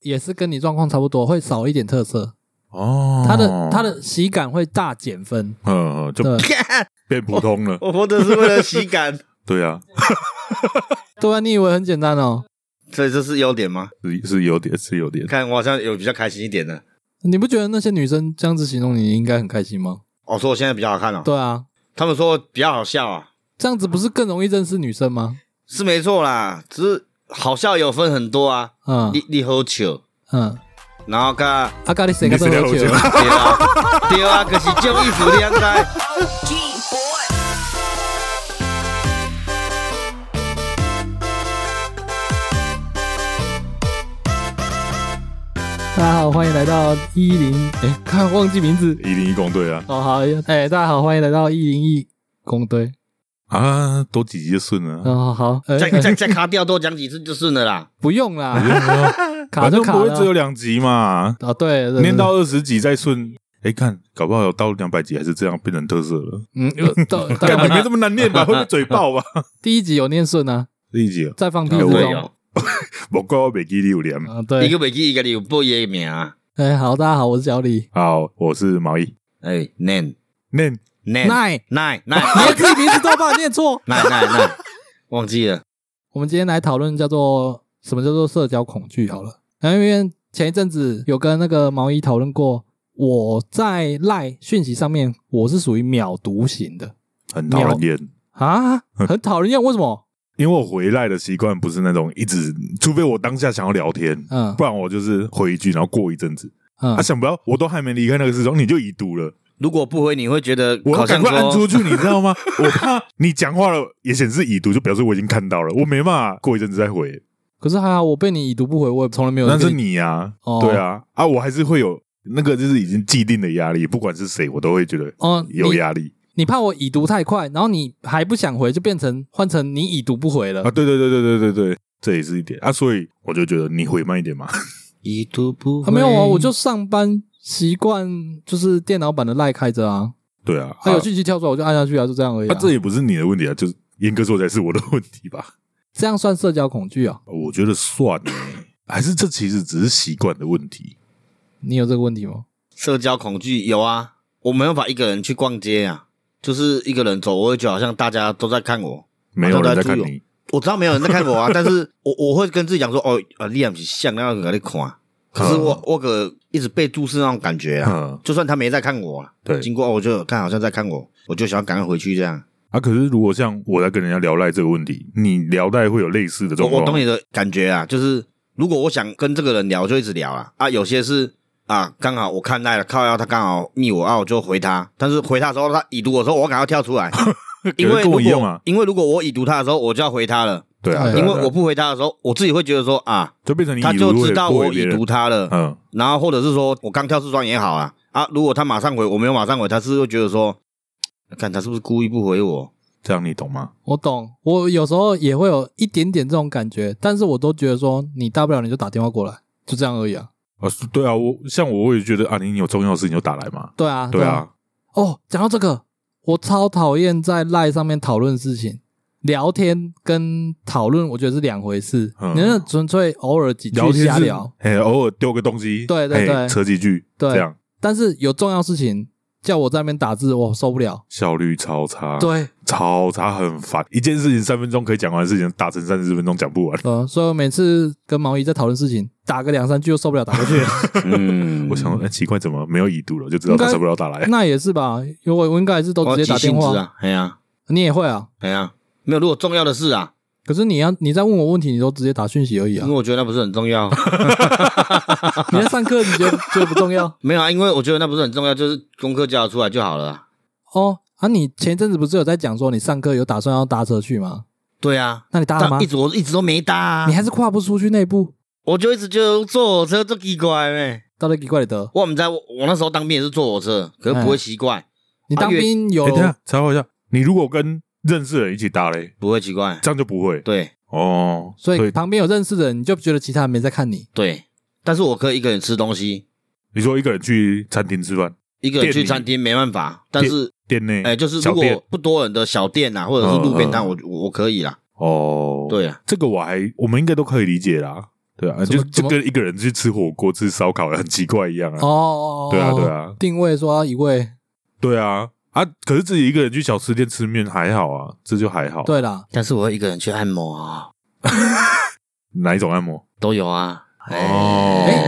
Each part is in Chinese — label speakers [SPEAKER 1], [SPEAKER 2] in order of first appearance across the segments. [SPEAKER 1] 也是跟你状况差不多，会少一点特色，
[SPEAKER 2] 哦，
[SPEAKER 1] 它的它的喜感会大减分。
[SPEAKER 2] 呃就
[SPEAKER 1] 对
[SPEAKER 2] 变普通 了，
[SPEAKER 3] 我活着是为了喜感，
[SPEAKER 2] 对啊，
[SPEAKER 1] 对啊，你以为很简单哦？
[SPEAKER 3] 所以这是优点吗？
[SPEAKER 2] 是是有点是有点
[SPEAKER 3] 你，看我好像有比较开心一点的。
[SPEAKER 1] 你不觉得那些女生这样子形容你应该很开心吗？
[SPEAKER 3] 哦，说我现在比较好看哦，
[SPEAKER 1] 对啊，
[SPEAKER 3] 他们说比较好笑啊，
[SPEAKER 1] 这样子不是更容易认识女生吗？
[SPEAKER 3] 是没错啦，只是好笑有分很多啊，
[SPEAKER 1] 嗯
[SPEAKER 3] 你你喝酒，
[SPEAKER 1] 嗯，
[SPEAKER 3] 然后跟。
[SPEAKER 1] 阿咖喱谁跟他喝
[SPEAKER 2] 你
[SPEAKER 1] 酒
[SPEAKER 2] 是？了
[SPEAKER 3] 对啊，对啊，可是就一副你安在。
[SPEAKER 1] 大家好，欢迎来到一零，哎，看忘记名字。
[SPEAKER 2] 一零一公对啊，
[SPEAKER 1] 哦，好，哎，大家好，欢迎来到一零一公堆。
[SPEAKER 2] 啊，多几集就顺了，
[SPEAKER 1] 哦，好，哎，
[SPEAKER 3] 再
[SPEAKER 1] 哎
[SPEAKER 3] 再再卡掉，多讲几次就顺 了啦。
[SPEAKER 1] 不用啦，卡
[SPEAKER 2] 反
[SPEAKER 1] 就
[SPEAKER 2] 正
[SPEAKER 1] 卡
[SPEAKER 2] 不会只
[SPEAKER 1] 了。
[SPEAKER 2] 有两集嘛，
[SPEAKER 1] 哦，对，对
[SPEAKER 2] 念到，二十集再顺，哎，看搞不好有到两百集还是这样变成特色了，
[SPEAKER 1] 对嗯，有 到大
[SPEAKER 2] 感觉
[SPEAKER 1] 概
[SPEAKER 2] 没这么难念 吧，会被嘴爆啊吧？
[SPEAKER 1] 第一集有念顺啊，
[SPEAKER 2] 这一集啊，
[SPEAKER 1] 再放屁
[SPEAKER 3] 对
[SPEAKER 1] 这种。
[SPEAKER 3] 哦，
[SPEAKER 2] 我怪我没记六连。
[SPEAKER 1] 啊，
[SPEAKER 3] 一
[SPEAKER 1] 对
[SPEAKER 3] 个，袂记一个有报伊个名啊。
[SPEAKER 1] 哎，好，大家好，我是小李。
[SPEAKER 2] 好，我是毛衣，
[SPEAKER 3] 哎，nine
[SPEAKER 2] 念
[SPEAKER 3] nine
[SPEAKER 1] Nine，
[SPEAKER 3] nine nine
[SPEAKER 1] 连自己名字都把它 念错。
[SPEAKER 3] nine nine，忘记了。
[SPEAKER 1] 我们今天来讨论叫做什么叫做社交恐惧好了。然后因为前一阵子有跟那个毛衣讨论过，我在赖讯息上面我是属于秒读型的
[SPEAKER 2] 很讨人厌，
[SPEAKER 1] 啊，很讨人厌。为什么？
[SPEAKER 2] 因为我回来的习惯不是那种一直，除非我当下想要聊天，
[SPEAKER 1] 嗯
[SPEAKER 2] 不然我就是回一句，然后过一阵子，
[SPEAKER 1] 嗯
[SPEAKER 2] 啊，，想不到我都还没离开那个时钟，你就已读了，
[SPEAKER 3] 如果不回，你会觉得
[SPEAKER 2] 我
[SPEAKER 3] 好
[SPEAKER 2] 要赶
[SPEAKER 3] 像
[SPEAKER 2] 快按出
[SPEAKER 3] 说
[SPEAKER 2] 去，你知道吗？ 我怕你讲话了也显示已读，就表示我已经看到了，我没办法过一阵子再回，
[SPEAKER 1] 可是还好我被你已读不回，我也从来没有
[SPEAKER 2] 那是
[SPEAKER 1] 跟你
[SPEAKER 2] 你呀、
[SPEAKER 1] 哦
[SPEAKER 2] 对啊，啊，我还是会有那个就是已经既定的压力，不管是谁，我都会觉得
[SPEAKER 1] 哦，
[SPEAKER 2] 有
[SPEAKER 1] 你
[SPEAKER 2] 压力
[SPEAKER 1] 你怕我已读太快，然后你还不想回，就变成换成你已读不回
[SPEAKER 2] 啊，
[SPEAKER 1] 了。
[SPEAKER 2] 对对对对对对对，这也是一点啊，所以我就觉得你回慢一点嘛，
[SPEAKER 3] 已读不
[SPEAKER 1] 啊，
[SPEAKER 3] 回。
[SPEAKER 1] 没有啊，我就上班习惯就是电脑版的赖开着啊，
[SPEAKER 2] 对啊，
[SPEAKER 1] 它有讯息跳出来我就按下去啊，就这样而已、
[SPEAKER 2] 啊，
[SPEAKER 1] 啊。
[SPEAKER 2] 这也不是你的问题啊，就是严格说起来是我的问题吧？
[SPEAKER 1] 这样算社交恐惧啊？
[SPEAKER 2] 我觉得算了，还是这其实只是习惯的问题。
[SPEAKER 1] 你有这个问题吗？
[SPEAKER 3] 社交恐惧有啊，我没办法一个人去逛街啊，就是一个人走，我会觉得好像大家都在看我。
[SPEAKER 2] 没有人在
[SPEAKER 3] 大家
[SPEAKER 2] 看
[SPEAKER 3] 都在
[SPEAKER 2] 你，
[SPEAKER 3] 我知道没有人在看 我啊，但是我我会跟自己讲说，哦，啊，你也不是像那个在看，啊可是我我可一直被注视那种感觉啊。
[SPEAKER 2] 嗯
[SPEAKER 3] 就算他没在看我啊，
[SPEAKER 2] 对
[SPEAKER 3] 经过哦我就看好像在看我，我就想要赶快回去这样。
[SPEAKER 2] 啊。可是如果像我在跟人家聊赖这个问题，你聊赖会有类似的
[SPEAKER 3] 我
[SPEAKER 2] 状况。
[SPEAKER 3] 我懂你的感觉啊，就是如果我想跟这个人聊，我就一直聊啊啊，有些是啊，刚好我看赖了，靠腰他刚好密我啊，我就回他，但是回他的时候他已读我的时候，我赶快 跳出来，因为
[SPEAKER 2] 跟
[SPEAKER 3] 如
[SPEAKER 2] 我
[SPEAKER 3] 果
[SPEAKER 2] 一样啊
[SPEAKER 3] 因为如果我已读他的时候，我就要回他了，
[SPEAKER 2] 对啊，
[SPEAKER 1] 对
[SPEAKER 2] 对
[SPEAKER 3] 因
[SPEAKER 2] 啊
[SPEAKER 3] 为
[SPEAKER 2] 对啊
[SPEAKER 3] 我不回他的时候，我自己会觉得说啊，
[SPEAKER 2] 就变成你
[SPEAKER 3] 他
[SPEAKER 2] 已
[SPEAKER 3] 就
[SPEAKER 2] 读
[SPEAKER 3] 知道我已
[SPEAKER 2] 已
[SPEAKER 3] 读，他了，
[SPEAKER 2] 嗯，
[SPEAKER 3] 然后或者是说我刚跳四双也好啊啊，如果他马上回，我没有马上回，他是会觉得说，看他是不是故意不回我？
[SPEAKER 2] 这样你懂吗？
[SPEAKER 1] 我懂，我有时候也会有一点点这种感觉，但是我都觉得说，你大不了你就打电话过来，就这样而已啊。
[SPEAKER 2] 啊，是对啊，我像我会觉得啊，你有重要的事情就打来嘛。
[SPEAKER 1] 对啊，
[SPEAKER 2] 对啊，
[SPEAKER 1] 哦，讲到这个，我超讨厌在赖上面讨论事情。聊天跟讨论，我觉得是两回事。
[SPEAKER 2] 嗯
[SPEAKER 1] 你那纯粹偶尔
[SPEAKER 3] 啊
[SPEAKER 1] 几
[SPEAKER 2] 聊
[SPEAKER 1] 句
[SPEAKER 2] 天
[SPEAKER 1] 瞎
[SPEAKER 2] 是
[SPEAKER 1] 聊，，
[SPEAKER 2] 哎，偶尔丢个东西，
[SPEAKER 1] 对对
[SPEAKER 2] 嘿
[SPEAKER 1] 对
[SPEAKER 2] 扯几句，
[SPEAKER 1] 对
[SPEAKER 2] 这样
[SPEAKER 1] 但是有重要事情叫我在那边打字，我受不了。
[SPEAKER 2] 效率超差，，
[SPEAKER 1] 对，
[SPEAKER 2] 超差，很烦。一件事情三分钟可以讲完的事情，打成三十分钟讲不完。
[SPEAKER 1] 呃，所以我每次跟毛衣在讨论事情，打个两三句就受不了，打过去了。
[SPEAKER 3] 嗯
[SPEAKER 2] 我想说，哎，奇怪，怎么没有已读了？就知道他
[SPEAKER 1] 应该
[SPEAKER 2] 受不了打来。
[SPEAKER 1] 那也是吧，因为我应该也是都
[SPEAKER 3] 我
[SPEAKER 1] 直接
[SPEAKER 3] 急
[SPEAKER 1] 打电
[SPEAKER 3] 性子
[SPEAKER 1] 话，
[SPEAKER 3] 啊，哎呀
[SPEAKER 1] 你也会啊。
[SPEAKER 3] 哎呀，没有，如果重要的事啊，
[SPEAKER 1] 可是你要你在问我问题，你都直接打讯息而已啊
[SPEAKER 3] 因为。我觉得那不是很 重要，
[SPEAKER 1] 你在上课，你 觉得觉得不重要
[SPEAKER 3] 没有啊，因为我觉得那不是很重要，就是功课交得出来就好了啊。
[SPEAKER 1] 哦？啊，你前一阵子不是有在讲说你上课有打算要搭车去吗？
[SPEAKER 3] 对啊，
[SPEAKER 1] 那你搭了吗
[SPEAKER 3] 但一？直我一直都没搭啊
[SPEAKER 1] 你，还是跨不出去那一步，
[SPEAKER 3] 我就一直就坐火车，这奇怪呗。
[SPEAKER 1] 到底奇怪的？
[SPEAKER 3] 我们在我我那时候当兵也是坐火车，可是不会奇怪，
[SPEAKER 1] 你当
[SPEAKER 3] 啊因为
[SPEAKER 1] 兵有
[SPEAKER 2] 哎、等一下查我一下，你如果跟认识的人一起搭嘞，
[SPEAKER 3] 不会奇怪，
[SPEAKER 2] 这样就不会
[SPEAKER 3] 对
[SPEAKER 2] 哦。
[SPEAKER 1] 所以旁边有认识的人，你就觉得其他人没在看你。
[SPEAKER 3] 对。但是我可以一个人吃东西，
[SPEAKER 2] 你说一个人去餐厅吃饭，
[SPEAKER 3] 一个人去
[SPEAKER 2] 店里
[SPEAKER 3] 餐厅没办法，但是
[SPEAKER 2] 店内
[SPEAKER 3] 哎、就是
[SPEAKER 2] 小
[SPEAKER 3] 如
[SPEAKER 2] 店
[SPEAKER 3] 果不多人的小店啊，或者是路边摊，
[SPEAKER 2] 嗯
[SPEAKER 3] 我我我可以啦。
[SPEAKER 2] 哦，，
[SPEAKER 3] 对啊，
[SPEAKER 2] 这个我还我们应该都可以理解啦。对啊，
[SPEAKER 1] 怎
[SPEAKER 2] 就
[SPEAKER 1] 么怎
[SPEAKER 2] 就
[SPEAKER 1] 么
[SPEAKER 2] 跟一个人去吃火锅、吃烧烤很奇怪一样啊。
[SPEAKER 1] 哦，
[SPEAKER 2] 对啊，对，啊，
[SPEAKER 1] 定位说要一位，
[SPEAKER 2] 对啊，啊！可是自己一个人去小吃店吃面还好啊，这就还好。，
[SPEAKER 1] 对啦，
[SPEAKER 3] 但是我会一个人去按摩啊，
[SPEAKER 2] 哪一种按摩？
[SPEAKER 3] 都有啊。哎，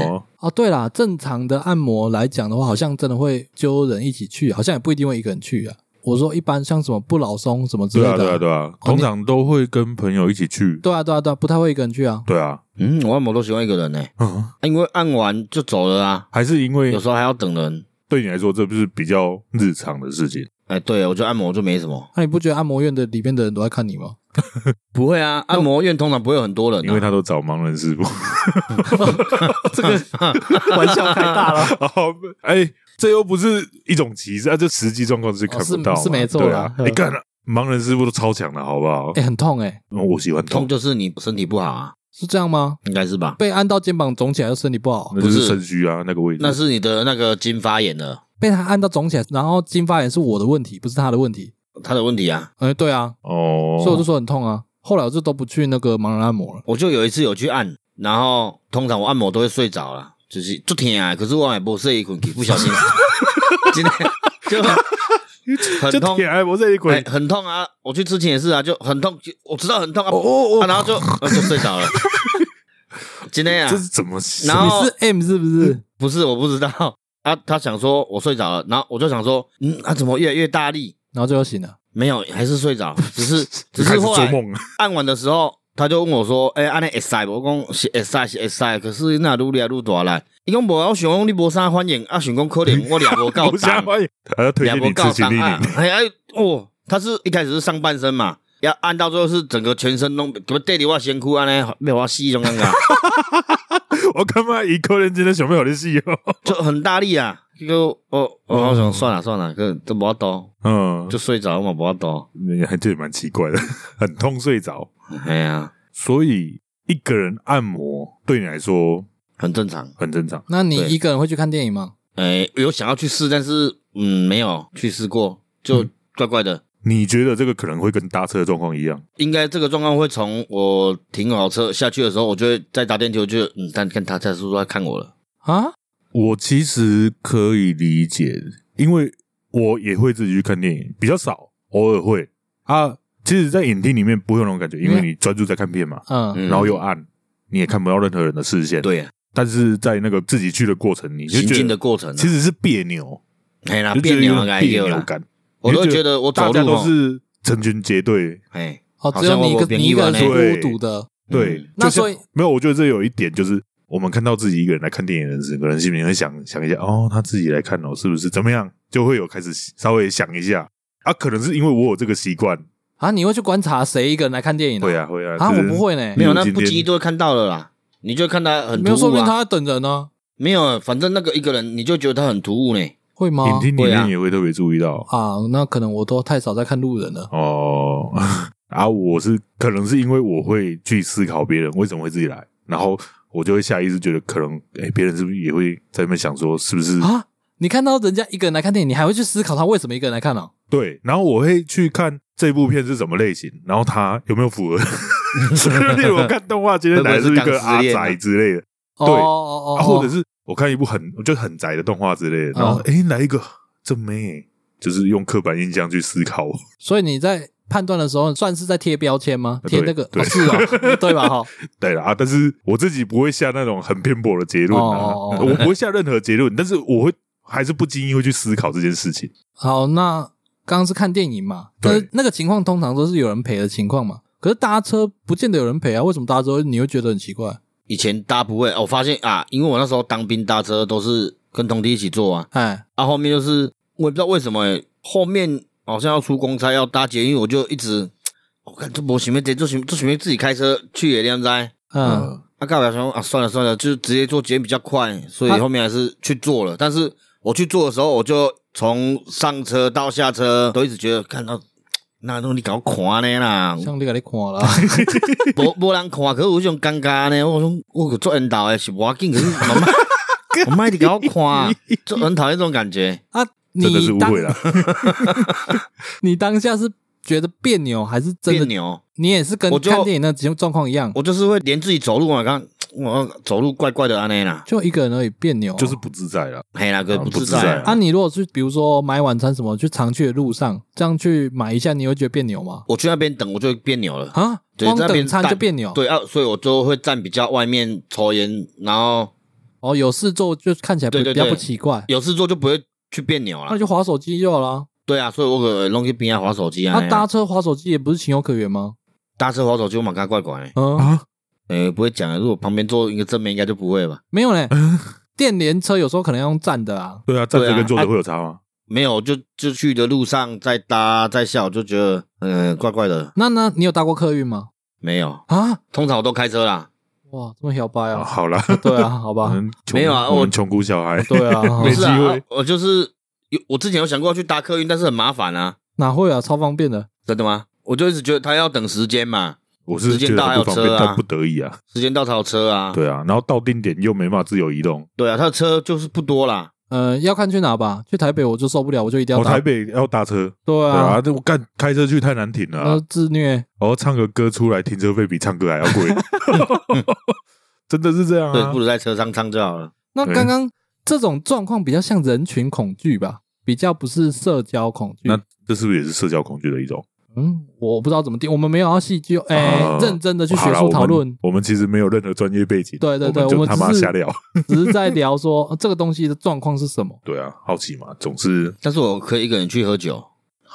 [SPEAKER 2] 哦，
[SPEAKER 1] 哦，对啦，正常的按摩来讲的话，好像真的会揪人一起去，好像也不一定会一个人去啊。我说一般像什么不老松什么之类
[SPEAKER 2] 对
[SPEAKER 1] 的
[SPEAKER 2] 啊，
[SPEAKER 1] 啊，
[SPEAKER 2] 对啊，对啊，通常都会跟朋友一起去。
[SPEAKER 1] 对啊，对啊，对啊，不太会一个人去啊。
[SPEAKER 2] 对啊，
[SPEAKER 3] 嗯，我按摩都喜欢一个人呢、
[SPEAKER 2] 嗯，
[SPEAKER 3] 啊因为按完就走了啊，
[SPEAKER 2] 还是因为
[SPEAKER 3] 有时候还要等人。
[SPEAKER 2] 对你来说，这不是比较日常的事情。
[SPEAKER 3] 哎、对我就按摩就没什么，
[SPEAKER 1] 那、你不觉得按摩院的里面的人都在看你吗？
[SPEAKER 3] 不会啊，按摩院通常不会有很多人、啊，
[SPEAKER 2] 因为他都找盲人师傅。
[SPEAKER 1] 这 个玩笑太大了。
[SPEAKER 2] 哦，哎，这又不是一种歧视啊，这实际状况是看不到嘛、
[SPEAKER 1] 哦是是没错
[SPEAKER 2] 对
[SPEAKER 1] 啦
[SPEAKER 2] 啊。你看、盲人师傅都超强的，好不好？
[SPEAKER 1] 哎、很痛哎、
[SPEAKER 2] 嗯我喜欢
[SPEAKER 3] 痛
[SPEAKER 2] 痛，
[SPEAKER 3] 就是你身体不好啊，
[SPEAKER 1] 是这样吗？
[SPEAKER 3] 应该是吧？
[SPEAKER 1] 被按到肩膀肿起来就身体不好，
[SPEAKER 2] 那就
[SPEAKER 3] 不
[SPEAKER 2] 是
[SPEAKER 3] 是
[SPEAKER 2] 肾虚啊，那个位置。
[SPEAKER 3] 那是你的那个筋发炎了，
[SPEAKER 1] 被他按到肿起来，然后筋发炎是我的问题，不是他的问题。
[SPEAKER 3] 他的问题啊。
[SPEAKER 1] 哎、对啊，
[SPEAKER 2] 哦，
[SPEAKER 1] 所以我就说很痛啊。后来我就都不去那个盲人按摩了。
[SPEAKER 3] 我就有一次有去按，然后通常我按摩都会睡着了，就是就疼啊，可是我也不睡一困去，不 小心，今天就很
[SPEAKER 2] 就
[SPEAKER 3] 痛，
[SPEAKER 2] 舔哎，我这里
[SPEAKER 3] 哎
[SPEAKER 2] 滚，
[SPEAKER 3] 很痛啊！我去之前也是啊，就很痛，就我知道很痛啊，
[SPEAKER 2] 哦哦哦
[SPEAKER 3] 啊然后就、呃就睡着了。 今天啊
[SPEAKER 2] 这，是怎么？
[SPEAKER 3] 然
[SPEAKER 1] 你
[SPEAKER 3] 后
[SPEAKER 1] 是 M 是不
[SPEAKER 2] 嗯
[SPEAKER 1] 是？
[SPEAKER 3] 不是我不知道啊，他想说我睡着了，然后我就想说，嗯，啊怎么越来越大力？
[SPEAKER 1] 然后就醒了。
[SPEAKER 3] 没有，还是睡着，只是只
[SPEAKER 2] 开始
[SPEAKER 3] 是后
[SPEAKER 2] 做
[SPEAKER 3] 来
[SPEAKER 2] 梦，
[SPEAKER 3] 按完的时候，他就问我说：“哎、欸，安尼会使无？”我讲是会使是会使，可是那愈来愈大力。伊讲无，啊我想讲你无啥反应，啊想讲可能我俩无 够
[SPEAKER 2] 我想
[SPEAKER 3] 重，
[SPEAKER 2] 欢迎，还要推
[SPEAKER 3] 俩
[SPEAKER 2] 荐
[SPEAKER 3] 无
[SPEAKER 2] 你
[SPEAKER 3] 够
[SPEAKER 2] 吃秦
[SPEAKER 3] 重
[SPEAKER 2] 力
[SPEAKER 3] 啊
[SPEAKER 2] 宁，！
[SPEAKER 3] 哎哎哦，他是一开始是上半身嘛，要按到最后是整个全身弄，怎么对着我身躯安尼，没有我死那种感觉，
[SPEAKER 2] 我他妈一个人真的想不好的戏哦，
[SPEAKER 3] 就很大力啊。就我我想算了算了，可都无多，
[SPEAKER 2] 嗯，
[SPEAKER 3] 就睡着嘛无多。
[SPEAKER 2] 你还这也蛮奇怪的，很痛睡着，
[SPEAKER 3] 哎呀，
[SPEAKER 2] 所以一个人按摩对你来说
[SPEAKER 3] 很正常。
[SPEAKER 2] 很正常。
[SPEAKER 1] 那你
[SPEAKER 3] 对
[SPEAKER 1] 一个人会去看电影吗？
[SPEAKER 3] 哎，有想要去试，但是嗯没有去试过，就怪怪的。
[SPEAKER 2] 你觉得这个可能会跟搭车的状况一样？
[SPEAKER 3] 应该这个状况会从我停好车下去的时候，我就会再打电梯，我就嗯，但看他他是不是在看我了？
[SPEAKER 1] 啊，
[SPEAKER 2] 我其实可以理解，因为我也会自己去看电影，比较少，偶尔会啊。其实，在影厅里面不会有那种感觉，因为你专注在看片嘛，
[SPEAKER 1] 嗯，
[SPEAKER 3] 嗯
[SPEAKER 2] 然后又暗，你也看不到任何人的视线。，
[SPEAKER 3] 对啊，
[SPEAKER 2] 但是在那个自己去的过程，你就
[SPEAKER 3] 行
[SPEAKER 2] 觉
[SPEAKER 3] 进的
[SPEAKER 2] 得
[SPEAKER 3] 过程啊，
[SPEAKER 2] 其实是别扭，
[SPEAKER 3] 哎啦，
[SPEAKER 2] 就觉
[SPEAKER 3] 别
[SPEAKER 2] 得有
[SPEAKER 3] 扭
[SPEAKER 2] 种
[SPEAKER 3] 啊，
[SPEAKER 2] 别扭
[SPEAKER 3] 啦，
[SPEAKER 2] 感。
[SPEAKER 3] 我都
[SPEAKER 2] 你就
[SPEAKER 3] 觉得我
[SPEAKER 2] 大
[SPEAKER 3] 走
[SPEAKER 2] 家
[SPEAKER 3] 路哦
[SPEAKER 2] 都
[SPEAKER 3] 吼
[SPEAKER 2] 是成群结队，
[SPEAKER 3] 哎，
[SPEAKER 1] 哦，
[SPEAKER 3] 好
[SPEAKER 1] 只有
[SPEAKER 3] 像
[SPEAKER 1] 你一
[SPEAKER 3] 我
[SPEAKER 1] 个
[SPEAKER 3] 我便
[SPEAKER 1] 你
[SPEAKER 3] 宜
[SPEAKER 1] 一个
[SPEAKER 3] 完
[SPEAKER 1] 人是
[SPEAKER 2] 欸
[SPEAKER 1] 孤独的，
[SPEAKER 2] 对，
[SPEAKER 3] 嗯
[SPEAKER 1] 那
[SPEAKER 2] 就像
[SPEAKER 1] 所以
[SPEAKER 2] 没有，我觉得这有一点就是，我们看到自己一个人来看电影的时候，可能心里会想想一下，哦，他自己来看哦，是不是怎么样，就会有开始稍微想一下啊，可能是因为我有这个习惯，
[SPEAKER 1] 啊，你会去观察谁一个人来看电影、
[SPEAKER 2] 会，啊会啊，
[SPEAKER 1] 啊，
[SPEAKER 2] 就
[SPEAKER 1] 我
[SPEAKER 2] 是
[SPEAKER 1] 不，会呢
[SPEAKER 2] 没
[SPEAKER 3] 没，
[SPEAKER 2] 有
[SPEAKER 3] 有，那
[SPEAKER 2] 今
[SPEAKER 3] 不
[SPEAKER 2] 天
[SPEAKER 3] 经意都会看到了啦，你就看他很
[SPEAKER 1] 没
[SPEAKER 3] 突
[SPEAKER 1] 有说
[SPEAKER 3] 兀
[SPEAKER 1] 明
[SPEAKER 3] 啊，
[SPEAKER 1] 他在等人呢、
[SPEAKER 3] 没有，反正那个一个人你就觉得他很突兀呢，
[SPEAKER 1] 会吗？
[SPEAKER 2] 影厅里
[SPEAKER 3] 会
[SPEAKER 2] 面
[SPEAKER 3] 啊
[SPEAKER 2] 也会特别注意到
[SPEAKER 1] 啊，那可能我都太少在看路人了。
[SPEAKER 2] 哦，啊，我是可能是因为我会去思考别人为什么会自己来，然后我就会下意识觉得可能，哎，别人是不是也会在那边想说，是不是
[SPEAKER 1] 啊，你看到人家一个人来看电影，你还会去思考他为什么一个人来看啊呢、
[SPEAKER 2] 对，然后我会去看这部片是什么类型，然后它有没有符合。例如我看动画，今天来是一个阿宅之类的，
[SPEAKER 1] 哦？
[SPEAKER 2] 对
[SPEAKER 1] 哦哦
[SPEAKER 2] 啊，或者
[SPEAKER 1] 是
[SPEAKER 2] 是我看一部很就很宅的动画之类的，然后诶来一个这妹，就是用刻板印象去思考。
[SPEAKER 1] 所以你在判断的时候，算是在贴标签吗？
[SPEAKER 2] 呃
[SPEAKER 1] 贴
[SPEAKER 2] 对
[SPEAKER 1] 那个、
[SPEAKER 2] 对
[SPEAKER 1] 哦、是 哦，对吧？哈，
[SPEAKER 2] 对了啊，但是我自己不会下那种很偏颇的结论啊，
[SPEAKER 1] 哦哦哦
[SPEAKER 2] 我不会下任何结论，但是我会还是不经意会去思考这件事情。
[SPEAKER 1] 好，那刚刚是看电影嘛，
[SPEAKER 2] 对
[SPEAKER 1] 但是那个情况通常都是有人陪的情况嘛。可是搭车不见得有人陪啊，为什么搭车你会觉得很奇怪？
[SPEAKER 3] 以前搭不会，哦我发现啊，因为我那时候当兵搭车都是跟同弟一起坐啊，
[SPEAKER 1] 哎，
[SPEAKER 3] 啊，后面就是我也不知道为什么、欸，后面好像要出公差要搭捷运，我就一直我看这不行，没得做行，做行自己开车去也这样哉。
[SPEAKER 2] 呃
[SPEAKER 1] 嗯，
[SPEAKER 3] 啊，干嘛想说啊？算了算了，就是直接坐捷运比较快，所以
[SPEAKER 1] 啊
[SPEAKER 3] 后面还是去坐了。但是我去坐的时候，我就从上车到下车都一直觉得看到那东西搞垮呢啦，
[SPEAKER 1] 像你给你看了，
[SPEAKER 3] 无无人看，可是有一种尴尬呢。我讲我有做引导的是无要紧，可是妈 妈我妈一直给我看，啊就很讨厌这种感觉。
[SPEAKER 1] 啊，
[SPEAKER 2] 真的是
[SPEAKER 1] 你
[SPEAKER 2] 误
[SPEAKER 1] 当
[SPEAKER 2] 会了，
[SPEAKER 1] 你当下是觉得别扭，还是真
[SPEAKER 3] 别
[SPEAKER 1] 的？
[SPEAKER 3] 扭。
[SPEAKER 1] 你也是跟
[SPEAKER 3] 我就
[SPEAKER 1] 看电影那几种状况一样，
[SPEAKER 3] 我就是会连自己走路嘛，刚我走路怪怪的安内啦，
[SPEAKER 1] 就一个人而已，别扭啊、
[SPEAKER 2] 就是不自在了。
[SPEAKER 3] 嘿啦，哥
[SPEAKER 2] 啊
[SPEAKER 3] 不
[SPEAKER 2] 不
[SPEAKER 3] 自
[SPEAKER 2] 自在
[SPEAKER 3] 在啊。
[SPEAKER 1] 啊。你如果去，比如说买晚餐什么，去常去的路上这样去买一下，你会觉得别扭吗？
[SPEAKER 3] 我去那边等，我就别扭了。
[SPEAKER 1] 啊，
[SPEAKER 3] 对
[SPEAKER 1] 光
[SPEAKER 3] 在那
[SPEAKER 1] 等
[SPEAKER 3] 边
[SPEAKER 1] 餐
[SPEAKER 3] 站
[SPEAKER 1] 就别扭。，
[SPEAKER 3] 对啊，所以我就会站比较外面抽烟，然后
[SPEAKER 1] 哦，有事做就看起来不
[SPEAKER 3] 对对
[SPEAKER 1] 比较
[SPEAKER 3] 对
[SPEAKER 1] 不奇怪，
[SPEAKER 3] 有事做就不会去别扭
[SPEAKER 1] 那
[SPEAKER 3] 了。
[SPEAKER 1] 哦就划手机就好了。
[SPEAKER 3] 对啊，所以我可弄去边啊划手机啊
[SPEAKER 1] 那。搭车划手机也不是情有可原吗？
[SPEAKER 3] 搭车划手机，我蛮看怪怪的。
[SPEAKER 1] 嗯，
[SPEAKER 2] 啊，
[SPEAKER 3] 呃，不会讲的，如果旁边坐一个正面，应该就不会吧？
[SPEAKER 1] 没有 嘞。电联车有时候可能要用站的啊，
[SPEAKER 2] 对啊，站
[SPEAKER 3] 对
[SPEAKER 2] 着
[SPEAKER 3] 啊
[SPEAKER 2] 跟坐
[SPEAKER 3] 啊
[SPEAKER 2] 着会有差吗？
[SPEAKER 3] 没有，就就去的路上在搭在下，我就觉得呃怪怪的。
[SPEAKER 1] 那那你有搭过客运吗？
[SPEAKER 3] 没有，
[SPEAKER 1] 啊，
[SPEAKER 3] 通常我都开车啦。
[SPEAKER 1] 哇，这么小白
[SPEAKER 2] 啊
[SPEAKER 1] 啊！
[SPEAKER 2] 好啦，
[SPEAKER 1] 对啊，好
[SPEAKER 2] 我
[SPEAKER 1] 吧，
[SPEAKER 2] 们穷
[SPEAKER 3] 没有啊
[SPEAKER 2] 我
[SPEAKER 3] 我
[SPEAKER 2] 们穷苦小孩，
[SPEAKER 1] 对 啊，
[SPEAKER 3] 不
[SPEAKER 2] 哦没
[SPEAKER 3] 是啊
[SPEAKER 2] 机会，
[SPEAKER 3] 我就是有我之前有想过要去搭客运，但是很麻烦啊。
[SPEAKER 1] 哪会啊，超方便的。
[SPEAKER 3] 真的吗？我就一直觉得他要等时间嘛，
[SPEAKER 2] 我是
[SPEAKER 3] 时间
[SPEAKER 2] 觉得
[SPEAKER 3] 到还
[SPEAKER 2] 很
[SPEAKER 3] 有
[SPEAKER 2] 不方
[SPEAKER 3] 车
[SPEAKER 2] 便，
[SPEAKER 3] 啊
[SPEAKER 2] 但不得 已啊，
[SPEAKER 3] 时间到才有车啊。
[SPEAKER 2] 对啊，然后到定点又没办法自由移动，
[SPEAKER 3] 对啊，他的车就是不多啦。
[SPEAKER 1] 呃，要看去哪吧，去台北我就受不了，我就一定要
[SPEAKER 2] 我
[SPEAKER 1] 搭
[SPEAKER 2] 哦台。北要搭车，
[SPEAKER 1] 对
[SPEAKER 2] 对
[SPEAKER 1] 啊
[SPEAKER 2] 啊，，这我干开车去太难停了啊，
[SPEAKER 1] 呃，自虐。
[SPEAKER 2] 然后唱个歌出来，停车费比唱歌还要 贵，真的是这样
[SPEAKER 3] 对，
[SPEAKER 2] 啊
[SPEAKER 3] 不。如在车上唱就好了。
[SPEAKER 1] 那
[SPEAKER 2] 对
[SPEAKER 1] 刚刚这种状况比较像人群恐惧吧，比较不是社交恐惧。
[SPEAKER 2] 那这是不是也是社交恐惧的一种？
[SPEAKER 1] 嗯，我不知道怎么定，我们没有要细究，哎、
[SPEAKER 2] 啊
[SPEAKER 1] 认真的去
[SPEAKER 2] 好
[SPEAKER 1] 学
[SPEAKER 2] 啦
[SPEAKER 1] 术讨
[SPEAKER 2] 我
[SPEAKER 1] 论
[SPEAKER 2] 们，我们其实没有任何专业背景，
[SPEAKER 1] 对对对
[SPEAKER 2] 我们
[SPEAKER 1] 我们
[SPEAKER 2] 就他妈
[SPEAKER 1] 只是
[SPEAKER 2] 瞎聊。
[SPEAKER 1] 只是在聊说、 呃这个东西的状况是什么。
[SPEAKER 2] 对啊，好奇嘛，总是
[SPEAKER 3] 但是我可以一个人去喝酒，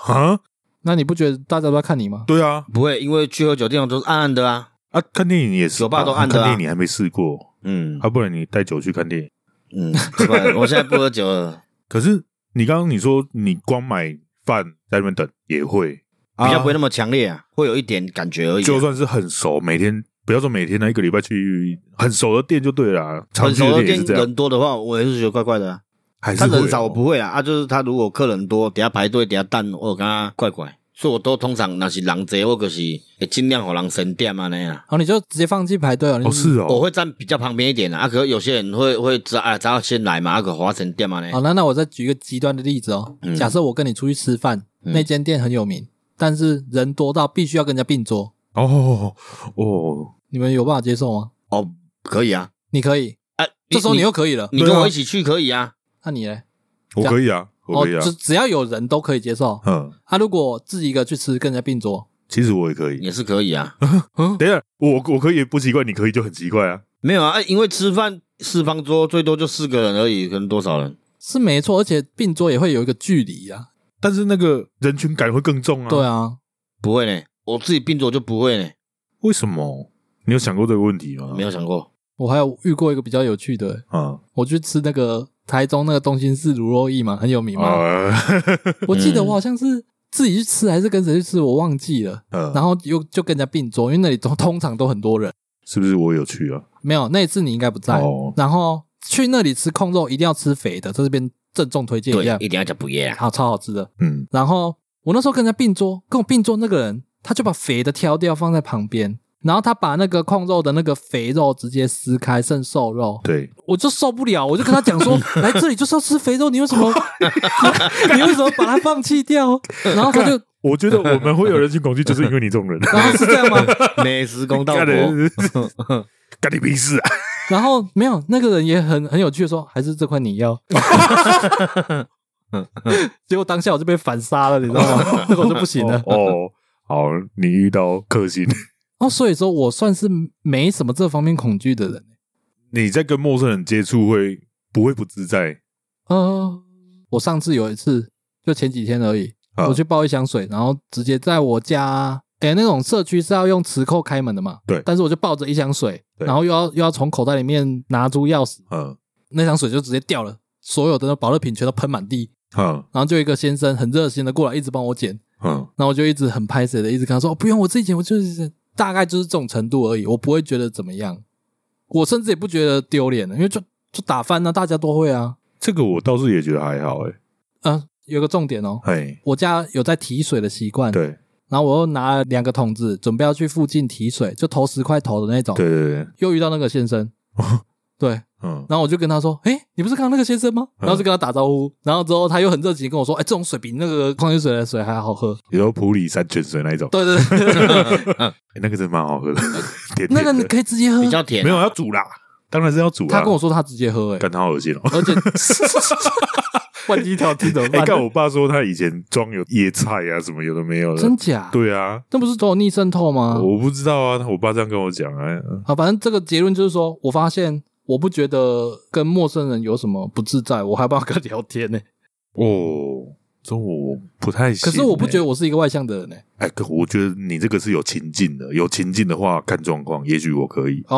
[SPEAKER 2] 啊，
[SPEAKER 1] 那你不觉得大家都在看你吗？
[SPEAKER 2] 对啊，
[SPEAKER 3] 不会，因为去喝酒地方都是暗暗的啊。
[SPEAKER 2] 啊，看电影也是吧，
[SPEAKER 3] 酒吧都暗的啊
[SPEAKER 2] 看电影你还没试过，
[SPEAKER 3] 嗯
[SPEAKER 2] 啊，不然你带酒去看电影。
[SPEAKER 3] 嗯，对吧？我现在不喝酒了，
[SPEAKER 2] 可是你刚刚你说你光买饭在那边等也会，
[SPEAKER 3] 比较不会那
[SPEAKER 2] 么，
[SPEAKER 3] 么强烈啊，会有一点感觉而已啊。
[SPEAKER 2] 就算是很熟，每天不要说每天呢，一个礼拜去很熟的店就对了，啊常
[SPEAKER 3] 很
[SPEAKER 2] 去的
[SPEAKER 3] 熟的
[SPEAKER 2] 店也
[SPEAKER 3] 店
[SPEAKER 2] 是这样，
[SPEAKER 3] 人多的话，我也是觉得怪怪的啊。
[SPEAKER 2] 还是
[SPEAKER 3] 他
[SPEAKER 2] 会
[SPEAKER 3] 人少
[SPEAKER 2] 哦
[SPEAKER 3] 我不会啊，啊，就是他如果客人多，等下排队，等下等，我有感觉怪怪，所以我都通常若是人多，我就是会尽量给人省点啊那样啊。
[SPEAKER 1] 然后你就直接放弃排队了。啊你
[SPEAKER 2] 哦，是哦，
[SPEAKER 3] 我会站比较旁边一点啊，啊，可是有些人会会知道，哎，只要先来嘛，啊，可花成店嘛呢
[SPEAKER 1] 好，，那那我再举一个极端的例子哦。
[SPEAKER 3] 嗯
[SPEAKER 1] 假设我跟你出去吃饭，
[SPEAKER 3] 嗯
[SPEAKER 1] 那间店很有名，但是人多到必须要跟人家并桌，
[SPEAKER 2] 哦哦，
[SPEAKER 1] 你们有办法接受吗？
[SPEAKER 3] 哦，可以啊，
[SPEAKER 1] 你可以，
[SPEAKER 3] 啊，
[SPEAKER 1] 这时候你
[SPEAKER 3] 你
[SPEAKER 1] 又可以了。
[SPEAKER 3] 你
[SPEAKER 2] 对啊
[SPEAKER 3] 跟我一起去可以啊，
[SPEAKER 1] 那你嘞？
[SPEAKER 2] 我可以啊，我可以啊
[SPEAKER 1] 哦，只，只要有人都可以接 受。
[SPEAKER 2] 嗯，
[SPEAKER 1] 啊，如果自己一个去吃，跟人家并桌，
[SPEAKER 2] 其实我也可以。
[SPEAKER 3] 也是可以啊，
[SPEAKER 2] 等一下，我我可以不奇怪，你可以就很奇怪啊。
[SPEAKER 3] 没有啊，哎因为吃饭四方桌最多就四个人而已，可能多少人？
[SPEAKER 1] 是没错，而且并桌也会有一个距离啊。
[SPEAKER 2] 但是那个人群感会更重啊。
[SPEAKER 1] 对，啊，
[SPEAKER 3] 不会呢，我自己并桌就不会呢，
[SPEAKER 2] 为什么？你有想过这个问题吗？
[SPEAKER 3] 没有想过，
[SPEAKER 1] 我还有遇过一个比较有趣的，
[SPEAKER 2] 啊。
[SPEAKER 1] 我去吃那个台中那个东兴市卤肉意嘛，很有名嘛。
[SPEAKER 2] 呃，
[SPEAKER 1] 我记得我好像是自己去吃还是跟谁去吃，我忘记了。然
[SPEAKER 2] 呃，
[SPEAKER 1] 后又就跟人家并桌，因为那里通通常都 很多人。
[SPEAKER 2] 是不是我有去啊？
[SPEAKER 1] 没有那一次你应该不在。
[SPEAKER 2] 哦
[SPEAKER 1] 然后去那里吃控肉一定要吃肥的，在这边郑重推荐
[SPEAKER 3] 对
[SPEAKER 1] 一下，，
[SPEAKER 3] 一定要讲不夜啊，
[SPEAKER 1] 好超好吃的。
[SPEAKER 2] 嗯，
[SPEAKER 1] 然后我那时候跟人家并桌，跟我并桌那个人，他就把肥的挑掉放在旁边，然后他把那个控肉的那个肥肉直接撕开剩瘦肉，
[SPEAKER 2] 对，
[SPEAKER 1] 我就受不了，我就跟他讲说，来这里就是要吃肥肉，你为什么 你为什么把它放弃掉？然后他就，
[SPEAKER 2] 我觉得我们会有人群恐惧，就是因为你这 种人，
[SPEAKER 1] 然后是这样吗？
[SPEAKER 3] 美食公道
[SPEAKER 2] 干
[SPEAKER 3] 博，
[SPEAKER 2] 人干你屁事啊！
[SPEAKER 1] 然后没有那个人也很很有趣的说，还是这块你要。 结果当下我就被反杀了，你知道 吗？那个我就不行了。
[SPEAKER 2] 哦，好，你遇到克星，
[SPEAKER 1] 哦，所以说我算是没什么这方面恐惧的人。
[SPEAKER 2] 你在跟陌生人接触会不会不自在？
[SPEAKER 1] 呃，我上次有一次，就前几天而已，
[SPEAKER 2] 啊
[SPEAKER 1] 我去抱一箱水，然后直接在我家，哎、那种社区是要用磁扣开门的嘛，
[SPEAKER 2] 对
[SPEAKER 1] 但是我就抱着一箱水，
[SPEAKER 2] 对
[SPEAKER 1] 然后又要又要从口袋里面拿出钥匙，
[SPEAKER 2] 嗯
[SPEAKER 1] 那箱水就直接掉了，所有的那保乐瓶全都喷满地，
[SPEAKER 2] 嗯
[SPEAKER 1] 然后就有一个先生很热心的过来一直帮我捡，
[SPEAKER 2] 嗯，
[SPEAKER 1] 然后我就一直很拍谁的，一直跟他说、哦、不用，我自己捡，我就是大概就是这种程度而已，我不会觉得怎么样，我甚至也不觉得丢脸的，因为就就打翻了、大家都会啊，
[SPEAKER 2] 这个我倒是也觉得还好，哎，
[SPEAKER 1] 呃，有一个重点哦，
[SPEAKER 2] 哎，
[SPEAKER 1] 我家有在提水的习惯，。
[SPEAKER 2] 对
[SPEAKER 1] 然后我又拿了两个桶子，准备要去附近提水，就投十块头的那种。
[SPEAKER 2] 对，对对，哦
[SPEAKER 1] 又遇到那个先生，对，
[SPEAKER 2] 嗯，
[SPEAKER 1] 然后我就跟他说：“哎、你不是看到那个先生吗？”
[SPEAKER 2] 嗯
[SPEAKER 1] 然后就跟他打招呼，然后之后他又很热情地跟我说：“哎、这种水比那个矿泉水的水还好喝。
[SPEAKER 2] 比如说普里山泉水那一种”，
[SPEAKER 1] 对对对，
[SPEAKER 2] 欸那个真的蛮好喝的， 甜
[SPEAKER 1] 那
[SPEAKER 2] 甜
[SPEAKER 1] 个你
[SPEAKER 2] 的。
[SPEAKER 1] 可以直接喝
[SPEAKER 3] 比。较甜
[SPEAKER 2] 没。有要煮啦，当然是要煮啦。
[SPEAKER 1] 他跟我说他直接喝、哎，
[SPEAKER 2] 干他好恶心哦。
[SPEAKER 1] 而且换一条听怎么
[SPEAKER 2] 哎，
[SPEAKER 1] 办？
[SPEAKER 2] 干我爸说他以前装有椰菜啊什么有的没有的，
[SPEAKER 1] 真假？，
[SPEAKER 2] 对啊，
[SPEAKER 1] 那不是都有逆渗透吗？
[SPEAKER 2] 我不知道啊，我爸这样跟我讲啊，
[SPEAKER 1] 好，反正这个结论就是说，我发现我不觉得跟陌生人有什么不自在，我还帮他聊天呢、
[SPEAKER 2] 哦，这我不太行欸。
[SPEAKER 1] 可是我不觉得我是一个外向的人呢、
[SPEAKER 2] 哎，可我觉得你这个是有情境的，有情境的话看状况，也许我可以。
[SPEAKER 1] 哦哦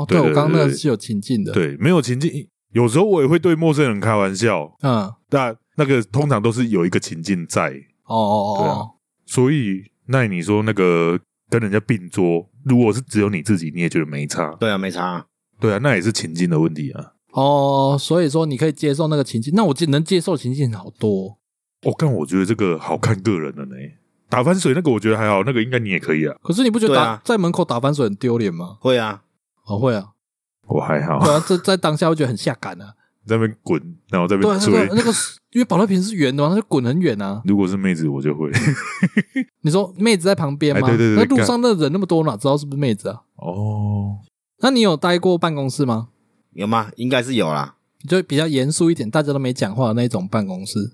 [SPEAKER 1] 哦，对
[SPEAKER 2] 对对
[SPEAKER 1] 我刚刚那
[SPEAKER 2] 对
[SPEAKER 1] 个
[SPEAKER 2] 对
[SPEAKER 1] 是有情境的。，
[SPEAKER 2] 对，没有情境，有时候我也会对陌生人开玩笑，
[SPEAKER 1] 嗯，哦
[SPEAKER 2] 但那个通常都是有一个情境在，
[SPEAKER 1] 哦哦
[SPEAKER 2] 对啊
[SPEAKER 1] 哦，
[SPEAKER 2] 所以那你说那个跟人家并桌，如果是只有你自己，你也觉得没差，
[SPEAKER 3] 对啊，没差啊。
[SPEAKER 2] 对啊，那也是情境的问题啊。
[SPEAKER 1] 哦，所以说你可以接受那个情境，那我就能接受情境好多。
[SPEAKER 2] 我、哦、干，我觉得这个好看个人了呢。打翻水那个我觉得还好，那个应该你也可以啊，
[SPEAKER 1] 可是你不觉得
[SPEAKER 3] 对
[SPEAKER 1] 打、
[SPEAKER 3] 啊
[SPEAKER 1] 在门口打翻水很丢脸吗？
[SPEAKER 3] 会啊，
[SPEAKER 1] 哦，会啊，
[SPEAKER 2] 我还好，
[SPEAKER 1] 对啊，这在当下会觉得很下感 啊。
[SPEAKER 2] 在那边滚，然后在那
[SPEAKER 1] 对
[SPEAKER 2] 边
[SPEAKER 1] 啊，那
[SPEAKER 2] 追。
[SPEAKER 1] 个那个，因为保乐瓶是圆的嘛，它就滚很远啊。
[SPEAKER 2] 如果是妹子，我就会。
[SPEAKER 1] 你说妹子在旁边吗？
[SPEAKER 2] 哎对对
[SPEAKER 1] 那
[SPEAKER 2] 对
[SPEAKER 1] 路上那人那么多，哪知道是不是妹子啊？
[SPEAKER 2] 哦，
[SPEAKER 1] 那你有待过办公室吗？
[SPEAKER 3] 有吗？应该是有啦。
[SPEAKER 1] 就比较严肃一点，大家都没讲话的那一种办公室。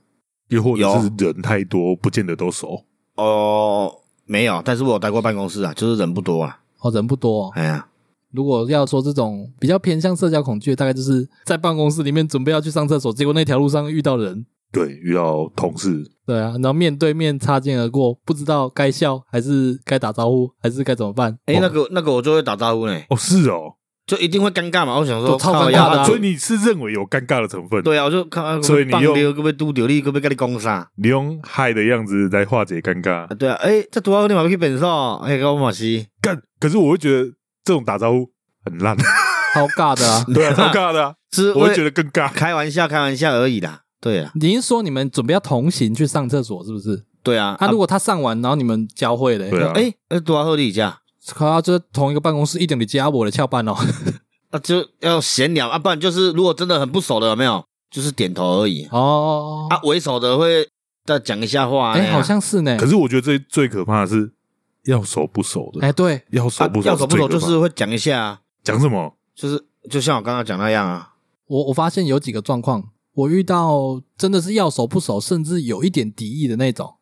[SPEAKER 2] 又或者
[SPEAKER 3] 有
[SPEAKER 2] 是人太多，不见得都熟。
[SPEAKER 3] 哦，没有，但是我有待过办公室啊，就是人不多啊。
[SPEAKER 1] 哦，人不多、哦。
[SPEAKER 3] 哎呀，
[SPEAKER 1] 如果要说这种比较偏向社交恐惧的，大概就是在办公室里面准备要去上厕所，结果那条路上遇到人，
[SPEAKER 2] 对，遇到同事，
[SPEAKER 1] 对啊，然后面对面擦肩而过，不知道该笑还是该打招呼，还是该怎么办。
[SPEAKER 3] 哎、那个那个我就会打招呼呢，
[SPEAKER 2] 哦，是哦，
[SPEAKER 3] 就一定会尴尬嘛。我想说，
[SPEAKER 1] 都超
[SPEAKER 3] 靠
[SPEAKER 1] 尴尬
[SPEAKER 3] 呀
[SPEAKER 1] 的啊
[SPEAKER 2] 所以你是认为有尴尬的成分，，
[SPEAKER 3] 对啊，我就看，
[SPEAKER 2] 所以你又
[SPEAKER 3] 又会被嘟丢你，会被跟你攻杀
[SPEAKER 2] 你用嗨的样子来化解尴尬
[SPEAKER 3] 啊？。对啊，哎、这多少你嘛去本少，哎、欸，我嘛是，
[SPEAKER 2] 干，可是我会觉得这种打招呼很烂，
[SPEAKER 1] 超尬的啊！
[SPEAKER 2] 对啊，超尬的啊、
[SPEAKER 3] 是
[SPEAKER 2] 我会觉
[SPEAKER 3] 得
[SPEAKER 2] 得更尬。
[SPEAKER 3] 开玩笑，开玩笑而已啦。对啊，
[SPEAKER 1] 你是说你们准备要同行去上厕所是不是？
[SPEAKER 3] 对啊，
[SPEAKER 1] 啊，如果他上完，然后你们交汇嘞，
[SPEAKER 2] 对啊，
[SPEAKER 3] 哎、那多少喝你一下，
[SPEAKER 1] 他就是同一个办公室，一点你加我的翘班哦。
[SPEAKER 3] 啊，就要闲聊啊，不然就是如果真的很不熟的，有没有？就是点头而已
[SPEAKER 1] 哦，
[SPEAKER 3] 啊，为首的会再讲一下话，啊
[SPEAKER 1] 哎、
[SPEAKER 3] 那样
[SPEAKER 1] 好像是呢。
[SPEAKER 2] 可是我觉得最最可怕的是要熟不熟的，
[SPEAKER 1] 哎、对，
[SPEAKER 2] 要熟
[SPEAKER 3] 啊
[SPEAKER 2] 不，熟，
[SPEAKER 3] 要熟不熟
[SPEAKER 2] 最
[SPEAKER 3] 就
[SPEAKER 2] 可怕
[SPEAKER 3] 是会讲一下啊，
[SPEAKER 2] 讲什么？
[SPEAKER 3] 就是就像我刚刚讲那样啊，
[SPEAKER 1] 我我发现有几个状况，我遇到真的是要熟不熟，甚至有一点敌意的那种，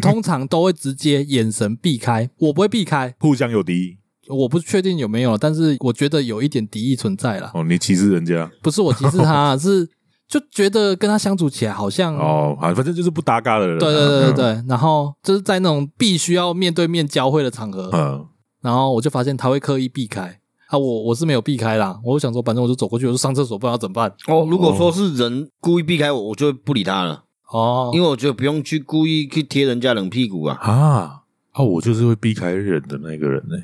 [SPEAKER 1] 通常都会直接眼神避开，我不会避开，
[SPEAKER 2] 互相有敌意
[SPEAKER 1] 我不确定有没有，但是我觉得有一点敌意存在啦。
[SPEAKER 2] 哦，你歧视人家
[SPEAKER 1] 不是我歧视他，是就觉得跟他相处起来好像。
[SPEAKER 2] 哦，好，反正就是不搭嘎的人
[SPEAKER 1] 嗯
[SPEAKER 2] 啊。
[SPEAKER 1] 对对对对对，然后就是在那种必须要面对面交汇的场合，
[SPEAKER 2] 嗯，
[SPEAKER 1] 然后我就发现他会刻意避开啊，我我是没有避开啦，我就想说反正我就走过去，我就上厕所，不知道怎么办
[SPEAKER 3] 哦，如果说是人故意避开我，我就会不理他了，
[SPEAKER 1] 哦，
[SPEAKER 3] 因为我觉得不用去故意去贴人家冷屁股啊。
[SPEAKER 2] 啊啊，我就是会避开人的那个人呢、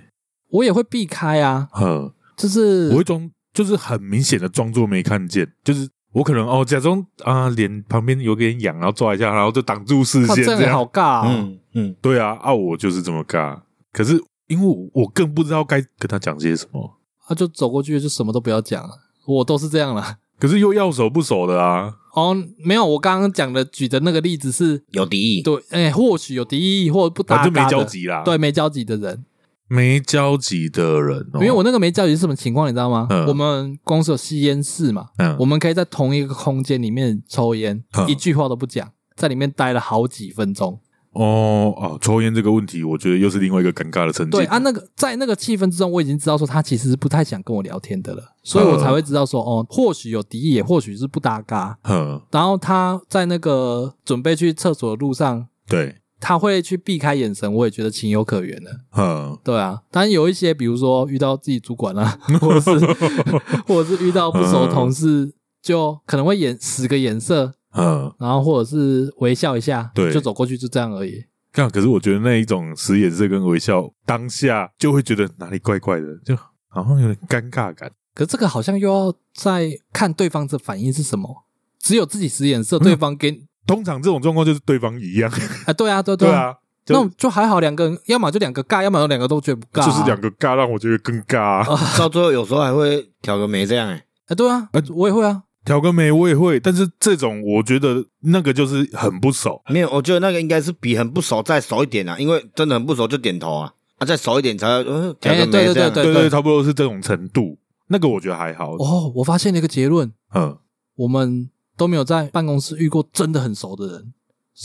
[SPEAKER 1] 我也会避开啊，
[SPEAKER 2] 嗯，
[SPEAKER 1] 就是
[SPEAKER 2] 我会装，就是很明显的装作没看见，就是我可能哦假装啊脸旁边有点痒，然后抓一下，然后就挡住视
[SPEAKER 1] 靠，
[SPEAKER 2] 线
[SPEAKER 1] 这
[SPEAKER 2] 这
[SPEAKER 1] 样也好
[SPEAKER 2] 样。
[SPEAKER 1] 尬、哦。
[SPEAKER 3] 嗯嗯，
[SPEAKER 2] 对啊，啊我就是这么尬，可是因为我我更不知道该跟他讲些什么，
[SPEAKER 1] 他就走过去就什么都不要讲了，我都是这样啦。
[SPEAKER 2] 可是又要熟不熟的啊，
[SPEAKER 1] 哦，没有，我刚刚讲的举的那个例子是
[SPEAKER 3] 有敌意，
[SPEAKER 1] 对，哎、或许有敌意或不搭
[SPEAKER 2] 反
[SPEAKER 1] 嘎
[SPEAKER 2] 正
[SPEAKER 1] 的
[SPEAKER 2] 没交，集啦，
[SPEAKER 1] 对，，没交集的人，
[SPEAKER 2] 没交集的人、哦，
[SPEAKER 1] 因为我那个没交集是什么情况，你知道吗？
[SPEAKER 2] 嗯
[SPEAKER 1] 我们公司有吸烟室嘛，
[SPEAKER 2] 嗯
[SPEAKER 1] 我们可以在同一个空间里面抽烟，
[SPEAKER 2] 嗯
[SPEAKER 1] 一句话都不讲，在里面待了好几分钟。
[SPEAKER 2] 哦啊，抽烟这个问题，我觉得又是另外一个尴尬的情境。
[SPEAKER 1] 对啊，那个在那个气氛之中，我已经知道说他其实是不太想跟我聊天的
[SPEAKER 2] 嗯
[SPEAKER 1] 了，所以我才会知道说，哦，或许有敌意，也或许是不搭嘎。
[SPEAKER 2] 嗯，
[SPEAKER 1] 然后他在那个准备去厕所的路上，
[SPEAKER 2] 对，
[SPEAKER 1] 他会去避开眼神，我也觉得情有可原的。
[SPEAKER 2] 嗯，
[SPEAKER 1] 对啊，当然有一些，比如说遇到自己主管 啊，或者是 或者是遇到不熟的同事，就可能会眼使个眼色，
[SPEAKER 2] 嗯，
[SPEAKER 1] 然后或者是微笑一下，
[SPEAKER 2] 对
[SPEAKER 1] 就走过去，就这样而已。
[SPEAKER 2] 干，可是我觉得那一种使眼色跟微笑，当下就会觉得哪里怪怪的，就好像有点尴尬感。
[SPEAKER 1] 可这个好像又要再看对方的反应是什么，只有自己使眼色，
[SPEAKER 2] 嗯
[SPEAKER 1] 对方给你
[SPEAKER 2] 通常这种状况就是对方一样，
[SPEAKER 1] 啊，对啊，对
[SPEAKER 2] 对
[SPEAKER 1] 啊，
[SPEAKER 2] 啊，就
[SPEAKER 1] 那我就还好，两个人要么就两个尬，要么有两个都觉得不尬啊，
[SPEAKER 2] 就是两个尬，让我觉得更尬啊、
[SPEAKER 3] 到最后有时候还会挑个眉这样哎、
[SPEAKER 1] 哎，对啊，
[SPEAKER 2] 呃
[SPEAKER 1] 我也会啊，
[SPEAKER 2] 调个眉我也会，但是这种我觉得那个就是很不熟，
[SPEAKER 3] 没有，我觉得那个应该是比很不熟再熟一点啊，因为真的很不熟就点头啊，啊再熟一点才会嗯讲
[SPEAKER 1] 哎
[SPEAKER 3] 个
[SPEAKER 1] 对
[SPEAKER 3] 没
[SPEAKER 1] 对
[SPEAKER 3] 这样啊。
[SPEAKER 1] 对
[SPEAKER 2] 对对，差不多是这种程度。那个我觉得还好，
[SPEAKER 1] 哦，我发现了一个结论，
[SPEAKER 2] 嗯，
[SPEAKER 1] 我们都没有在办公室遇过真的很熟的人，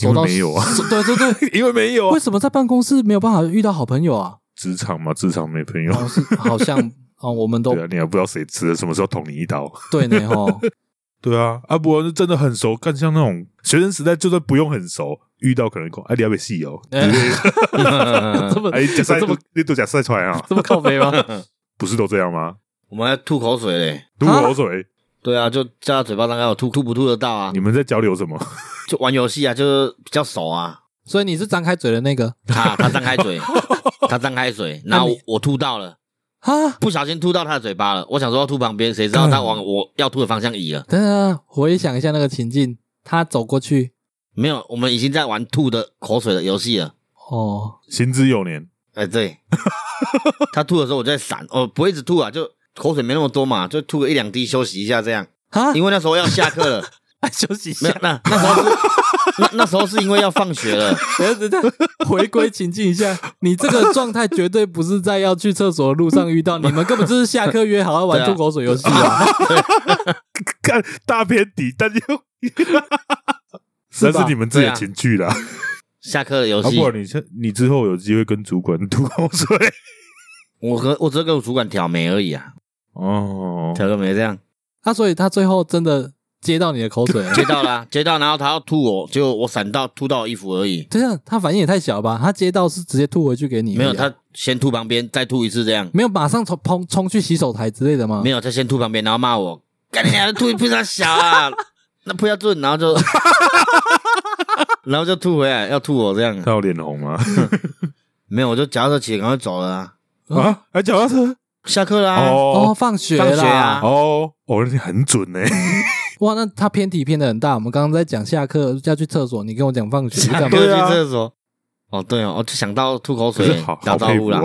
[SPEAKER 2] 因
[SPEAKER 1] 熟
[SPEAKER 2] 为
[SPEAKER 1] 到
[SPEAKER 2] 没有啊
[SPEAKER 1] 熟对对 对，
[SPEAKER 2] 因为没有啊
[SPEAKER 1] 为什么在办公室没有办法遇到好朋友啊？
[SPEAKER 2] 职场嘛，职场没朋友，
[SPEAKER 1] 好像是好像啊、哦我们都
[SPEAKER 2] 对啊，你还不知道谁吃了什么时候捅你一刀，
[SPEAKER 1] 对呢哦 吼，
[SPEAKER 2] 对啊，啊，不过是真的很熟，干像那种学生时代，就算不用很熟，遇到可能讲，哎、你要不要戏哦？
[SPEAKER 1] 哎
[SPEAKER 3] 啊
[SPEAKER 1] 这么
[SPEAKER 2] 哎、假赛
[SPEAKER 1] 这么
[SPEAKER 2] 你都假赛出来啊？
[SPEAKER 1] 这么靠背吗？
[SPEAKER 2] 不是都这样吗？
[SPEAKER 3] 我们还吐口水嘞，
[SPEAKER 2] 吐
[SPEAKER 1] 啊
[SPEAKER 2] 口水，
[SPEAKER 3] 对啊，就在他嘴巴上还有吐，吐不吐得到啊
[SPEAKER 2] 你？们在交流什么？
[SPEAKER 3] 就玩游戏啊，就是比较熟啊。
[SPEAKER 1] 所以你是张开嘴的那个
[SPEAKER 3] 他他张开嘴，他张开嘴，然后
[SPEAKER 1] 那
[SPEAKER 3] 我
[SPEAKER 1] 你
[SPEAKER 3] 我吐到了，
[SPEAKER 1] 啊？
[SPEAKER 3] 不小心吐到他的嘴巴了。我想说要吐旁边，谁知道他
[SPEAKER 1] 嗯
[SPEAKER 3] 往我要吐的方向移了。
[SPEAKER 1] 等等等，回想一下那个情境，他走过去
[SPEAKER 3] 没有，我们已经在玩吐的口水的游戏了。
[SPEAKER 1] 哦，
[SPEAKER 2] 行之有年，
[SPEAKER 3] 哎，对， 他吐的时候我就在闪，哦，不会一直吐啊，就口水没那么多嘛，就吐个一两滴休息一下这样。
[SPEAKER 1] 啊，
[SPEAKER 3] 因为哎那时候要下课了，
[SPEAKER 1] 休息一
[SPEAKER 3] 没
[SPEAKER 1] 下
[SPEAKER 3] 有，那那时候是那那时候是因为要放学了，
[SPEAKER 1] 等一下等 一下，回归情境一下，你这个状态绝对不是在要去厕所的路上遇到，你们根本就是下课约好要玩
[SPEAKER 3] 对啊
[SPEAKER 1] 吐口水游戏啊，
[SPEAKER 2] 看大偏底，但就
[SPEAKER 1] 是吧
[SPEAKER 2] 那是你们自己的情趣啦。
[SPEAKER 3] 下课的游
[SPEAKER 2] 啊，
[SPEAKER 3] 戏
[SPEAKER 2] 不，然你现你之后有机会跟主管 吐口水
[SPEAKER 3] 我和我只是跟我主管挑眉而已啊，
[SPEAKER 2] 哦，
[SPEAKER 3] 挑个眉这样。
[SPEAKER 1] 他啊所以他最后真的接到你的口水了。
[SPEAKER 3] 接到啦、接到，然后他要吐我，结果我闪到吐到我衣服而已，
[SPEAKER 1] 等一下，他反应也太小了吧？他接到是直接吐回去给你而已啊，
[SPEAKER 3] 没有，他先吐旁边，再吐一次这样，
[SPEAKER 1] 没有马上冲冲冲去洗手台之类的吗？
[SPEAKER 3] 没有，他先吐旁边，然后骂我，干你娘，吐非常小啊， 那不要准，然后就， 然后就吐回来，要吐我这样，
[SPEAKER 2] 他有脸红吗？
[SPEAKER 3] 没有，我就夹着起，赶快走了、啊，
[SPEAKER 2] 啊，还脚踏车？
[SPEAKER 3] 下课啦、
[SPEAKER 1] 哦，
[SPEAKER 2] 哦
[SPEAKER 1] 放学
[SPEAKER 3] 放学
[SPEAKER 1] 啦！
[SPEAKER 3] 啊
[SPEAKER 2] 哦哦，那你很准呢。
[SPEAKER 1] 哇，那他偏题偏的很大。我们刚刚在讲下课要去厕所，你跟我讲放学是
[SPEAKER 3] 下
[SPEAKER 1] 干
[SPEAKER 3] 课
[SPEAKER 1] 嘛
[SPEAKER 2] 对啊
[SPEAKER 3] 去厕所。哦，对哦，我就想到吐口
[SPEAKER 2] 可
[SPEAKER 3] 水
[SPEAKER 2] 是好好
[SPEAKER 3] 打招
[SPEAKER 2] 佩服
[SPEAKER 3] 呼啦，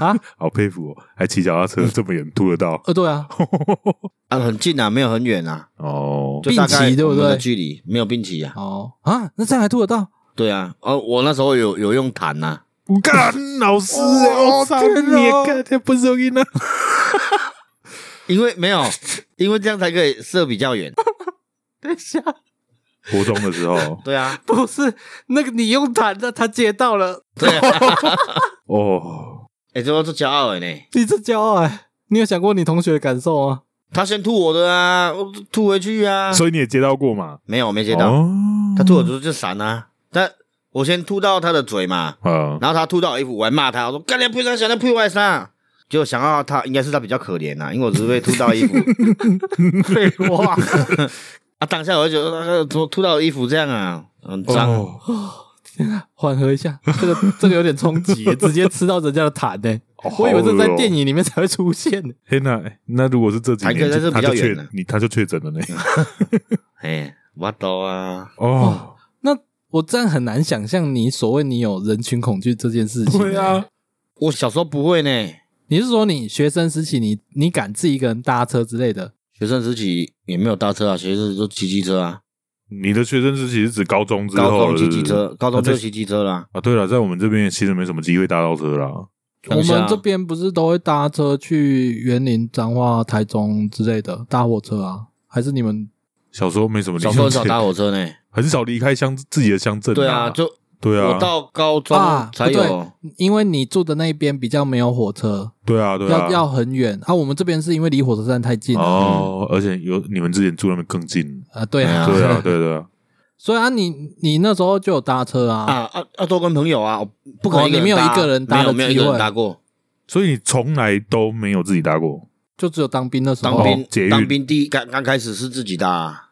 [SPEAKER 2] 哦，
[SPEAKER 1] 啊？
[SPEAKER 2] 好佩服哦，还骑脚踏
[SPEAKER 3] 嗯
[SPEAKER 2] 车这么远吐得到
[SPEAKER 1] 呃，对啊，
[SPEAKER 3] 啊，很近啊，没有很远啊，
[SPEAKER 2] 哦。
[SPEAKER 3] 就大
[SPEAKER 1] 并
[SPEAKER 3] 概
[SPEAKER 1] 齐对不
[SPEAKER 3] 我们的
[SPEAKER 1] 对
[SPEAKER 3] 距离没有并齐啊，
[SPEAKER 1] 哦啊，那这样还吐得到？
[SPEAKER 3] 对啊，哦，我那时候有有用啊痰呐、
[SPEAKER 2] 干老师，
[SPEAKER 1] 哦
[SPEAKER 2] 我操
[SPEAKER 1] 天啊
[SPEAKER 2] 你也干，
[SPEAKER 3] 哦
[SPEAKER 2] 这不容易呢。
[SPEAKER 3] 因为没有，因为这样才可以射比较远。
[SPEAKER 1] 等一下，
[SPEAKER 2] 国中的时 候，
[SPEAKER 3] 对啊，
[SPEAKER 1] 不是那个你用弹的，他接到了，
[SPEAKER 3] 对 啊，
[SPEAKER 2] 哦，
[SPEAKER 3] 哎、这我是骄傲的呢。
[SPEAKER 1] 你这骄傲哎、你有想过你同学的感受吗？
[SPEAKER 3] 他先吐我的啊，我吐回去啊。
[SPEAKER 2] 所以你也接到过嘛？
[SPEAKER 3] 没有，我没接到。
[SPEAKER 2] 哦
[SPEAKER 3] 他吐我的时候就闪啊，但我先吐到他的嘴嘛，
[SPEAKER 2] 啊，
[SPEAKER 3] 然后他吐到我衣服，我还骂他，我说干你不想想那屁外伤。就想到他应该是他比较可怜呐、啊因为我只是被吐到 衣服。
[SPEAKER 1] 废话，
[SPEAKER 3] 啊，当下我就觉得呃怎么吐到我衣服这样啊，很脏。
[SPEAKER 2] 哦
[SPEAKER 1] 缓和一下，这个这个有点冲击，直接吃到人家的痰呢、
[SPEAKER 2] 哦
[SPEAKER 1] 我以为这在
[SPEAKER 2] 好恶哦
[SPEAKER 1] 电影里面才会出现呢。
[SPEAKER 2] 天哪，哎那如果是这几
[SPEAKER 3] 还可以
[SPEAKER 2] 年
[SPEAKER 3] 在这，
[SPEAKER 2] 他
[SPEAKER 3] 比较
[SPEAKER 2] 就
[SPEAKER 3] 远
[SPEAKER 2] 确
[SPEAKER 3] 呢
[SPEAKER 2] 你他就确诊了 呢。
[SPEAKER 3] 哎、我懂啊。
[SPEAKER 2] 哦，
[SPEAKER 1] 那我这样很难想象你所谓你有人群恐惧这件事情。
[SPEAKER 2] 对啊，
[SPEAKER 3] 我小时候不会呢，
[SPEAKER 1] 你是说你学生时期你你敢自己一个人搭车之类的？
[SPEAKER 3] 学生时期也没有搭车啊，学生时期都骑机车啊。
[SPEAKER 2] 你的学生时期是指高中之后
[SPEAKER 3] 高中
[SPEAKER 2] 是
[SPEAKER 3] 骑
[SPEAKER 2] 不是
[SPEAKER 3] 机车，高中就
[SPEAKER 2] 啊在
[SPEAKER 3] 骑机车啦。
[SPEAKER 2] 啊。对了，在我们这边其实没什么机会搭到车啦。
[SPEAKER 1] 我们这边不是都会搭车去园林、彰化、台中之类的，搭火车啊？还是你们
[SPEAKER 2] 小时候没什么离
[SPEAKER 3] 小
[SPEAKER 2] 乡
[SPEAKER 3] 时候
[SPEAKER 2] 间，
[SPEAKER 3] 很少搭火车呢。
[SPEAKER 2] 很少离开乡自己的乡镇。
[SPEAKER 3] 对啊，就
[SPEAKER 2] 对啊
[SPEAKER 3] 我，到高中
[SPEAKER 1] 啊？
[SPEAKER 3] 才
[SPEAKER 1] 不
[SPEAKER 3] 有。
[SPEAKER 1] 对，因为你住的那边比较没有火车，
[SPEAKER 2] 对啊，对啊
[SPEAKER 1] 要，要很远啊。我们这边是因为离火车站太近啊。
[SPEAKER 2] 哦，而且有你们之前住那边更近。
[SPEAKER 1] 啊，对啊，
[SPEAKER 2] 对啊，对对啊，
[SPEAKER 1] 所以啊，你你那时候就有搭车啊？
[SPEAKER 3] 啊啊啊！多跟朋友啊，我不可能
[SPEAKER 1] 哦
[SPEAKER 3] 个人
[SPEAKER 1] 你没有
[SPEAKER 3] 搭啊
[SPEAKER 1] 一个人搭的
[SPEAKER 3] 没有没有一
[SPEAKER 1] 机
[SPEAKER 3] 个
[SPEAKER 1] 会哦
[SPEAKER 3] 人搭过。
[SPEAKER 2] 所以你从来都没有自己搭过。
[SPEAKER 1] 就只有当兵的时候。
[SPEAKER 3] 当兵
[SPEAKER 2] 哦捷运
[SPEAKER 3] 当兵第一刚刚开始是自己搭啊，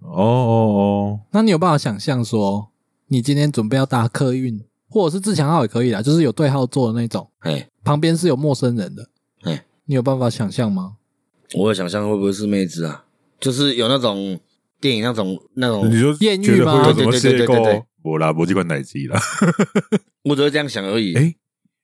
[SPEAKER 2] 哦哦
[SPEAKER 1] 那你有办法想象说，你今天准备要搭客运，或者是自强号也可以啦，就是有对号坐的那种，
[SPEAKER 3] 哎，
[SPEAKER 1] 旁边是有陌生人的，
[SPEAKER 3] 嗯
[SPEAKER 1] 你有办法想象吗？
[SPEAKER 3] 我有想象会不会是妹子啊？就是有那种电影那种那
[SPEAKER 2] 哦，你
[SPEAKER 3] 种，
[SPEAKER 2] 就
[SPEAKER 1] 艳
[SPEAKER 2] 觉
[SPEAKER 1] 遇
[SPEAKER 2] 得
[SPEAKER 1] 吗
[SPEAKER 2] 会有什么
[SPEAKER 3] 对对
[SPEAKER 2] 结
[SPEAKER 3] 对对对对
[SPEAKER 2] 构？我啦，我这款奶机 啦。
[SPEAKER 3] 我只会这样想而已。
[SPEAKER 2] 哎，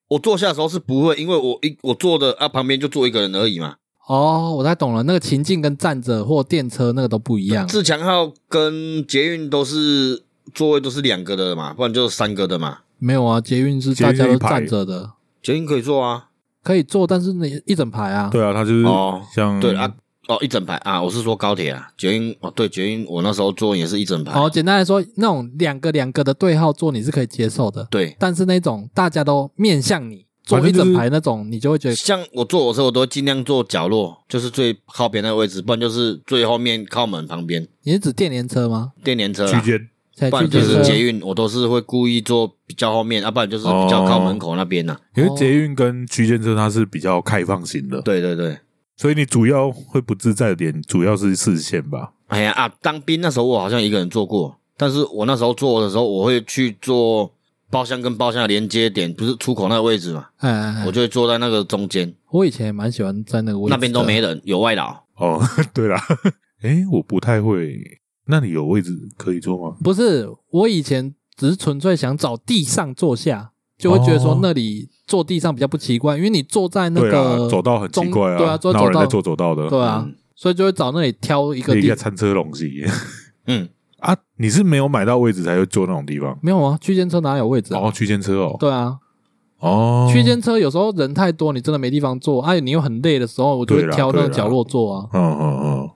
[SPEAKER 3] 我坐下的时候是不会，因为我一我坐的啊旁边就坐一个人而已嘛。
[SPEAKER 1] 哦，我才懂了，那个情境跟站着或电车那个都不一样。
[SPEAKER 3] 自强号跟捷运都是座位都是两个的嘛，不然就是三个的嘛。
[SPEAKER 1] 没有啊，捷运是
[SPEAKER 2] 捷运
[SPEAKER 1] 大家
[SPEAKER 2] 一
[SPEAKER 1] 都
[SPEAKER 2] 排
[SPEAKER 1] 站着的，
[SPEAKER 3] 捷运可以坐啊，
[SPEAKER 1] 可以坐，但是你一整排啊。
[SPEAKER 2] 对啊，他就是
[SPEAKER 3] 哦
[SPEAKER 2] 像
[SPEAKER 3] 对啊，哦，一整排啊，我是说高铁啊，捷运哦，对，捷运我那时候坐也是一整排，
[SPEAKER 1] 哦，简单来说，那种两个两个的对号坐你是可以接受的，
[SPEAKER 3] 对，
[SPEAKER 1] 但是那种大家都面向你坐
[SPEAKER 2] 反
[SPEAKER 1] 一
[SPEAKER 2] 正就是
[SPEAKER 1] 整排那种，你就会觉得
[SPEAKER 3] 像我坐我车，我都会尽量坐角落，就是最靠边的位置，不然就是最后面靠门旁边
[SPEAKER 1] 你是指电联车吗？
[SPEAKER 3] 电联车
[SPEAKER 1] 啊
[SPEAKER 2] 区
[SPEAKER 3] 啦。
[SPEAKER 2] 间
[SPEAKER 1] 才
[SPEAKER 3] 不
[SPEAKER 1] 去
[SPEAKER 3] 然就
[SPEAKER 1] 电
[SPEAKER 3] 是
[SPEAKER 1] 哎车
[SPEAKER 3] 捷运，我都是会故意坐比较后面，啊，不然就是比较靠门口那边呐、啊
[SPEAKER 2] 因
[SPEAKER 1] 哦
[SPEAKER 2] 为捷运跟区间车它是比较开放型的，
[SPEAKER 3] 对对对，
[SPEAKER 2] 所以你主要会不自在的点主要是视线吧。
[SPEAKER 3] 哎呀啊，当兵那时候我好像一个人坐过，但是我那时候坐的时候，我会去坐包厢跟包厢的连接点，不是出口那个位置嘛，
[SPEAKER 1] 哎哎，哎
[SPEAKER 3] 我就会坐在那个中间，
[SPEAKER 1] 我以前也啊蛮喜欢在那个位置的
[SPEAKER 3] 那边都没人，有外劳。
[SPEAKER 2] 哦， 对啦，诶，我不太会。那里有位置可以坐吗？
[SPEAKER 1] 不是，我以前只是纯粹想找地上坐下，就会觉得说
[SPEAKER 2] 哦
[SPEAKER 1] 那里坐地上比较不奇怪，因为你坐在那
[SPEAKER 2] 对啊
[SPEAKER 1] 个，
[SPEAKER 2] 走道很奇
[SPEAKER 1] 中
[SPEAKER 2] 怪
[SPEAKER 1] 对啊，坐
[SPEAKER 2] 哪有
[SPEAKER 1] 走
[SPEAKER 2] 人在
[SPEAKER 1] 道，
[SPEAKER 2] 坐走道的？
[SPEAKER 1] 对啊，
[SPEAKER 3] 嗯
[SPEAKER 1] 所以就会找那里挑一个
[SPEAKER 2] 那
[SPEAKER 1] 地
[SPEAKER 2] 个，餐车龙戏
[SPEAKER 3] 嗯，
[SPEAKER 2] 啊，你是没有买到位置才会坐那种地方。
[SPEAKER 1] 没有啊，区间车哪有位置啊？
[SPEAKER 2] 哦，区间车哦，
[SPEAKER 1] 对啊，
[SPEAKER 2] 哦，
[SPEAKER 1] 区间车有时候人太多，你真的没地方坐，哎、你又很累的时候，我就会
[SPEAKER 2] 对啦
[SPEAKER 1] 挑那个
[SPEAKER 2] 对啦
[SPEAKER 1] 角落坐啊。
[SPEAKER 2] 嗯嗯嗯，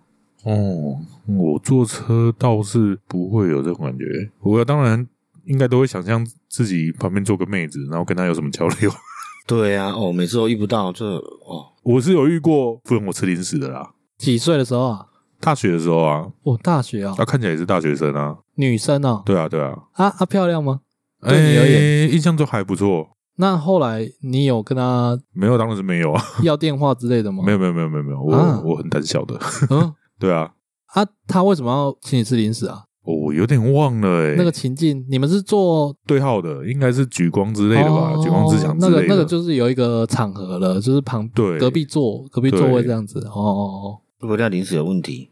[SPEAKER 2] 哦，我坐车倒是不会有这种感觉。我当然应该都会想象自己旁边坐个妹子，然后跟她有什么交流。
[SPEAKER 3] 对啊，哦，每次都遇不到，这哦，
[SPEAKER 2] 我是有遇过不用我吃零食的啦。
[SPEAKER 1] 几岁的时候啊？
[SPEAKER 2] 大学的时候啊，
[SPEAKER 1] 我大学啊
[SPEAKER 2] 她、，看起来也是大学生啊。
[SPEAKER 1] 女生啊，
[SPEAKER 2] 对啊，对啊，
[SPEAKER 1] 啊啊漂亮吗？
[SPEAKER 2] 哎、
[SPEAKER 1] 对你而言
[SPEAKER 2] 印象中还不错。
[SPEAKER 1] 那后来你有跟她
[SPEAKER 2] 没有，当然是没有啊，
[SPEAKER 1] 要电话之类的吗？
[SPEAKER 2] 没有，没有，没有，没有，没有，我、
[SPEAKER 1] 哦啊
[SPEAKER 2] 我很胆小的。
[SPEAKER 1] 嗯，
[SPEAKER 2] 对啊，
[SPEAKER 1] 啊，她为什么要请你吃零食啊？
[SPEAKER 2] 哦我有点忘了哎、
[SPEAKER 1] 那个情境，你们是做
[SPEAKER 2] 对号的应该是举光之类的吧，
[SPEAKER 1] 哦
[SPEAKER 2] 举光之响
[SPEAKER 1] 那
[SPEAKER 2] 之
[SPEAKER 1] 个
[SPEAKER 2] 类的。
[SPEAKER 1] 那个就是有一个场合了，就是旁
[SPEAKER 2] 对
[SPEAKER 1] 隔壁座隔壁座位
[SPEAKER 2] 对
[SPEAKER 1] 这样子。哦哦哦，
[SPEAKER 3] 会不会那临时有问题？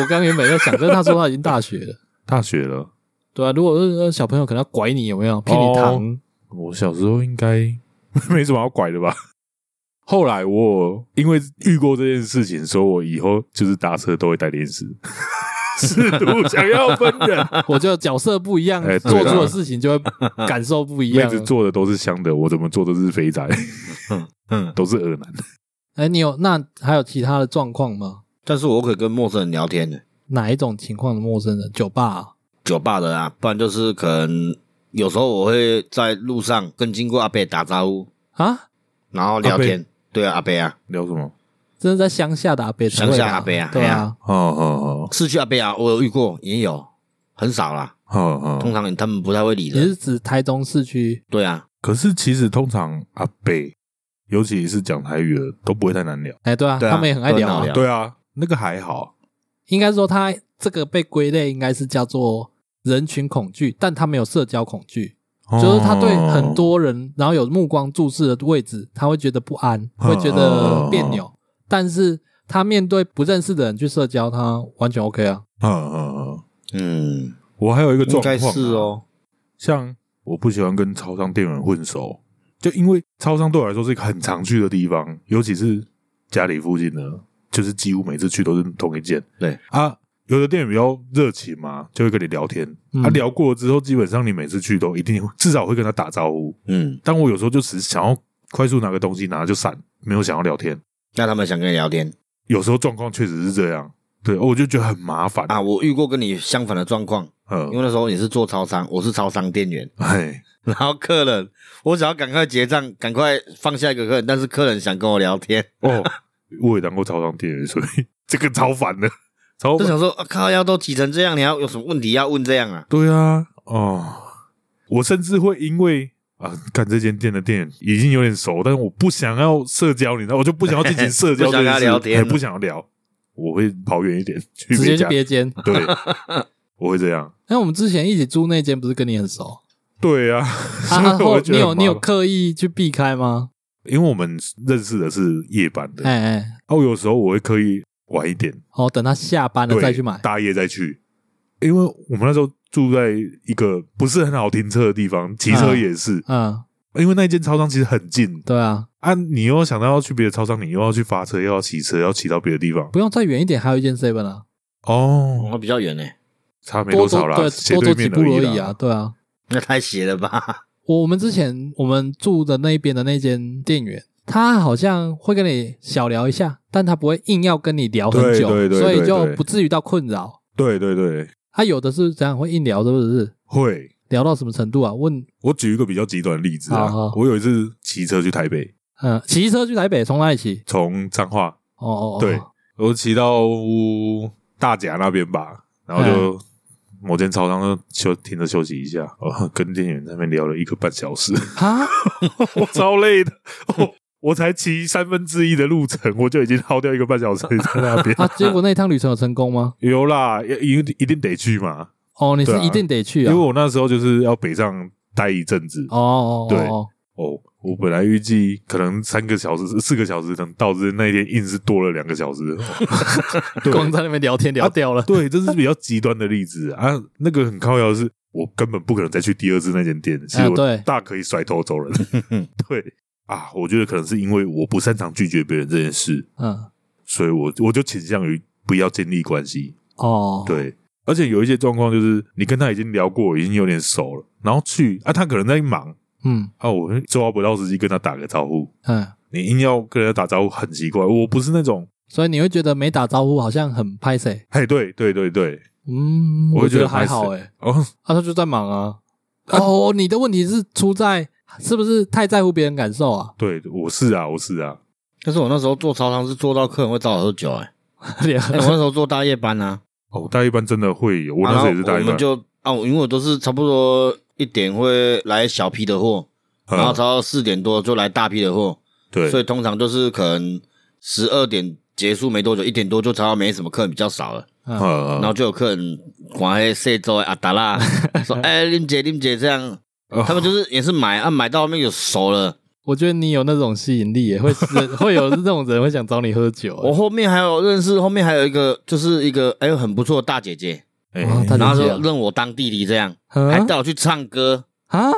[SPEAKER 1] 我刚原本在想，就是他说他已经大学了，
[SPEAKER 2] 大学了。
[SPEAKER 1] 对啊，如果是呃小朋友，可能要拐你有没有骗你
[SPEAKER 2] 哦
[SPEAKER 1] 糖？
[SPEAKER 2] 我小时候应该没什么好拐的吧。 后来我因为遇过这件事情，所以我以后就是搭车都会带电视， 试图想要分人。
[SPEAKER 1] 我觉得角色不一样
[SPEAKER 2] 哎，对
[SPEAKER 1] 做
[SPEAKER 2] 啦
[SPEAKER 1] 出的事情就会感受不 一
[SPEAKER 2] 妹
[SPEAKER 1] 样
[SPEAKER 2] 子。做的都是香的，我怎么做都是肥仔，
[SPEAKER 3] 嗯，
[SPEAKER 2] 都是恶男。
[SPEAKER 1] 哎，你有那还有其他的状况吗？
[SPEAKER 3] 但是我可以跟陌生人聊天的，
[SPEAKER 1] 哪一种情况的陌生人？酒吧啊
[SPEAKER 3] 酒吧的啊，不然就是可能有时候我会在路上跟经过阿伯打招呼，
[SPEAKER 1] 啊，
[SPEAKER 3] 然后聊天。对啊，阿伯啊，
[SPEAKER 2] 聊什么？
[SPEAKER 1] 真的在乡下的阿伯才会啊，
[SPEAKER 3] 乡下阿伯啊
[SPEAKER 1] 对
[SPEAKER 3] 哎
[SPEAKER 1] 啊
[SPEAKER 3] 呀，
[SPEAKER 2] 哦哦
[SPEAKER 3] 市区阿伯啊，我有遇过，也有，很少啦。
[SPEAKER 2] 哦哦
[SPEAKER 3] 通
[SPEAKER 2] 哦。
[SPEAKER 3] 常他们不太会理
[SPEAKER 1] 你
[SPEAKER 3] 人。
[SPEAKER 1] 是指台中市区？
[SPEAKER 3] 对啊，
[SPEAKER 2] 可是其实通常阿北，尤其是讲台语的，都不会太难聊。
[SPEAKER 1] 哎，对啊，
[SPEAKER 3] 对啊
[SPEAKER 1] 他们也很爱聊
[SPEAKER 3] 都很好
[SPEAKER 1] 啊
[SPEAKER 3] 聊。
[SPEAKER 2] 对啊，那个还好。
[SPEAKER 1] 应该说他这个被归类应该是叫做人群恐惧，但他没有社交恐惧，
[SPEAKER 2] 哦
[SPEAKER 1] 就是他对很多人，然后有目光注视的位置，他会觉得不安，
[SPEAKER 2] 嗯
[SPEAKER 1] 会觉得别扭。但是他面对不认识的人去社交，他完全 OK 啊。
[SPEAKER 2] 哦，嗯嗯嗯。
[SPEAKER 3] 嗯，
[SPEAKER 2] 我还有一个
[SPEAKER 3] 应
[SPEAKER 2] 状
[SPEAKER 3] 该
[SPEAKER 2] 况啊
[SPEAKER 3] 是哦。
[SPEAKER 2] 像我不喜欢跟超商店员混熟，就因为超商对我来说是一个很常去的地方，尤其是家里附近的，就是几乎每次去都是同一间。
[SPEAKER 3] 对
[SPEAKER 2] 啊，有的店员比较热情嘛，就会跟你聊天。
[SPEAKER 1] 嗯
[SPEAKER 2] 啊，聊过之后，基本上你每次去都一定至少会跟他打招呼。
[SPEAKER 3] 嗯，
[SPEAKER 2] 但我有时候就只是想要快速拿个东西拿就闪，没有想要聊天。
[SPEAKER 3] 那他们想跟你聊天
[SPEAKER 2] 有时候状况确实是这样，对，哦我就觉得很麻烦。
[SPEAKER 3] 啊？我遇过跟你相反的状况，因
[SPEAKER 2] 嗯，
[SPEAKER 3] 为那时候你是做超商，我是超商店员，
[SPEAKER 2] 哎，
[SPEAKER 3] 然后客人，我想要赶快结账，赶快放下一个客人，但是客人想跟我聊天，
[SPEAKER 2] 哦， 我也当过超商店员，所以这个超烦的，超
[SPEAKER 3] 就
[SPEAKER 2] 烦。
[SPEAKER 3] 想说，啊、靠，要都挤成这样，你要有什么问题要问这样啊？
[SPEAKER 2] 对啊，哦，我甚至会因为啊，看这间店的店员已经有点熟，但是我不想要社交，你知道，我就不想要进行社交
[SPEAKER 3] 不想
[SPEAKER 2] 这
[SPEAKER 3] 跟
[SPEAKER 2] 件
[SPEAKER 3] 他
[SPEAKER 2] 事，
[SPEAKER 3] 聊天
[SPEAKER 2] 哎不想要聊，我会跑远一点去
[SPEAKER 1] 直接去
[SPEAKER 2] 别家。
[SPEAKER 1] 别间。
[SPEAKER 2] 对，我会这样。
[SPEAKER 1] 那我们之前一起住那间不是跟你很熟？
[SPEAKER 2] 对啊，
[SPEAKER 1] 啊，啊
[SPEAKER 2] 所以我
[SPEAKER 1] 后
[SPEAKER 2] 会觉
[SPEAKER 1] 你
[SPEAKER 2] 得
[SPEAKER 1] 有
[SPEAKER 2] 很
[SPEAKER 1] 你有
[SPEAKER 2] 麻烦
[SPEAKER 1] 刻意去避开吗？
[SPEAKER 2] 因为我们认识的是夜班的，
[SPEAKER 1] 哎哎，
[SPEAKER 2] 哦，有时候我会刻意晚一点，
[SPEAKER 1] 哦，等他下班了
[SPEAKER 2] 对，
[SPEAKER 1] 再去买。
[SPEAKER 2] 大夜再去，因为我们那时候住在一个不是很好停车的地方，骑车
[SPEAKER 1] 嗯
[SPEAKER 2] 也是，
[SPEAKER 1] 嗯，
[SPEAKER 2] 因为那间超商其实很近，
[SPEAKER 1] 对啊，
[SPEAKER 2] 啊，你又想到要去别的超商，你又要去发车，又要骑车，要骑到别的地方，
[SPEAKER 1] 不用再远一点，还有一间 seven 啊，
[SPEAKER 2] 哦，
[SPEAKER 3] 我比较远呢、
[SPEAKER 2] 差没
[SPEAKER 1] 多
[SPEAKER 2] 多
[SPEAKER 1] 走
[SPEAKER 2] 少啦，斜
[SPEAKER 1] 对，多走
[SPEAKER 2] 对
[SPEAKER 1] 几
[SPEAKER 2] 面
[SPEAKER 1] 步而
[SPEAKER 2] 已
[SPEAKER 1] 已
[SPEAKER 2] 啦
[SPEAKER 1] 啊，。对啊。
[SPEAKER 3] 那太邪了吧？
[SPEAKER 1] 我我们之前我们住的那边的那间店员，他好像会跟你小聊一下，但他不会硬要跟你聊很久，
[SPEAKER 2] 对对对
[SPEAKER 1] 所以
[SPEAKER 2] 对
[SPEAKER 1] 就
[SPEAKER 2] 对
[SPEAKER 1] 不至于到困扰。
[SPEAKER 2] 对对对，
[SPEAKER 1] 他有的是怎样会硬聊，是不是？
[SPEAKER 2] 会。
[SPEAKER 1] 聊到什么程度啊？问，
[SPEAKER 2] 我举一个比较极端的例子啊
[SPEAKER 1] 好好，
[SPEAKER 2] 我有一次骑车去台北，
[SPEAKER 1] 呃，骑车去台北，从哪里骑？
[SPEAKER 2] 从彰化，
[SPEAKER 1] 哦哦，哦
[SPEAKER 2] 对我骑到大甲那边吧，然后就某间超商就休停着休息一下， 哦，跟店员在那边聊了一个半小时，
[SPEAKER 1] 哈，
[SPEAKER 2] 我超累的，我我才骑三分之一的路程，我就已经耗掉一个半小时在那边。
[SPEAKER 1] 啊，结果那一趟旅程有成功吗？
[SPEAKER 2] 有啦，一定一定得去嘛，
[SPEAKER 1] 哦，你是
[SPEAKER 2] 对啊
[SPEAKER 1] 一定得去
[SPEAKER 2] 因
[SPEAKER 1] 啊
[SPEAKER 2] 为！我那时候就是要北上待一阵子。
[SPEAKER 1] 哦哦，哦
[SPEAKER 2] 对
[SPEAKER 1] 哦
[SPEAKER 2] 哦，我本来预计可能三个小时、四个小时能到，这那一天硬是多了两个小时。哦对啊
[SPEAKER 1] 光在那边聊天聊掉 了。
[SPEAKER 2] 对，这是比较极端的例子啊。那个很靠腰的是，我根本不可能再去第二次那间店，其实
[SPEAKER 1] 啊
[SPEAKER 2] 我
[SPEAKER 1] 对
[SPEAKER 2] 大可以甩头走人。 对啊，我觉得可能是因为我不擅长拒绝别人这件事，
[SPEAKER 1] 嗯，
[SPEAKER 2] 所以我我就倾向于不要建立关系。
[SPEAKER 1] 哦，，
[SPEAKER 2] 对，而且有一些状况就是你跟他已经聊过，已经有点熟了，然后去啊，他可能在忙
[SPEAKER 1] 嗯
[SPEAKER 2] 啊，我抓不到时机跟他打个招呼，
[SPEAKER 1] 嗯，
[SPEAKER 2] 你硬要跟人家打招呼很奇怪。我不是那种，
[SPEAKER 1] 所以你会觉得没打招呼好像很拍谁？
[SPEAKER 2] 嘿，对对对对，
[SPEAKER 1] 嗯，
[SPEAKER 2] 我
[SPEAKER 1] 我
[SPEAKER 2] 会
[SPEAKER 1] 觉
[SPEAKER 2] 觉
[SPEAKER 1] 得
[SPEAKER 2] 得
[SPEAKER 1] 还好
[SPEAKER 2] 拍
[SPEAKER 1] 诶。
[SPEAKER 2] 哦，
[SPEAKER 1] 啊，他就在忙啊。哦，你的问题是出在是不是太在乎别人感受 啊？
[SPEAKER 2] 对，我是啊，我是啊，
[SPEAKER 3] 但是我那时候做超商是做到客人会找我喝酒、欸，
[SPEAKER 1] 连
[SPEAKER 3] 哎、我那时候做大夜班啊，
[SPEAKER 2] 哦，大一班真的会有，我
[SPEAKER 3] 啊
[SPEAKER 2] 那时候也
[SPEAKER 3] 然
[SPEAKER 2] 是
[SPEAKER 3] 后
[SPEAKER 2] 大一
[SPEAKER 3] 我
[SPEAKER 2] 班
[SPEAKER 3] 们，就啊，我因为我都是差不多一点会来小批的货，然后
[SPEAKER 2] 嗯
[SPEAKER 3] 超到四点多就来大批的货，
[SPEAKER 2] 对，
[SPEAKER 3] 所以通常就是可能十二点结束没多久，一点多就查到没什么客人比较少了，
[SPEAKER 1] 嗯
[SPEAKER 2] 呃
[SPEAKER 3] 然后就有客人管黑四周的阿达啦 说：“哎、林姐，林姐这样。”
[SPEAKER 2] 哦
[SPEAKER 3] 他们就是也是买啊，买到后面有熟了。
[SPEAKER 1] 我觉得你有那种吸引力耶，会人会有这种人会想找你喝酒
[SPEAKER 2] 哦
[SPEAKER 1] 耶。
[SPEAKER 3] 我后面还有认识，后面还有一个就是一个哎、很不错的大姐姐，
[SPEAKER 2] 哎
[SPEAKER 1] 哦他
[SPEAKER 3] 然后
[SPEAKER 1] 姐
[SPEAKER 3] 就
[SPEAKER 1] 姐啊
[SPEAKER 3] 认我当弟弟这样，
[SPEAKER 2] 嗯
[SPEAKER 1] 啊
[SPEAKER 3] 还带我去唱歌，
[SPEAKER 1] 啊，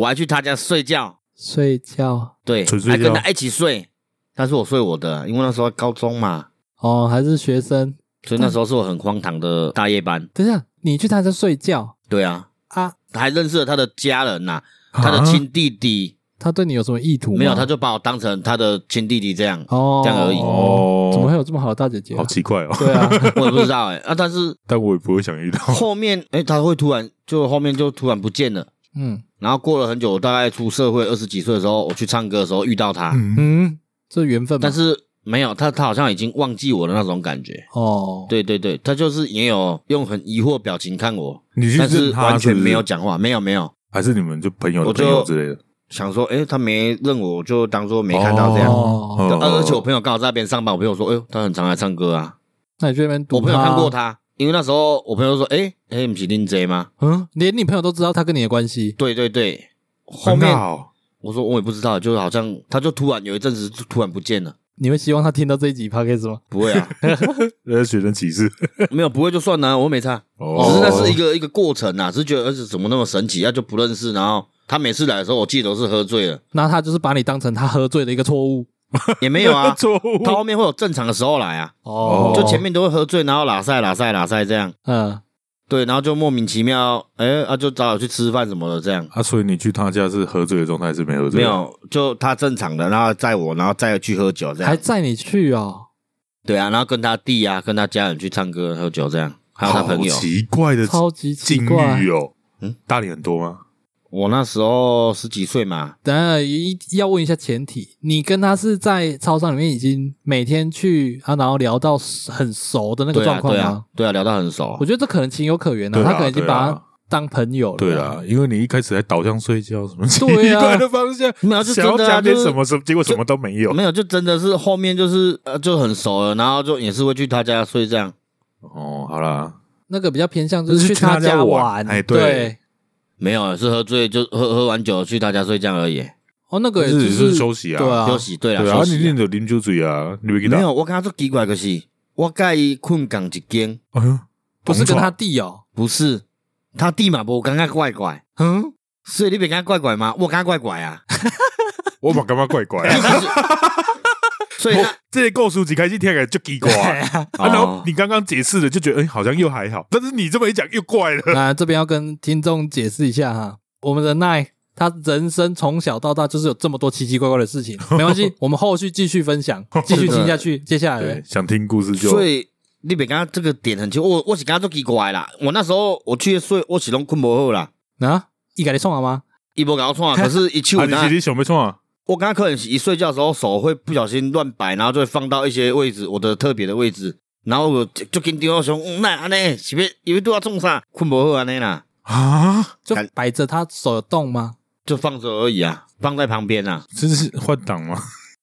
[SPEAKER 3] 我还去她家睡觉。
[SPEAKER 1] 睡觉
[SPEAKER 3] 对，
[SPEAKER 2] 纯睡
[SPEAKER 3] 还跟
[SPEAKER 2] 觉
[SPEAKER 3] 他一起睡，但是我睡我的，啊因为那时候高中嘛，
[SPEAKER 1] 哦，还是学生？
[SPEAKER 3] 所以那时候是我很荒唐的大夜班。
[SPEAKER 1] 等一下，你去他家睡觉
[SPEAKER 3] 对啊，
[SPEAKER 1] 啊？
[SPEAKER 3] 还认识了他的家人呐、
[SPEAKER 2] 啊
[SPEAKER 3] 他的亲弟弟，
[SPEAKER 1] 他对你有什么意图吗？
[SPEAKER 3] 没有，他就把我当成他的亲弟弟这样，
[SPEAKER 1] 哦，
[SPEAKER 3] 这样而已
[SPEAKER 1] 怎么会有这么好的大姐姐啊、
[SPEAKER 2] 哦好奇怪哦，
[SPEAKER 1] 对啊，
[SPEAKER 3] 我也不知道哎、啊，但是
[SPEAKER 2] 但我也不会想遇到，
[SPEAKER 3] 后面哎、他会突然就后面就突然不见了。
[SPEAKER 1] 嗯
[SPEAKER 3] 然后过了很久，我大概出社会二十几岁的时候，我去唱歌的时候遇到他，
[SPEAKER 2] 嗯，
[SPEAKER 1] 嗯，这缘分嘛。
[SPEAKER 3] 但是没有他，他好像已经忘记我的那种感觉。
[SPEAKER 1] 哦，
[SPEAKER 3] 对对对，他就是也有用很疑惑表情看我，
[SPEAKER 2] 你去
[SPEAKER 3] 但是
[SPEAKER 2] 认他
[SPEAKER 3] 完全
[SPEAKER 2] 不
[SPEAKER 3] 没有讲话，没有没有，
[SPEAKER 2] 还是你们就朋友的
[SPEAKER 3] 我
[SPEAKER 2] 朋
[SPEAKER 3] 就
[SPEAKER 2] 友之类的，
[SPEAKER 3] 想说，哎、他没认我，我就当做没看到这样。
[SPEAKER 1] 哦
[SPEAKER 2] 哦
[SPEAKER 3] 啊而且我朋友刚好在那边上班，我朋友说，哎、呦，他很常来唱歌啊。
[SPEAKER 1] 那你去那边堵
[SPEAKER 3] 我朋友看过
[SPEAKER 1] 他，
[SPEAKER 3] 他，因为那时候我朋友说，哎、哎、你不是林 J 吗？
[SPEAKER 1] 嗯，连你朋友都知道他跟你的关系。
[SPEAKER 3] 对对对，后面
[SPEAKER 2] 很哦好
[SPEAKER 3] 我说我也不知道，就是好像他就突然有一阵子就突然不见了。
[SPEAKER 1] 你会希望他听到这一集 podcast 吗？
[SPEAKER 3] 不会啊，
[SPEAKER 2] 呃学生歧视，
[SPEAKER 3] 没有不会就算了，我没差。
[SPEAKER 2] 哦
[SPEAKER 3] 只是那是一个一个过程啊，只是觉得儿子怎么那么神奇，他啊就不认识。然后他每次来的时候，我记得都是喝醉了，
[SPEAKER 1] 那他就是把你当成他喝醉的一个错误
[SPEAKER 3] 也没有 啊。
[SPEAKER 2] 错误
[SPEAKER 3] 他后面会有正常的时候来啊，
[SPEAKER 1] 哦
[SPEAKER 3] 就前面都会喝醉，然后拉塞拉塞拉塞这样。
[SPEAKER 1] 嗯，
[SPEAKER 3] 对，然后就莫名其妙，哎、啊，就找我去吃饭什么的，这样
[SPEAKER 2] 啊，所以你去他家是喝醉的状态，还是没喝醉？
[SPEAKER 3] 没，有，就他正常的，然后载我，然后再去喝酒，这
[SPEAKER 2] 啊
[SPEAKER 1] 还
[SPEAKER 3] 样
[SPEAKER 1] 载你去哦，
[SPEAKER 3] 对啊，然后跟他弟啊，跟他家人去唱歌、喝酒，这样还有他
[SPEAKER 2] 好
[SPEAKER 3] 朋友。
[SPEAKER 2] 奇怪的
[SPEAKER 1] 超级奇
[SPEAKER 2] 境
[SPEAKER 1] 怪
[SPEAKER 2] 遇。哦。
[SPEAKER 3] 嗯
[SPEAKER 2] 嗯，大理很多吗？
[SPEAKER 3] 我那时候十几岁嘛，
[SPEAKER 1] 等一下一要问一下前提，你跟他是在超商里面已经每天去啊，然后聊到很熟的那个
[SPEAKER 3] 对啊，
[SPEAKER 1] 状况
[SPEAKER 3] 对
[SPEAKER 1] 吗？
[SPEAKER 3] 啊，对啊，聊到很熟
[SPEAKER 1] 我。觉得这可能情有可原啊，
[SPEAKER 2] 对啊
[SPEAKER 1] 他可能已经
[SPEAKER 2] 对啊
[SPEAKER 1] 把他当朋友了。
[SPEAKER 2] 对啊啦，因为你一开始还导向睡觉，什么奇
[SPEAKER 1] 对啊
[SPEAKER 2] 怪的方向，
[SPEAKER 3] 没有就
[SPEAKER 2] 想要
[SPEAKER 3] 真的啊
[SPEAKER 2] 加点
[SPEAKER 3] 就是
[SPEAKER 2] 什么什么，结果什么都没有。
[SPEAKER 3] 没有，就真的是后面就是呃就很熟了，然后就也是会去他家睡这样，
[SPEAKER 2] 哦，好啦，
[SPEAKER 1] 那个比较偏向就是
[SPEAKER 2] 就是
[SPEAKER 1] 去
[SPEAKER 2] 去他家
[SPEAKER 1] 家
[SPEAKER 2] 玩
[SPEAKER 1] 玩，
[SPEAKER 2] 哎对
[SPEAKER 1] 对，
[SPEAKER 3] 没有是喝醉就喝喝完酒去他家睡觉而已，
[SPEAKER 1] 哦，那个也
[SPEAKER 2] 日
[SPEAKER 1] 就
[SPEAKER 2] 子
[SPEAKER 1] 是
[SPEAKER 2] 是休息啊
[SPEAKER 1] 对啊，
[SPEAKER 3] 休息对啦，
[SPEAKER 2] 对啊，
[SPEAKER 3] 休
[SPEAKER 2] 你
[SPEAKER 3] 息
[SPEAKER 2] 念
[SPEAKER 3] 啊。
[SPEAKER 2] 着啉酒醉啊，你没给他
[SPEAKER 3] 没有，，我跟他说奇怪可是，我介意困港一间，
[SPEAKER 2] 哎呦，
[SPEAKER 1] 不是跟
[SPEAKER 2] 同床
[SPEAKER 1] 他弟哦，
[SPEAKER 3] 不是他弟嘛，我感觉怪怪。
[SPEAKER 1] 嗯，
[SPEAKER 3] 所以你别跟他怪怪吗？我跟他怪怪啊，
[SPEAKER 2] 我嘛感觉怪 怪的。
[SPEAKER 3] 所以
[SPEAKER 2] 我这些构书几开始听起来就奇 怪啊， 啊然
[SPEAKER 3] 哦
[SPEAKER 2] 后你刚刚解释的就觉得，哎、好像又还好，但是你这么一讲又怪了。
[SPEAKER 1] 那这边要跟听众解释一下哈，我们的奈他人生从小到大就是有这么多奇奇怪怪的事情，没关系，我们后续继续分享，继续听下去。接下来
[SPEAKER 2] 对，想听故事就
[SPEAKER 3] 所以你别刚刚这个点很奇怪，我我是刚刚做奇怪啦。我那时候我去睡，我是拢困不好啦，
[SPEAKER 1] 啊，一改你送了吗？
[SPEAKER 3] 伊无甲我创，可是一去
[SPEAKER 2] 啊，
[SPEAKER 3] 我
[SPEAKER 2] 你
[SPEAKER 3] 刚
[SPEAKER 2] 是你想要创啊？
[SPEAKER 3] 我刚刚可能是一睡觉的时候手会不小心乱摆，然后就会放到一些位置，我的特别的位置，然后我就就跟丢我说，嗯，那安尼是不因为都要中啥，困不好安尼啦，
[SPEAKER 2] 啊，
[SPEAKER 1] 就
[SPEAKER 3] 感
[SPEAKER 1] 摆着他手有动吗？
[SPEAKER 3] 就放着而已啊，放在旁边啊，
[SPEAKER 2] 真是换挡吗？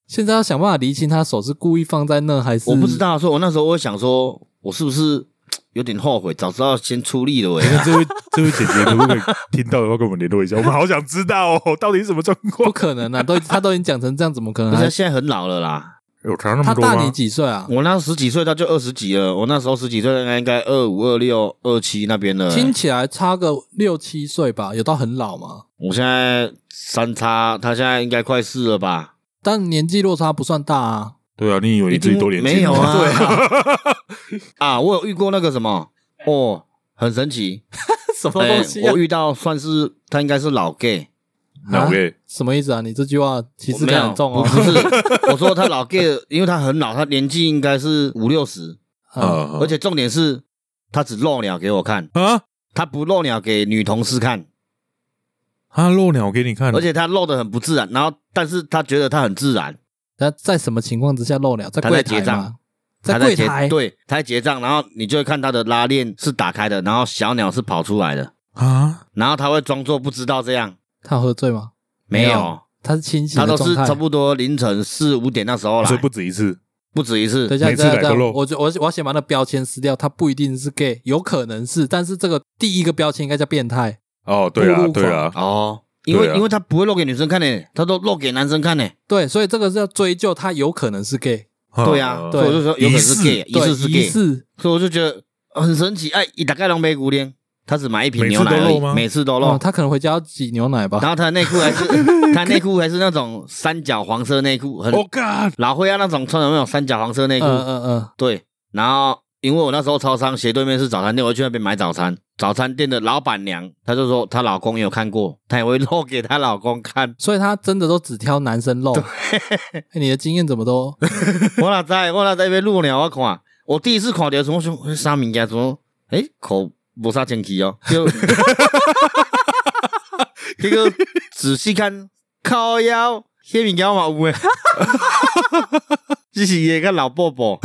[SPEAKER 1] 现在要想办法厘清他手是故意放在那还是
[SPEAKER 3] 我不知。道，所以我那时候我会想说，我是不是有点后悔，早知道先出力 了喂、
[SPEAKER 2] 那 这位这位姐姐如果听到的话，跟我们联络 一下，我们好想知道哦，到底是什么状
[SPEAKER 1] 不
[SPEAKER 2] 况？欸
[SPEAKER 1] 可能啊！都他都已经讲成这样，怎么可能
[SPEAKER 3] 不是
[SPEAKER 1] 还
[SPEAKER 3] 他？现在很老了啦，
[SPEAKER 2] 有差那
[SPEAKER 1] 他
[SPEAKER 2] 么多
[SPEAKER 1] 大你
[SPEAKER 2] 吗？
[SPEAKER 1] 几岁啊？
[SPEAKER 3] 我那十几岁他就二十几了，我那时候十几岁大概应该二五二六二七那边了、
[SPEAKER 1] 听起来差个六七岁吧，有到很老吗？
[SPEAKER 3] 我现在三叉，他现在应该快四了吧？
[SPEAKER 1] 但年纪落差不算大啊。
[SPEAKER 2] 对啊，你以为你自己多年轻？
[SPEAKER 3] 没有 啊？
[SPEAKER 2] 对啊，
[SPEAKER 3] 啊， 我有遇过那个什么，哦，很神奇，
[SPEAKER 1] 什么东西、
[SPEAKER 3] 哎
[SPEAKER 1] 啊
[SPEAKER 3] 我遇到算是他应该是老 gay，
[SPEAKER 2] 那 OK，
[SPEAKER 1] 什么意思啊？你这句话歧视
[SPEAKER 3] 没有
[SPEAKER 1] 感很重哦。
[SPEAKER 3] 不不是，我说他老 gay，因为他很老，他年纪应该是五六十，
[SPEAKER 1] 啊，
[SPEAKER 2] 啊，
[SPEAKER 3] 而且重点是他只露鸟给我看，
[SPEAKER 2] 啊
[SPEAKER 3] 他不露鸟给女同事看，
[SPEAKER 2] 啊，露鸟给你看，
[SPEAKER 3] 而且他露的很不自然，然后但是他觉得他很自然，
[SPEAKER 1] 那在什么情况之下漏了？在
[SPEAKER 3] 他
[SPEAKER 1] 柜
[SPEAKER 3] 在
[SPEAKER 1] 台
[SPEAKER 3] 结
[SPEAKER 1] 吗
[SPEAKER 3] 账？
[SPEAKER 1] 在
[SPEAKER 3] 他
[SPEAKER 1] 柜
[SPEAKER 3] 结
[SPEAKER 1] 台，
[SPEAKER 3] 对，他在结账，然后你就会看他的拉链是打开的，然后小鸟是跑出来的，
[SPEAKER 2] 啊，
[SPEAKER 3] 然后他会装作不知道这样，
[SPEAKER 1] 他有喝醉吗？
[SPEAKER 3] 没
[SPEAKER 1] 没
[SPEAKER 3] 有
[SPEAKER 1] 有。他是清醒
[SPEAKER 3] 他
[SPEAKER 1] 的
[SPEAKER 3] 都
[SPEAKER 1] 状
[SPEAKER 3] 是
[SPEAKER 1] 态
[SPEAKER 3] 差。不多凌晨四五点那时候来
[SPEAKER 2] 所以，不止一次，
[SPEAKER 3] 不止一次
[SPEAKER 1] 等一。下，
[SPEAKER 2] 每次
[SPEAKER 1] 等一下，等
[SPEAKER 2] 来
[SPEAKER 1] 一
[SPEAKER 2] 都
[SPEAKER 1] 下
[SPEAKER 2] 漏
[SPEAKER 1] 我就我我要先把那标签撕掉，他不一定是 gay，有可能是，但是这个第一个标签应该叫变态。
[SPEAKER 2] 哦，对
[SPEAKER 1] 步
[SPEAKER 2] 啊
[SPEAKER 1] 入，
[SPEAKER 2] 对啊，
[SPEAKER 3] 哦，因为、
[SPEAKER 2] 对啊
[SPEAKER 3] 因为他不会露给女生看呢，他都露给男生看呢。
[SPEAKER 1] 对，所以这个是要追究他有可能是 gay，
[SPEAKER 3] 对啊，所以我就说有可能是 gay，疑
[SPEAKER 1] 对
[SPEAKER 3] 似是
[SPEAKER 1] 疑
[SPEAKER 3] gay，
[SPEAKER 1] 似
[SPEAKER 3] 所以我就觉得很神奇。哎，一打开龙杯古典，他只买一瓶
[SPEAKER 2] 每次
[SPEAKER 3] 牛奶
[SPEAKER 2] 都
[SPEAKER 3] 而
[SPEAKER 2] 露吗
[SPEAKER 3] 已，每次都露
[SPEAKER 1] 哦。他可能回家要挤牛奶吧
[SPEAKER 3] 然。后他的内裤 还是他内裤还是那种三角黄色内裤，很
[SPEAKER 2] ，Oh God，
[SPEAKER 3] 老灰啊那种穿的那种三角黄色内
[SPEAKER 1] 嗯
[SPEAKER 3] 裤。
[SPEAKER 1] 嗯嗯，
[SPEAKER 3] 对，然后因为我那时候超商斜对面是早餐店，我就去那边买早餐。早餐店的老板娘，她就说她老公也有看过，她也会露给她老公看。
[SPEAKER 1] 所以他真的都只挑男生漏。哎你的经验怎么都
[SPEAKER 3] 我哪知道？我哪知道要录了？我看，我第一次看到什么什么啥物件，什么诶、口无啥清气哦。就这个仔细看，靠腰，迄物件嘛有诶， 只是一个老伯伯，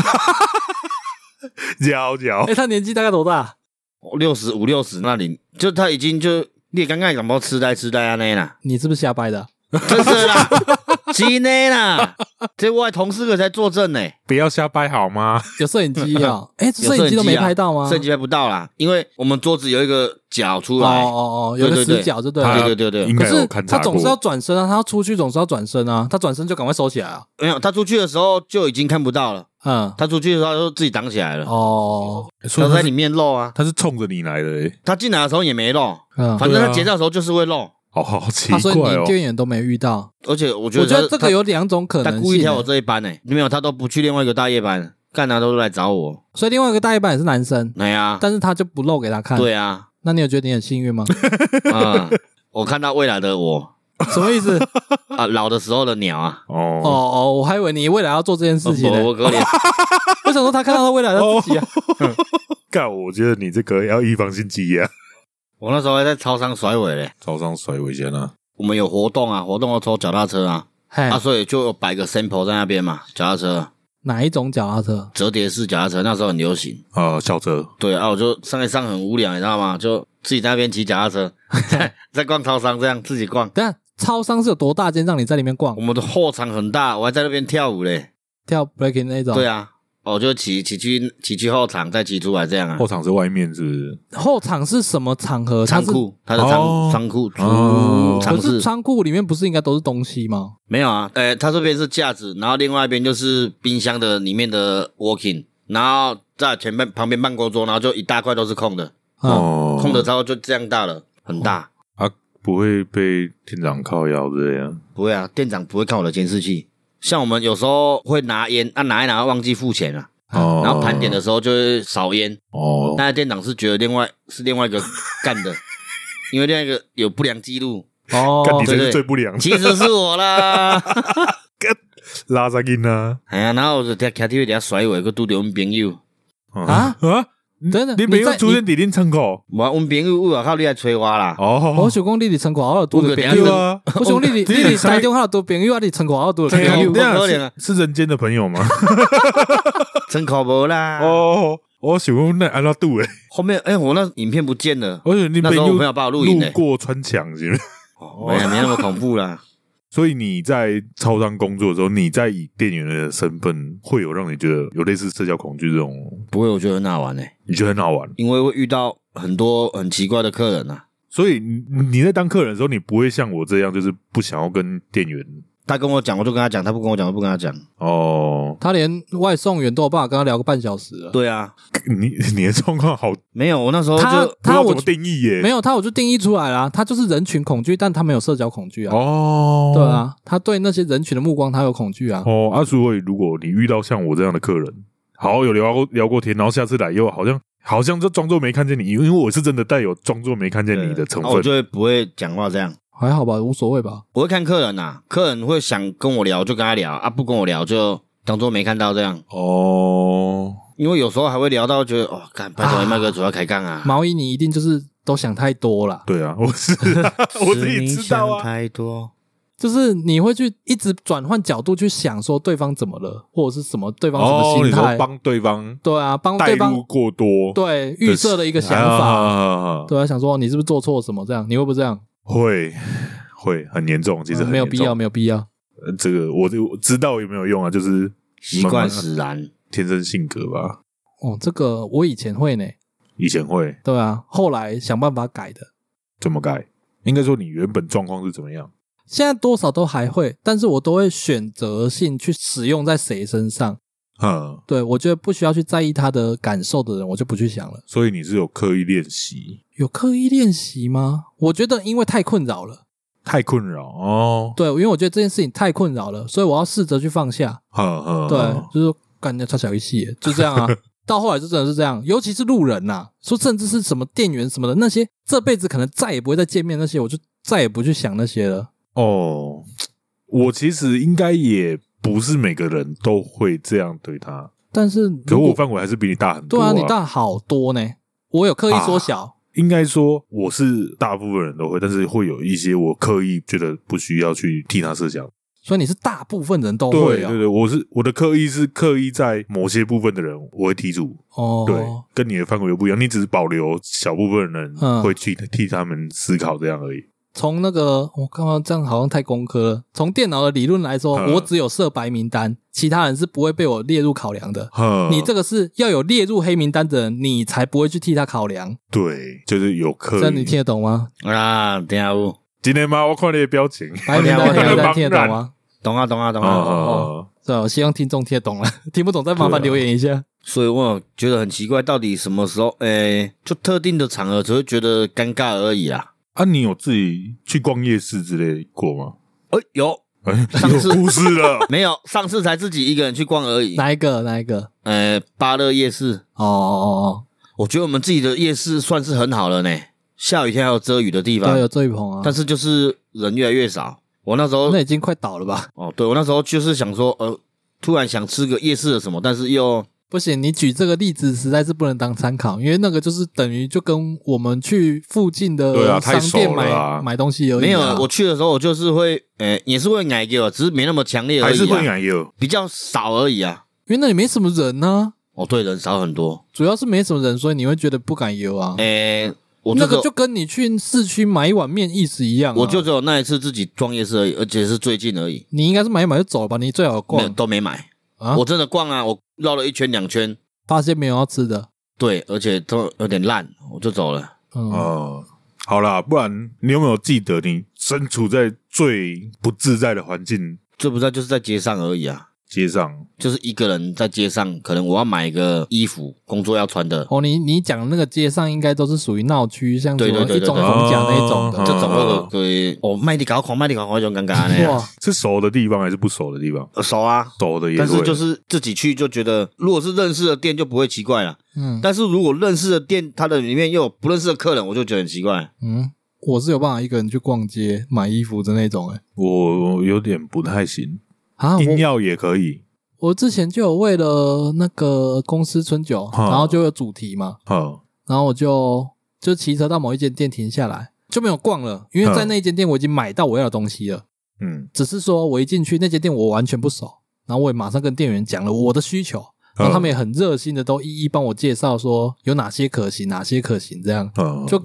[SPEAKER 2] 摇摇
[SPEAKER 1] 哎、，他年纪大概多大？
[SPEAKER 3] 六十五六十那里，就他已经就你刚刚讲到痴呆痴呆安尼啦，
[SPEAKER 1] 你是不是瞎掰的啊、
[SPEAKER 3] 真是啦，真的啦，这我的同事个才作证呢、
[SPEAKER 2] 不要瞎掰好吗？
[SPEAKER 1] 有摄影机啊？哎、这
[SPEAKER 3] 嗯有
[SPEAKER 1] 摄影机都没
[SPEAKER 3] 啊
[SPEAKER 1] 拍到吗？
[SPEAKER 3] 摄影机拍不到啦，因为我们桌子有一个角出
[SPEAKER 1] 哦
[SPEAKER 3] 来。
[SPEAKER 1] 哦哦，有个
[SPEAKER 3] 对对
[SPEAKER 1] 死
[SPEAKER 3] 对
[SPEAKER 1] 角就对
[SPEAKER 2] 他
[SPEAKER 1] 了。
[SPEAKER 3] 对对对
[SPEAKER 2] 应
[SPEAKER 1] 可
[SPEAKER 2] 该有
[SPEAKER 1] 是
[SPEAKER 2] 看
[SPEAKER 1] 他
[SPEAKER 2] 察
[SPEAKER 1] 总是要
[SPEAKER 2] 过，
[SPEAKER 1] 转身啊，他要出去总是要转身啊，他转身就赶快收起来啊。
[SPEAKER 3] 没有，他出去的时候就已经看不到了。
[SPEAKER 1] 嗯，
[SPEAKER 3] 他出去的时候他就自己挡起来了，
[SPEAKER 1] 哦，
[SPEAKER 2] 所
[SPEAKER 3] 他
[SPEAKER 2] 以他
[SPEAKER 3] 在
[SPEAKER 2] 是
[SPEAKER 3] 里面露啊。
[SPEAKER 2] 他是冲着你来的，欸
[SPEAKER 3] 他进来的时候也没露，
[SPEAKER 1] 嗯，
[SPEAKER 3] 反正
[SPEAKER 2] 对
[SPEAKER 3] 他
[SPEAKER 2] 啊
[SPEAKER 3] 结账的时候就是会露。
[SPEAKER 2] 好好奇
[SPEAKER 1] 他所以
[SPEAKER 2] 怪哦
[SPEAKER 1] 你，店员都没遇到。
[SPEAKER 3] 而且我觉
[SPEAKER 1] 我
[SPEAKER 3] 得
[SPEAKER 1] 觉
[SPEAKER 3] 他
[SPEAKER 1] 得这个有两种可
[SPEAKER 3] 他
[SPEAKER 1] 能
[SPEAKER 3] 他
[SPEAKER 1] 性。啊欸
[SPEAKER 3] 故意挑我这一班呢、没有，他都不去另外一个大夜班，干他都来找我。
[SPEAKER 1] 所以另外一个大一半也是男生，
[SPEAKER 3] 哎呀，
[SPEAKER 1] 但是他就不露给他看。
[SPEAKER 3] 对，啊，
[SPEAKER 1] 那你有觉得你很幸运 吗？
[SPEAKER 3] 啊，我看到未来的我
[SPEAKER 1] 什么意思？
[SPEAKER 3] 啊，老的时候的鸟啊，
[SPEAKER 1] 哦
[SPEAKER 2] 哦，
[SPEAKER 1] 哦，我还以为你未来要做这件事情呢。
[SPEAKER 3] 我我可怜，
[SPEAKER 1] 我想说他看到他未来的自己
[SPEAKER 3] 哦
[SPEAKER 1] 啊。
[SPEAKER 2] 干，我觉得你这个要预防性积压，
[SPEAKER 3] 我那时候还在超商甩尾嘞。
[SPEAKER 2] 早上甩尾先啊，
[SPEAKER 3] 我们有活动啊，活动要抽脚踏车啊，
[SPEAKER 1] 嘿
[SPEAKER 3] 啊，，所以就有摆个 sample 在那边嘛，脚踏车
[SPEAKER 1] 哪一种脚踏车？
[SPEAKER 3] 折叠式脚踏车那时候很流行。
[SPEAKER 2] 啊，小哲，
[SPEAKER 3] 对啊，我就上一上很无聊，你知道吗？就自己在那边骑脚踏车，在在逛超商这样自己逛。
[SPEAKER 1] 等一下，超商是有多大间让你在里面逛
[SPEAKER 3] 我？们的后场很大，我还在那边跳舞嘞。
[SPEAKER 1] 跳 breaking 那种？
[SPEAKER 3] 对啊，我就骑骑去骑去后场，再骑出来这样啊
[SPEAKER 2] 后。场是外面是不是？
[SPEAKER 1] 后场是什么场合？它
[SPEAKER 3] 仓
[SPEAKER 1] 是，
[SPEAKER 3] 库，他的仓
[SPEAKER 2] 哦
[SPEAKER 3] 仓库
[SPEAKER 2] 哦
[SPEAKER 1] 可
[SPEAKER 3] 仓
[SPEAKER 1] 是
[SPEAKER 3] 室
[SPEAKER 1] 仓库里面不是应该都是东西吗？
[SPEAKER 3] 没有啊？呃，他这边是架子，然后另外一边就是冰箱的里面的 working，然后在前面旁边办公桌，然后就一大块都是空的，
[SPEAKER 1] 嗯，
[SPEAKER 2] 哦
[SPEAKER 3] 空的，超就这样大了，很大。
[SPEAKER 2] 啊，不会被店长靠腰之类的。
[SPEAKER 3] 不会啊，店长不会看我的监视器。像我们有时候会拿烟，啊拿一拿忘记付钱了、啊
[SPEAKER 2] 哦，
[SPEAKER 3] 嗯然后盘点的时候就会少烟。
[SPEAKER 2] 哦，
[SPEAKER 3] 但是店长是觉得另外是另外一个 干的，因为另外一个有不良记录，
[SPEAKER 1] 哦，
[SPEAKER 2] 干你
[SPEAKER 3] 对
[SPEAKER 2] 才
[SPEAKER 3] 对
[SPEAKER 2] 是最不良，
[SPEAKER 3] 其实是我啦。
[SPEAKER 2] 拉萨金啊
[SPEAKER 3] 哎呀，然后我就在 KTV 底下甩尾，个拄着阮朋友，
[SPEAKER 1] 啊
[SPEAKER 2] 啊！
[SPEAKER 1] 真的
[SPEAKER 2] 你
[SPEAKER 1] 你
[SPEAKER 2] 没有
[SPEAKER 1] 在
[SPEAKER 2] 出现伫恁窗口
[SPEAKER 3] 我阮朋友外口你来催我啦。
[SPEAKER 1] 我
[SPEAKER 2] 哦，
[SPEAKER 1] 想讲你伫城管好拄着朋
[SPEAKER 3] 我
[SPEAKER 2] 对
[SPEAKER 1] 友，
[SPEAKER 2] 啊，
[SPEAKER 1] 我 想讲你
[SPEAKER 2] 我
[SPEAKER 1] 伫你伫台中好拄朋友，啊，你城管好拄着
[SPEAKER 2] 对啊
[SPEAKER 1] 朋
[SPEAKER 3] 有
[SPEAKER 1] 友
[SPEAKER 3] 不，可能
[SPEAKER 2] 啊
[SPEAKER 3] 啊，
[SPEAKER 2] 是是人间的朋友吗？
[SPEAKER 3] 真靠谱啦！
[SPEAKER 2] 哦，我想讲那安拉度诶，
[SPEAKER 3] 后面哎、我那影片不见了，
[SPEAKER 2] 我想你
[SPEAKER 3] 那
[SPEAKER 2] 朋
[SPEAKER 3] 时候我
[SPEAKER 2] 友
[SPEAKER 3] 朋友把我录
[SPEAKER 2] 路
[SPEAKER 3] 影呢、欸，
[SPEAKER 2] 过穿墙是不是？
[SPEAKER 3] 哦没有没那么恐怖啦。
[SPEAKER 2] 所以你在超商工作的时候，你在以店员的身份，会有让你觉得有类似社交恐惧这种，
[SPEAKER 3] 不会，我觉得很好玩呢、
[SPEAKER 2] 你觉得很好玩。
[SPEAKER 3] 因为会遇到很多很奇怪的客人啊。
[SPEAKER 2] 所以你你在当客人的时候，你不会像我这样，就是不想要跟店员
[SPEAKER 3] 他跟我讲，我就跟他讲；他不跟我讲，我不跟他讲。
[SPEAKER 2] 哦，
[SPEAKER 1] 他连外送员都有办法跟他聊个半小时了。
[SPEAKER 3] 对啊，
[SPEAKER 2] 你你的状况好，
[SPEAKER 3] 没有，我那时候
[SPEAKER 1] 他
[SPEAKER 3] 哦就
[SPEAKER 1] 他
[SPEAKER 2] 不知道
[SPEAKER 1] 我
[SPEAKER 2] 怎么定义耶？
[SPEAKER 1] 没有他，我就定义出来啦，他就是人群恐惧，但他没有社交恐惧啊。
[SPEAKER 2] 哦，
[SPEAKER 1] 对，啊，他对那些人群的目光，他有恐惧啊。
[SPEAKER 2] 哦，啊，所以如果你遇到像我这样的客人，好有聊过聊过天，然后下次来又好像好像就装作没看见你，因为我是真的带有装作没看见你的成
[SPEAKER 3] 啊我
[SPEAKER 2] 分
[SPEAKER 3] 就会不会讲话这样。
[SPEAKER 1] 还好吧，无所谓吧。
[SPEAKER 3] 我会看客人呐、啊，客人会想跟我聊就跟他聊啊，不跟我聊就当做没看到这样。
[SPEAKER 2] 哦，
[SPEAKER 3] 因为有时候还会聊到觉得哦，干，拜托
[SPEAKER 1] 啊
[SPEAKER 3] 麦哥主要开杠啊，
[SPEAKER 1] 毛衣你一定就是都想太多了，
[SPEAKER 2] 对啊，我是、啊、我自己知道
[SPEAKER 3] 是你想
[SPEAKER 2] 啊，
[SPEAKER 3] 太多。
[SPEAKER 1] 就是你会去一直转换角度去想说对方怎么了，或者是什么对方什
[SPEAKER 2] 哦，
[SPEAKER 1] 么心
[SPEAKER 2] 你
[SPEAKER 1] 态
[SPEAKER 2] 说。帮对方
[SPEAKER 1] 对啊，帮
[SPEAKER 2] 带
[SPEAKER 1] 对
[SPEAKER 2] 入
[SPEAKER 1] 方
[SPEAKER 2] 过多，
[SPEAKER 1] 对预设的一个想法。
[SPEAKER 2] 法
[SPEAKER 1] 对啊，想说你是不是做错什么这样？你会不会这样？
[SPEAKER 2] 会会很严重，其实
[SPEAKER 1] 嗯
[SPEAKER 2] 很
[SPEAKER 1] 没有
[SPEAKER 2] 严
[SPEAKER 1] 必
[SPEAKER 2] 重
[SPEAKER 1] 要，。没有必要。
[SPEAKER 2] 呃这个我就我知道有没有用啊，就是
[SPEAKER 3] 习
[SPEAKER 2] 慢
[SPEAKER 3] 惯
[SPEAKER 2] 慢
[SPEAKER 3] 使然，
[SPEAKER 2] 天生性格吧，
[SPEAKER 1] 哦，这个我以前会呢，
[SPEAKER 2] 以前会
[SPEAKER 1] 对啊，后来想办法改的。
[SPEAKER 2] 怎么改？应该说你原本状况是怎么样？
[SPEAKER 1] 现在多少都还会，但是我都会选择性去使用在谁身上。
[SPEAKER 2] 嗯，
[SPEAKER 1] 对我觉得不需要去在意他的感受的人，我就不去想了。
[SPEAKER 2] 所以你是有刻意练习，
[SPEAKER 1] 有刻意练习吗？我觉得因为太困扰了，
[SPEAKER 2] 太困扰哦。
[SPEAKER 1] 对，因为我觉得这件事情太困扰了，所以我要试着去放下。
[SPEAKER 2] 呵呵，
[SPEAKER 1] 对，
[SPEAKER 2] 呵
[SPEAKER 1] 就是说干人家差小一细，就这样 啊。到后来就真的是这样，尤其是路人呐、说甚至是什么店员什么的那些，这辈子可能再也不会再见面那些，我就再也不去想那些了。
[SPEAKER 2] 哦，我其实应该也不是每个人都会这样对他，
[SPEAKER 1] 但是
[SPEAKER 2] 可
[SPEAKER 1] 如果
[SPEAKER 2] 我范围还是比你大很多、
[SPEAKER 1] 对啊，
[SPEAKER 2] 啊，
[SPEAKER 1] 你大好多呢，我有刻意缩小。
[SPEAKER 2] 应该说我是大部分人都会，但是会有一些我刻意觉得不需要去替他设想。
[SPEAKER 1] 所以你是大部分人都
[SPEAKER 2] 对
[SPEAKER 1] 会啊、
[SPEAKER 2] 对对，我是我的刻意是刻意在某些部分的人我会剔除，
[SPEAKER 1] 哦，
[SPEAKER 2] 对，跟你的范围又不一样，你只是保留小部分人
[SPEAKER 1] 嗯
[SPEAKER 2] 会去替他们思考这样而已。
[SPEAKER 1] 从那个我刚刚这样好像太工科了。从电脑的理论来说，
[SPEAKER 2] 嗯
[SPEAKER 1] 我只有设白名单，其他人是不会被我列入考量的。
[SPEAKER 2] 呵
[SPEAKER 1] 你这个是要有列入黑名单的人，你才不会去替他考量。
[SPEAKER 2] 对，就是有刻
[SPEAKER 1] 这
[SPEAKER 2] 意。
[SPEAKER 1] 样你听得懂吗？
[SPEAKER 3] 啊，等一下我
[SPEAKER 2] 今天吗？我看你的 表情。
[SPEAKER 1] 白名单、
[SPEAKER 3] 我
[SPEAKER 1] 黑
[SPEAKER 3] 听得
[SPEAKER 1] 名
[SPEAKER 3] 懂
[SPEAKER 1] 单听得懂吗？
[SPEAKER 3] 懂啊懂
[SPEAKER 1] 哦
[SPEAKER 3] 啊懂啊。
[SPEAKER 2] 啊，
[SPEAKER 1] 对，我希望听众听得懂了， 听不懂再麻
[SPEAKER 2] 对
[SPEAKER 1] 烦
[SPEAKER 2] 啊
[SPEAKER 1] 留言一下。
[SPEAKER 3] 所以我觉得很奇怪，到底什么时候？诶、就特定的场合只会觉得尴尬而已啦。
[SPEAKER 2] 啊，你有自己去逛夜市之类过吗？
[SPEAKER 3] 哎、有
[SPEAKER 2] 哎，
[SPEAKER 3] 上
[SPEAKER 2] 有
[SPEAKER 3] 次。
[SPEAKER 2] 故事了
[SPEAKER 3] 没有？上次才自己一个人去逛而已。
[SPEAKER 1] 哪一个？哪一个？
[SPEAKER 3] 呃，巴乐夜市，
[SPEAKER 1] 哦哦
[SPEAKER 3] 我觉得我们自己的夜市算是很好了呢。下雨天还有遮雨的地
[SPEAKER 1] 哦哦，对，有
[SPEAKER 3] 方，
[SPEAKER 1] 这一棚啊，
[SPEAKER 3] 但是就是人越来越少。我那时候
[SPEAKER 1] 那已经快倒了吧？
[SPEAKER 3] 哦，对我那时候就是想说，呃，突然想吃个夜市的什么，但是又
[SPEAKER 1] 不行，你举这个例子实在是不能当参考，因为那个就是等于就跟我们去附近
[SPEAKER 2] 对
[SPEAKER 1] 的
[SPEAKER 2] 啊太
[SPEAKER 1] 商
[SPEAKER 2] 熟
[SPEAKER 1] 店
[SPEAKER 2] 了
[SPEAKER 1] 买、
[SPEAKER 2] 啊
[SPEAKER 1] 买东西而已、啊。
[SPEAKER 3] 没有。我去的时候，我就是会，呃，也是会奶给我，只是没那么强烈而
[SPEAKER 2] 还
[SPEAKER 3] 已、啊，
[SPEAKER 2] 是会奶油，
[SPEAKER 3] 比较少而已啊。
[SPEAKER 1] 因为那里没什么人呢、
[SPEAKER 3] 哦，对，人少很多。
[SPEAKER 1] 主要是没什么人，所以你会觉得不敢游啊。
[SPEAKER 3] 诶、哎我
[SPEAKER 1] 那
[SPEAKER 3] 这
[SPEAKER 1] 个
[SPEAKER 3] 个
[SPEAKER 1] 就跟你去市区买一碗面意思一样啊、
[SPEAKER 3] 我就只有那一次自己逛夜市而已，而且是最近而已，
[SPEAKER 1] 你应该是买一买就走了吧，你最好
[SPEAKER 3] 没有
[SPEAKER 1] 逛
[SPEAKER 3] 都没买。
[SPEAKER 1] 啊。
[SPEAKER 3] 我真的逛啊，我绕了一圈两圈，
[SPEAKER 1] 发现没有要吃的，
[SPEAKER 3] 对，而且都有点烂，我就走了。
[SPEAKER 1] 嗯，
[SPEAKER 2] 哦，好啦，不然你有没有记得你身处在最不自在的环境？
[SPEAKER 3] 最不在就是在街上而已啊，
[SPEAKER 2] 街上，
[SPEAKER 3] 就是一个人在街上，可能我要买个衣服，工作要穿的，
[SPEAKER 1] 哦，你你讲的那个街上应该都是属于闹区，像什
[SPEAKER 3] 对
[SPEAKER 1] 么
[SPEAKER 3] 对对
[SPEAKER 1] 一
[SPEAKER 3] 对
[SPEAKER 1] 中
[SPEAKER 3] 对
[SPEAKER 1] 逢甲那种的
[SPEAKER 2] 哦
[SPEAKER 3] 这。种那个
[SPEAKER 2] 嗯
[SPEAKER 3] 对，哦，卖力搞狂，卖力搞狂，那种尴尬呢。
[SPEAKER 1] 哇，
[SPEAKER 2] 是熟的地方还是不熟的地方？
[SPEAKER 3] 呃熟啊，
[SPEAKER 2] 熟的也
[SPEAKER 3] 但是
[SPEAKER 2] 会
[SPEAKER 3] 就是自己去就觉得，如果是认识的店就不会奇怪了。
[SPEAKER 1] 嗯
[SPEAKER 3] 但是如果认识的店，它的里面又有不认识的客人，我就觉得很奇怪。
[SPEAKER 1] 嗯，我是有办法一个人去逛街买衣服的那种、欸，
[SPEAKER 2] 我我有点不太行，
[SPEAKER 1] 啊，
[SPEAKER 2] 硬
[SPEAKER 1] 我
[SPEAKER 2] 要也可以，
[SPEAKER 1] 我之前就有为了那个公司春
[SPEAKER 3] 哦
[SPEAKER 1] 酒，
[SPEAKER 2] 哈
[SPEAKER 1] 然后就有主题嘛，
[SPEAKER 2] 哈，
[SPEAKER 1] 然后我就就骑车到某一间店停下来，就没有逛了，因为在
[SPEAKER 2] 嗯
[SPEAKER 1] 那间店我已经买到我要的东西了。
[SPEAKER 2] 嗯，
[SPEAKER 1] 只是说我一进去那间店我完全不熟，然后我也马上跟店员讲了我的需求，然后他们
[SPEAKER 2] 嗯
[SPEAKER 1] 也很热心的都一一帮我介绍说有哪些可行，哪些可行，这样
[SPEAKER 2] 嗯，
[SPEAKER 1] 就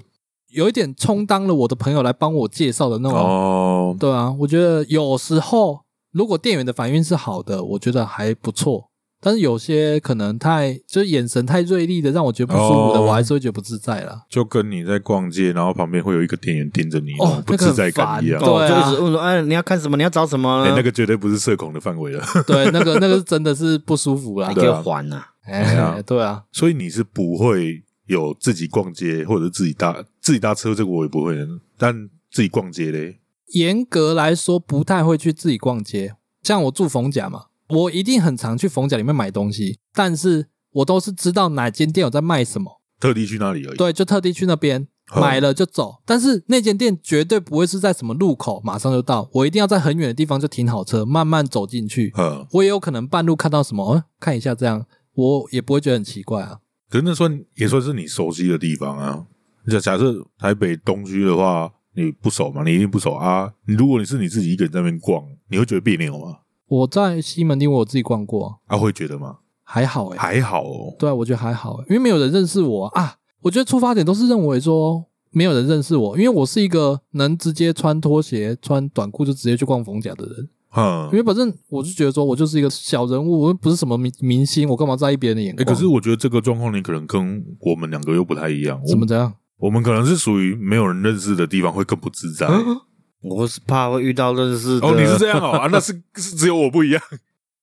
[SPEAKER 1] 有一点充当了我的朋友来帮我介绍的那种。
[SPEAKER 2] 哦，
[SPEAKER 1] 对啊，我觉得有时候如果店员的反应是好的，我觉得还不错。但是有些可能太就是眼神太锐利的，让我觉得不舒服的，
[SPEAKER 2] 哦
[SPEAKER 1] 我还是会觉得不自在啦。
[SPEAKER 2] 就跟你在逛街，然后旁边会有一个店员盯着你，
[SPEAKER 1] 哦
[SPEAKER 2] 那种不自在感一样
[SPEAKER 1] 那。个很烦对
[SPEAKER 3] 哦，就
[SPEAKER 1] 啊
[SPEAKER 3] 一直问说，哎，你要看什么？你要找什么
[SPEAKER 2] 哎
[SPEAKER 3] 呢？
[SPEAKER 2] 那个绝对不是社恐的范围了，
[SPEAKER 1] 对，那个那个是真的是不舒服啦
[SPEAKER 3] 你。
[SPEAKER 2] 对啊
[SPEAKER 3] 给我还呐、
[SPEAKER 1] 哎，对啊，
[SPEAKER 2] 所以你是不会有自己逛街或者自己搭自己搭车，这个我也不会的。但自己逛街嘞，
[SPEAKER 1] 严格来说不太会去自己逛街。像我住逢甲嘛，我一定很常去逢甲里面买东西，但是我都是知道哪间店有在卖什么，
[SPEAKER 2] 特地去那里而已。
[SPEAKER 1] 对，就特地去那边
[SPEAKER 2] 哦
[SPEAKER 1] 买了就走。但是那间店绝对不会是在什么路口马上就到，我一定要在很远的地方就停好车，慢慢走进去。
[SPEAKER 2] 嗯，
[SPEAKER 1] 我也有可能半路看到什么，哦看一下这样，我也不会觉得很奇怪啊。
[SPEAKER 2] 可是那算也算是你熟悉的地方啊。假假设台北东区的话，你不熟嘛，你一定不熟啊。你如果你是你自己一个人在那边逛，你会觉得别扭吗？
[SPEAKER 1] 我在西门町我有自己逛过，
[SPEAKER 2] 啊，会觉得吗？
[SPEAKER 1] 还好诶、
[SPEAKER 2] 还好哦，
[SPEAKER 1] 对啊，我觉得还好欸，因为没有人认识我啊。啊我觉得出发点都是认为说没有人认识我，因为我是一个能直接穿拖鞋、穿短裤就直接去逛逢甲的人。
[SPEAKER 2] 嗯
[SPEAKER 1] 因。为反正我就觉得说我就是一个小人物，我又不是什么明明星，我干嘛在意别人的眼
[SPEAKER 2] 哎、
[SPEAKER 1] 光？
[SPEAKER 2] 可是我觉得这个状况你可能跟我们两个又不太一样。我
[SPEAKER 1] 怎么
[SPEAKER 2] 们
[SPEAKER 1] 这样？
[SPEAKER 2] 我们可能是属于没有人认识的地方会更不 自在。
[SPEAKER 3] 我是怕会遇到认识的。
[SPEAKER 2] 啊哦哦，你是这样哦，啊，那 是是只有我不一样，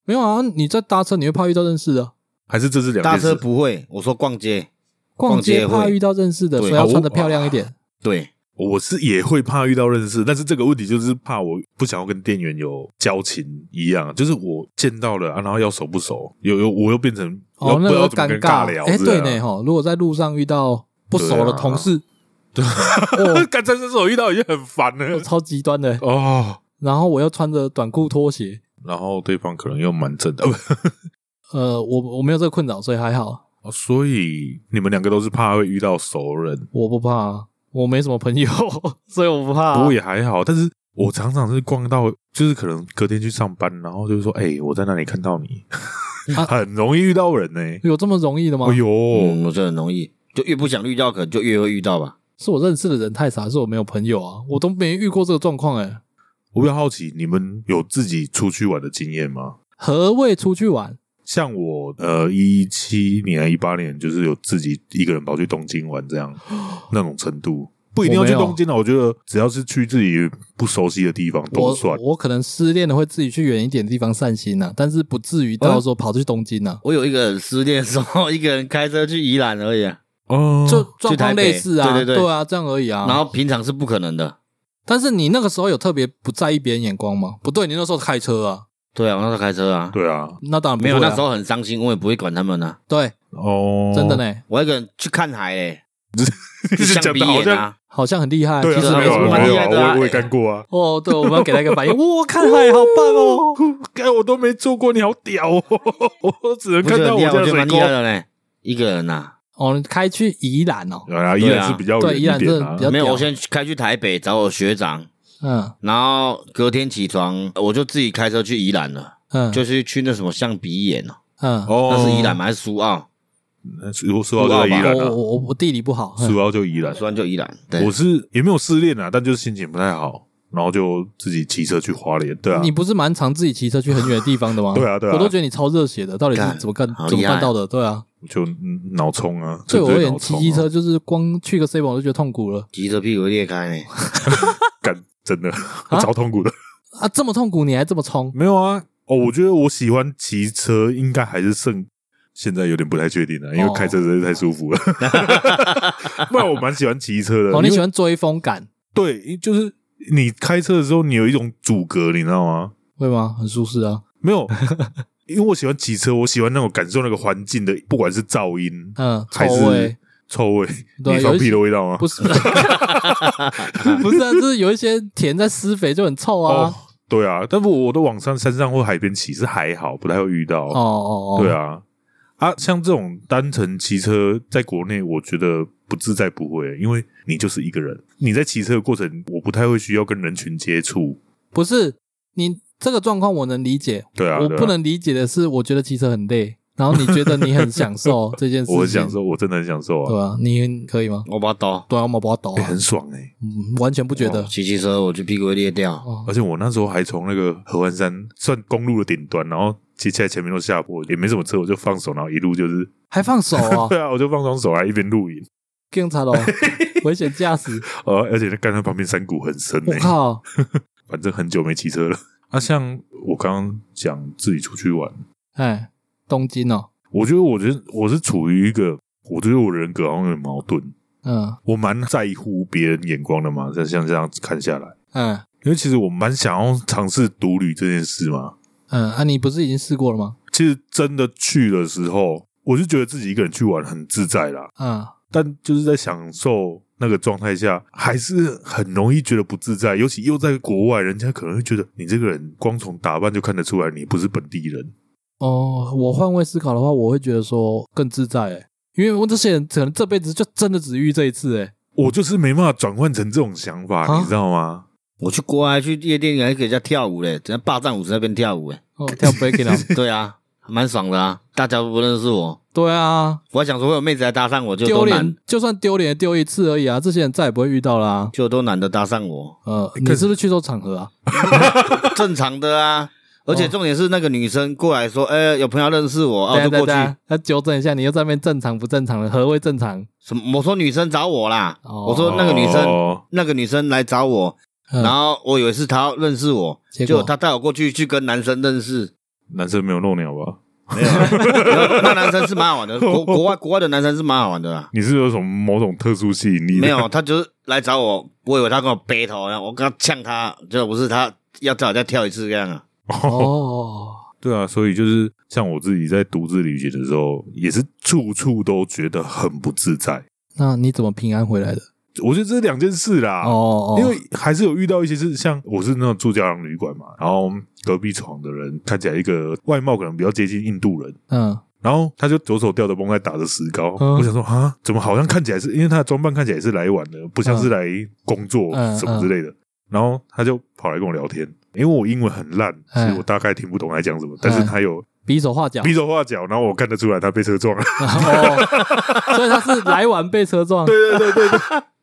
[SPEAKER 1] 没有啊，你在搭车你会怕遇到认识的，
[SPEAKER 2] 还是这是两
[SPEAKER 3] 搭
[SPEAKER 2] 件事
[SPEAKER 3] 车？不会，我说逛街，
[SPEAKER 1] 逛
[SPEAKER 3] 逛街
[SPEAKER 1] 街怕
[SPEAKER 3] 会
[SPEAKER 1] 遇到认识的，所
[SPEAKER 3] 对
[SPEAKER 1] 以要
[SPEAKER 2] 哦
[SPEAKER 1] 穿的漂亮一点。
[SPEAKER 3] 对，
[SPEAKER 2] 我是也会怕遇到认识，但是这个问题就是怕我不想要跟店员有交情一样，就是我见到了啊，然后要熟不熟，有有我又变成要
[SPEAKER 1] 哦，
[SPEAKER 2] 不
[SPEAKER 1] 那
[SPEAKER 2] 知道
[SPEAKER 1] 个
[SPEAKER 2] 怎么
[SPEAKER 1] 尴
[SPEAKER 2] 跟
[SPEAKER 1] 尬
[SPEAKER 2] 尬聊，
[SPEAKER 1] 哎，
[SPEAKER 2] 这
[SPEAKER 1] 对
[SPEAKER 2] 样
[SPEAKER 1] 呢，哈，如果在路上遇到不熟的
[SPEAKER 2] 对啊
[SPEAKER 1] 同 事，
[SPEAKER 2] 对，干在这种遇到已经很烦了
[SPEAKER 1] 哦，超极端的欸。
[SPEAKER 2] 哦。
[SPEAKER 1] 然后我又穿着短裤拖鞋，
[SPEAKER 2] 然后对方可能又蛮正的，呃
[SPEAKER 1] 呃，我我没有这个困扰，所以还好，
[SPEAKER 2] 不哦所以你们两个都是怕会遇到熟人，
[SPEAKER 1] 我不怕啊，我没什么朋友， 所以我不怕啊、
[SPEAKER 2] 不过也还好。但是我常常是逛到，就是可能隔天去上班，然后就是说，哎、我在那里看到你，
[SPEAKER 1] 啊
[SPEAKER 2] 很容易遇到人呢、
[SPEAKER 1] 有这么容易的吗？
[SPEAKER 2] 哎呦，
[SPEAKER 3] 嗯，我觉得很容易，就越不想遇到，可能就越会遇到吧。
[SPEAKER 1] 是我认识的人太少，还是我没有朋友啊？我都没遇过这个状况哎、
[SPEAKER 2] 我比较好奇，你们有自己出去玩的经验吗？
[SPEAKER 1] 何谓出去玩？
[SPEAKER 2] 像我，呃，一七年、一八年，就是有自己一个人跑去东京玩，这样那种程度，不一定要去
[SPEAKER 1] 我没有
[SPEAKER 2] 东京啊。我觉得只要是去自己不熟悉的地方都
[SPEAKER 1] 我
[SPEAKER 2] 算。
[SPEAKER 1] 我可能失恋了会自己去远一点的地方散心呐、啊，但是不至于
[SPEAKER 3] 嗯
[SPEAKER 1] 到时候跑去东京啊呐、
[SPEAKER 3] 我有一个人失恋的时候，一个人开车去宜兰而已、啊，
[SPEAKER 2] 哦
[SPEAKER 1] 啊，就状
[SPEAKER 3] 去台
[SPEAKER 1] 况
[SPEAKER 3] 北
[SPEAKER 1] 类似啊，
[SPEAKER 3] 对对对
[SPEAKER 1] 啊，这样而已啊。
[SPEAKER 3] 然后平常是不可能的。
[SPEAKER 1] 但是你那个时候有特别不在意别人眼光吗？不对，你那时候开车啊，
[SPEAKER 3] 对啊，我那时候开车啊，
[SPEAKER 2] 对啊，
[SPEAKER 1] 那当然不
[SPEAKER 3] 没有，
[SPEAKER 1] 会啊
[SPEAKER 3] 那时候很伤心，我也不会管他们啊。
[SPEAKER 1] 对，
[SPEAKER 2] 哦，
[SPEAKER 1] 真的呢、，
[SPEAKER 3] 我一个人去看海 嘞、
[SPEAKER 2] 你
[SPEAKER 3] 去
[SPEAKER 2] 是
[SPEAKER 3] 象
[SPEAKER 2] 讲
[SPEAKER 3] 鼻
[SPEAKER 2] 的好
[SPEAKER 3] 眼
[SPEAKER 2] 像
[SPEAKER 3] 啊，
[SPEAKER 1] 好像很厉害，
[SPEAKER 2] 对
[SPEAKER 1] 其
[SPEAKER 2] 啊，
[SPEAKER 1] 实
[SPEAKER 2] 是
[SPEAKER 1] 没
[SPEAKER 2] 没有
[SPEAKER 1] 什
[SPEAKER 2] 啊
[SPEAKER 1] 么
[SPEAKER 3] 蛮
[SPEAKER 2] 没有
[SPEAKER 3] 厉害的啊
[SPEAKER 2] 啊，我我也
[SPEAKER 3] 哎
[SPEAKER 2] 干过啊。
[SPEAKER 1] 哦，对，我们要给他一个 反应。哇，看海好棒 哦！
[SPEAKER 2] 哎，我都没做过，你好屌哦！ 我只能
[SPEAKER 3] 不是
[SPEAKER 2] 看到
[SPEAKER 3] 很
[SPEAKER 2] 我
[SPEAKER 3] 厉害，
[SPEAKER 2] 家的
[SPEAKER 3] 我觉得
[SPEAKER 2] 水
[SPEAKER 3] 蛮
[SPEAKER 2] 沟
[SPEAKER 3] 厉。害的啊嘞、一个人啊呐、
[SPEAKER 1] 哦，你开去宜兰哦，
[SPEAKER 2] 对啊，依然是比较
[SPEAKER 1] 对啊对
[SPEAKER 2] 远
[SPEAKER 1] 宜兰
[SPEAKER 2] 一点
[SPEAKER 1] 真的
[SPEAKER 2] 啊
[SPEAKER 1] 比。较
[SPEAKER 3] 没有，
[SPEAKER 1] 屌
[SPEAKER 3] 我先去开去台北找我学长，
[SPEAKER 1] 嗯
[SPEAKER 3] 然后隔天起床我就自己开车去宜兰了，
[SPEAKER 1] 嗯，
[SPEAKER 3] 就是去那什么象鼻眼哦，
[SPEAKER 1] 嗯，
[SPEAKER 2] 哦
[SPEAKER 3] 那是宜兰吗？还是苏澳？
[SPEAKER 2] 那说说到这个宜兰
[SPEAKER 1] 哦我
[SPEAKER 2] 啊，
[SPEAKER 1] 我我我地理不好，嗯
[SPEAKER 2] 说到就宜兰，
[SPEAKER 3] 苏澳就宜兰，哦对，
[SPEAKER 2] 我是也没有失恋啊，但就是心情不太好，然后就自己骑车去花莲，对啊
[SPEAKER 1] 你，不是蛮常自己骑车去很远的地方的吗？
[SPEAKER 2] 对啊对啊
[SPEAKER 1] 我都觉得你超热血的，到底是
[SPEAKER 3] 干
[SPEAKER 1] 怎么干
[SPEAKER 3] 好
[SPEAKER 1] 怎么
[SPEAKER 3] 厉害
[SPEAKER 1] 办到的？对啊，
[SPEAKER 2] 就嗯脑冲啊，
[SPEAKER 1] 对我
[SPEAKER 2] 纯
[SPEAKER 1] 而
[SPEAKER 2] 粹
[SPEAKER 1] 言
[SPEAKER 2] 脑
[SPEAKER 1] 骑
[SPEAKER 2] 冲啊
[SPEAKER 1] 机车就是光去个 C 本我就觉得痛苦了
[SPEAKER 3] 骑着屁股会 裂开嘞、
[SPEAKER 2] 干，真的 超痛苦的，
[SPEAKER 1] 啊啊！这么痛苦你还这么冲，
[SPEAKER 2] 没有啊，哦，我觉得我喜欢骑车，应该还是剩现在有点不太确定了，啊
[SPEAKER 1] 哦
[SPEAKER 2] 因为开车实在是太舒 服了。不然我蛮喜欢骑车的。
[SPEAKER 1] 哦，你
[SPEAKER 2] 因为
[SPEAKER 1] 喜欢追风感，
[SPEAKER 2] 对，就是你开车的时候，你有一种阻隔，你知道吗？
[SPEAKER 1] 会吗？很舒适啊。
[SPEAKER 2] 没有，因为我喜欢骑车，我喜欢那种感受那个环境的，不管是噪音、
[SPEAKER 1] 嗯，臭
[SPEAKER 2] 还是
[SPEAKER 1] 味
[SPEAKER 2] 臭味，
[SPEAKER 1] 对啊
[SPEAKER 2] 你放
[SPEAKER 1] 有一
[SPEAKER 2] 屁的味道吗？
[SPEAKER 1] 不 是，不是啊，就是有一些田在施肥就很臭啊。
[SPEAKER 2] 哦，对啊，但不，我都往上山上或海边骑是还好，不太会遇到。
[SPEAKER 1] 哦哦哦，
[SPEAKER 2] 对，啊，啊，像这种单程骑车，在国内我觉得不自在不会，因为你就是一个人，你在骑车的过程，我不太会需要跟人群接触。
[SPEAKER 1] 不是你这个状况我能理解，
[SPEAKER 2] 对啊，
[SPEAKER 1] 我
[SPEAKER 2] 对啊
[SPEAKER 1] 不，能理解的是，我觉得骑车很累，然后你觉得你很享 受这件事情，
[SPEAKER 2] 我很享，受，我真的很享受啊，
[SPEAKER 1] 对啊，你可以吗？
[SPEAKER 3] 我把刀，
[SPEAKER 1] 对啊，我们不要抖
[SPEAKER 2] 欸
[SPEAKER 1] 啊，
[SPEAKER 2] 很爽哎、
[SPEAKER 1] 嗯，完全不觉得
[SPEAKER 3] 哦。骑骑车我就屁股会裂掉。
[SPEAKER 1] 哦
[SPEAKER 2] 而且我那时候还从那个合欢山算公路的顶端，然后接下来前面都下坡，也没什么车，我就放手，然后一路就是，
[SPEAKER 1] 还放手 啊，
[SPEAKER 2] 对啊，我就放双手啊，一边露营，
[SPEAKER 1] 警察喽，危险驾 驶，
[SPEAKER 2] 呃，而且干它旁边山谷很深
[SPEAKER 1] 我
[SPEAKER 2] 哎、
[SPEAKER 1] 靠，
[SPEAKER 2] 反正很久没骑车了。啊，像我刚刚讲自己出去玩，
[SPEAKER 1] 哎，东京哦，
[SPEAKER 2] 我觉得，我觉得我是处于一个，我觉得我人格好像有点矛盾，
[SPEAKER 1] 嗯
[SPEAKER 2] 我蛮在乎别人眼光的嘛，像像这样看下来，
[SPEAKER 1] 嗯
[SPEAKER 2] 因为其实我蛮想要尝试独旅这件事嘛。
[SPEAKER 1] 嗯，啊，你不是已经试过了吗？
[SPEAKER 2] 其实真的去的时候，我就觉得自己一个人去玩很自在啦，
[SPEAKER 1] 嗯，
[SPEAKER 2] 但就是在享受那个状态下，还是很容易觉得不自在，尤其又在国外，人家可能会觉得你这个人光从打扮就看得出来你不是本地人。
[SPEAKER 1] 哦，我换位思考的话，我会觉得说更自在、欸，因为我这些人可能这辈子就真的只遇这一次、欸，
[SPEAKER 2] 我就是没办法转换成这种想法，
[SPEAKER 1] 啊
[SPEAKER 2] 你知道吗？
[SPEAKER 3] 我去国外去夜店还给人家跳舞嘞，人家霸占舞池那边跳舞 哎，
[SPEAKER 1] 哦，跳 breaking 啊，
[SPEAKER 3] 对啊，蛮爽的啊，大家都不认识我，
[SPEAKER 1] 对啊，
[SPEAKER 3] 我还想说会有妹子来搭讪我，就
[SPEAKER 1] 丢
[SPEAKER 3] 都懒
[SPEAKER 1] 脸，就算丢脸也丢一次而已啊，这些人再也不会遇到啦、
[SPEAKER 3] 就都懒得搭讪我，
[SPEAKER 1] 呃，你是不是去错场合啊？
[SPEAKER 3] 正常的啊。而且重点是那个女生过来说，哎，有朋友认识
[SPEAKER 2] 哦
[SPEAKER 3] 我，啊，我
[SPEAKER 1] 哦对
[SPEAKER 3] 就
[SPEAKER 1] 对
[SPEAKER 3] 过去。
[SPEAKER 1] 对，他纠正一下，你又在那边正常不正常了？何谓正常？
[SPEAKER 3] 什么？我说女生找我啦，
[SPEAKER 1] 哦
[SPEAKER 3] 我说那个女生，
[SPEAKER 2] 哦
[SPEAKER 3] 那个女生来找我，
[SPEAKER 1] 嗯
[SPEAKER 3] 然后我以为是她要认识我，
[SPEAKER 1] 结
[SPEAKER 3] 结
[SPEAKER 1] 果
[SPEAKER 3] 果她带我过去去跟男生认识，
[SPEAKER 2] 男生没有漏鸟吧？
[SPEAKER 3] 没有啊，那男生是蛮好玩 的，国国外国外的男生是蛮好玩的啦。
[SPEAKER 2] 你是不是有什么某种特殊吸引力？
[SPEAKER 3] 没，有，他就是来找我，我以为他跟我 battle，然后我跟他呛他，结果不是他要叫我再跳一次这样啊。
[SPEAKER 1] 哦，
[SPEAKER 2] 对啊，所以就是像我自己在独自旅行的时候，也是处处都觉得很不自在。
[SPEAKER 1] 那你怎么平安回来的？
[SPEAKER 2] 我觉得这是两件事啦，
[SPEAKER 1] 哦哦，
[SPEAKER 2] 啊因为还是有遇到一些是像我是那种住胶囊旅馆嘛，然后隔壁床的人看起来一个外貌可能比较接近印度人。
[SPEAKER 1] 嗯
[SPEAKER 2] 然后他就左手吊着绷带打着石膏，
[SPEAKER 1] 嗯
[SPEAKER 2] 我想说啊，怎么好像看起来是因为他的装扮看起来是来玩的，不像是来工作
[SPEAKER 1] 嗯
[SPEAKER 2] 什么之类的。然后他就跑来跟我聊天，因为我英文很烂，所
[SPEAKER 1] 哎
[SPEAKER 2] 以我大概听不懂他在讲什么，但是
[SPEAKER 1] 嗯
[SPEAKER 2] 他有
[SPEAKER 1] 比手画脚，
[SPEAKER 2] 比手画脚，然后我看得出来他被车撞了。
[SPEAKER 1] 哦，所以他是来晚被车撞，
[SPEAKER 2] 对对对对对。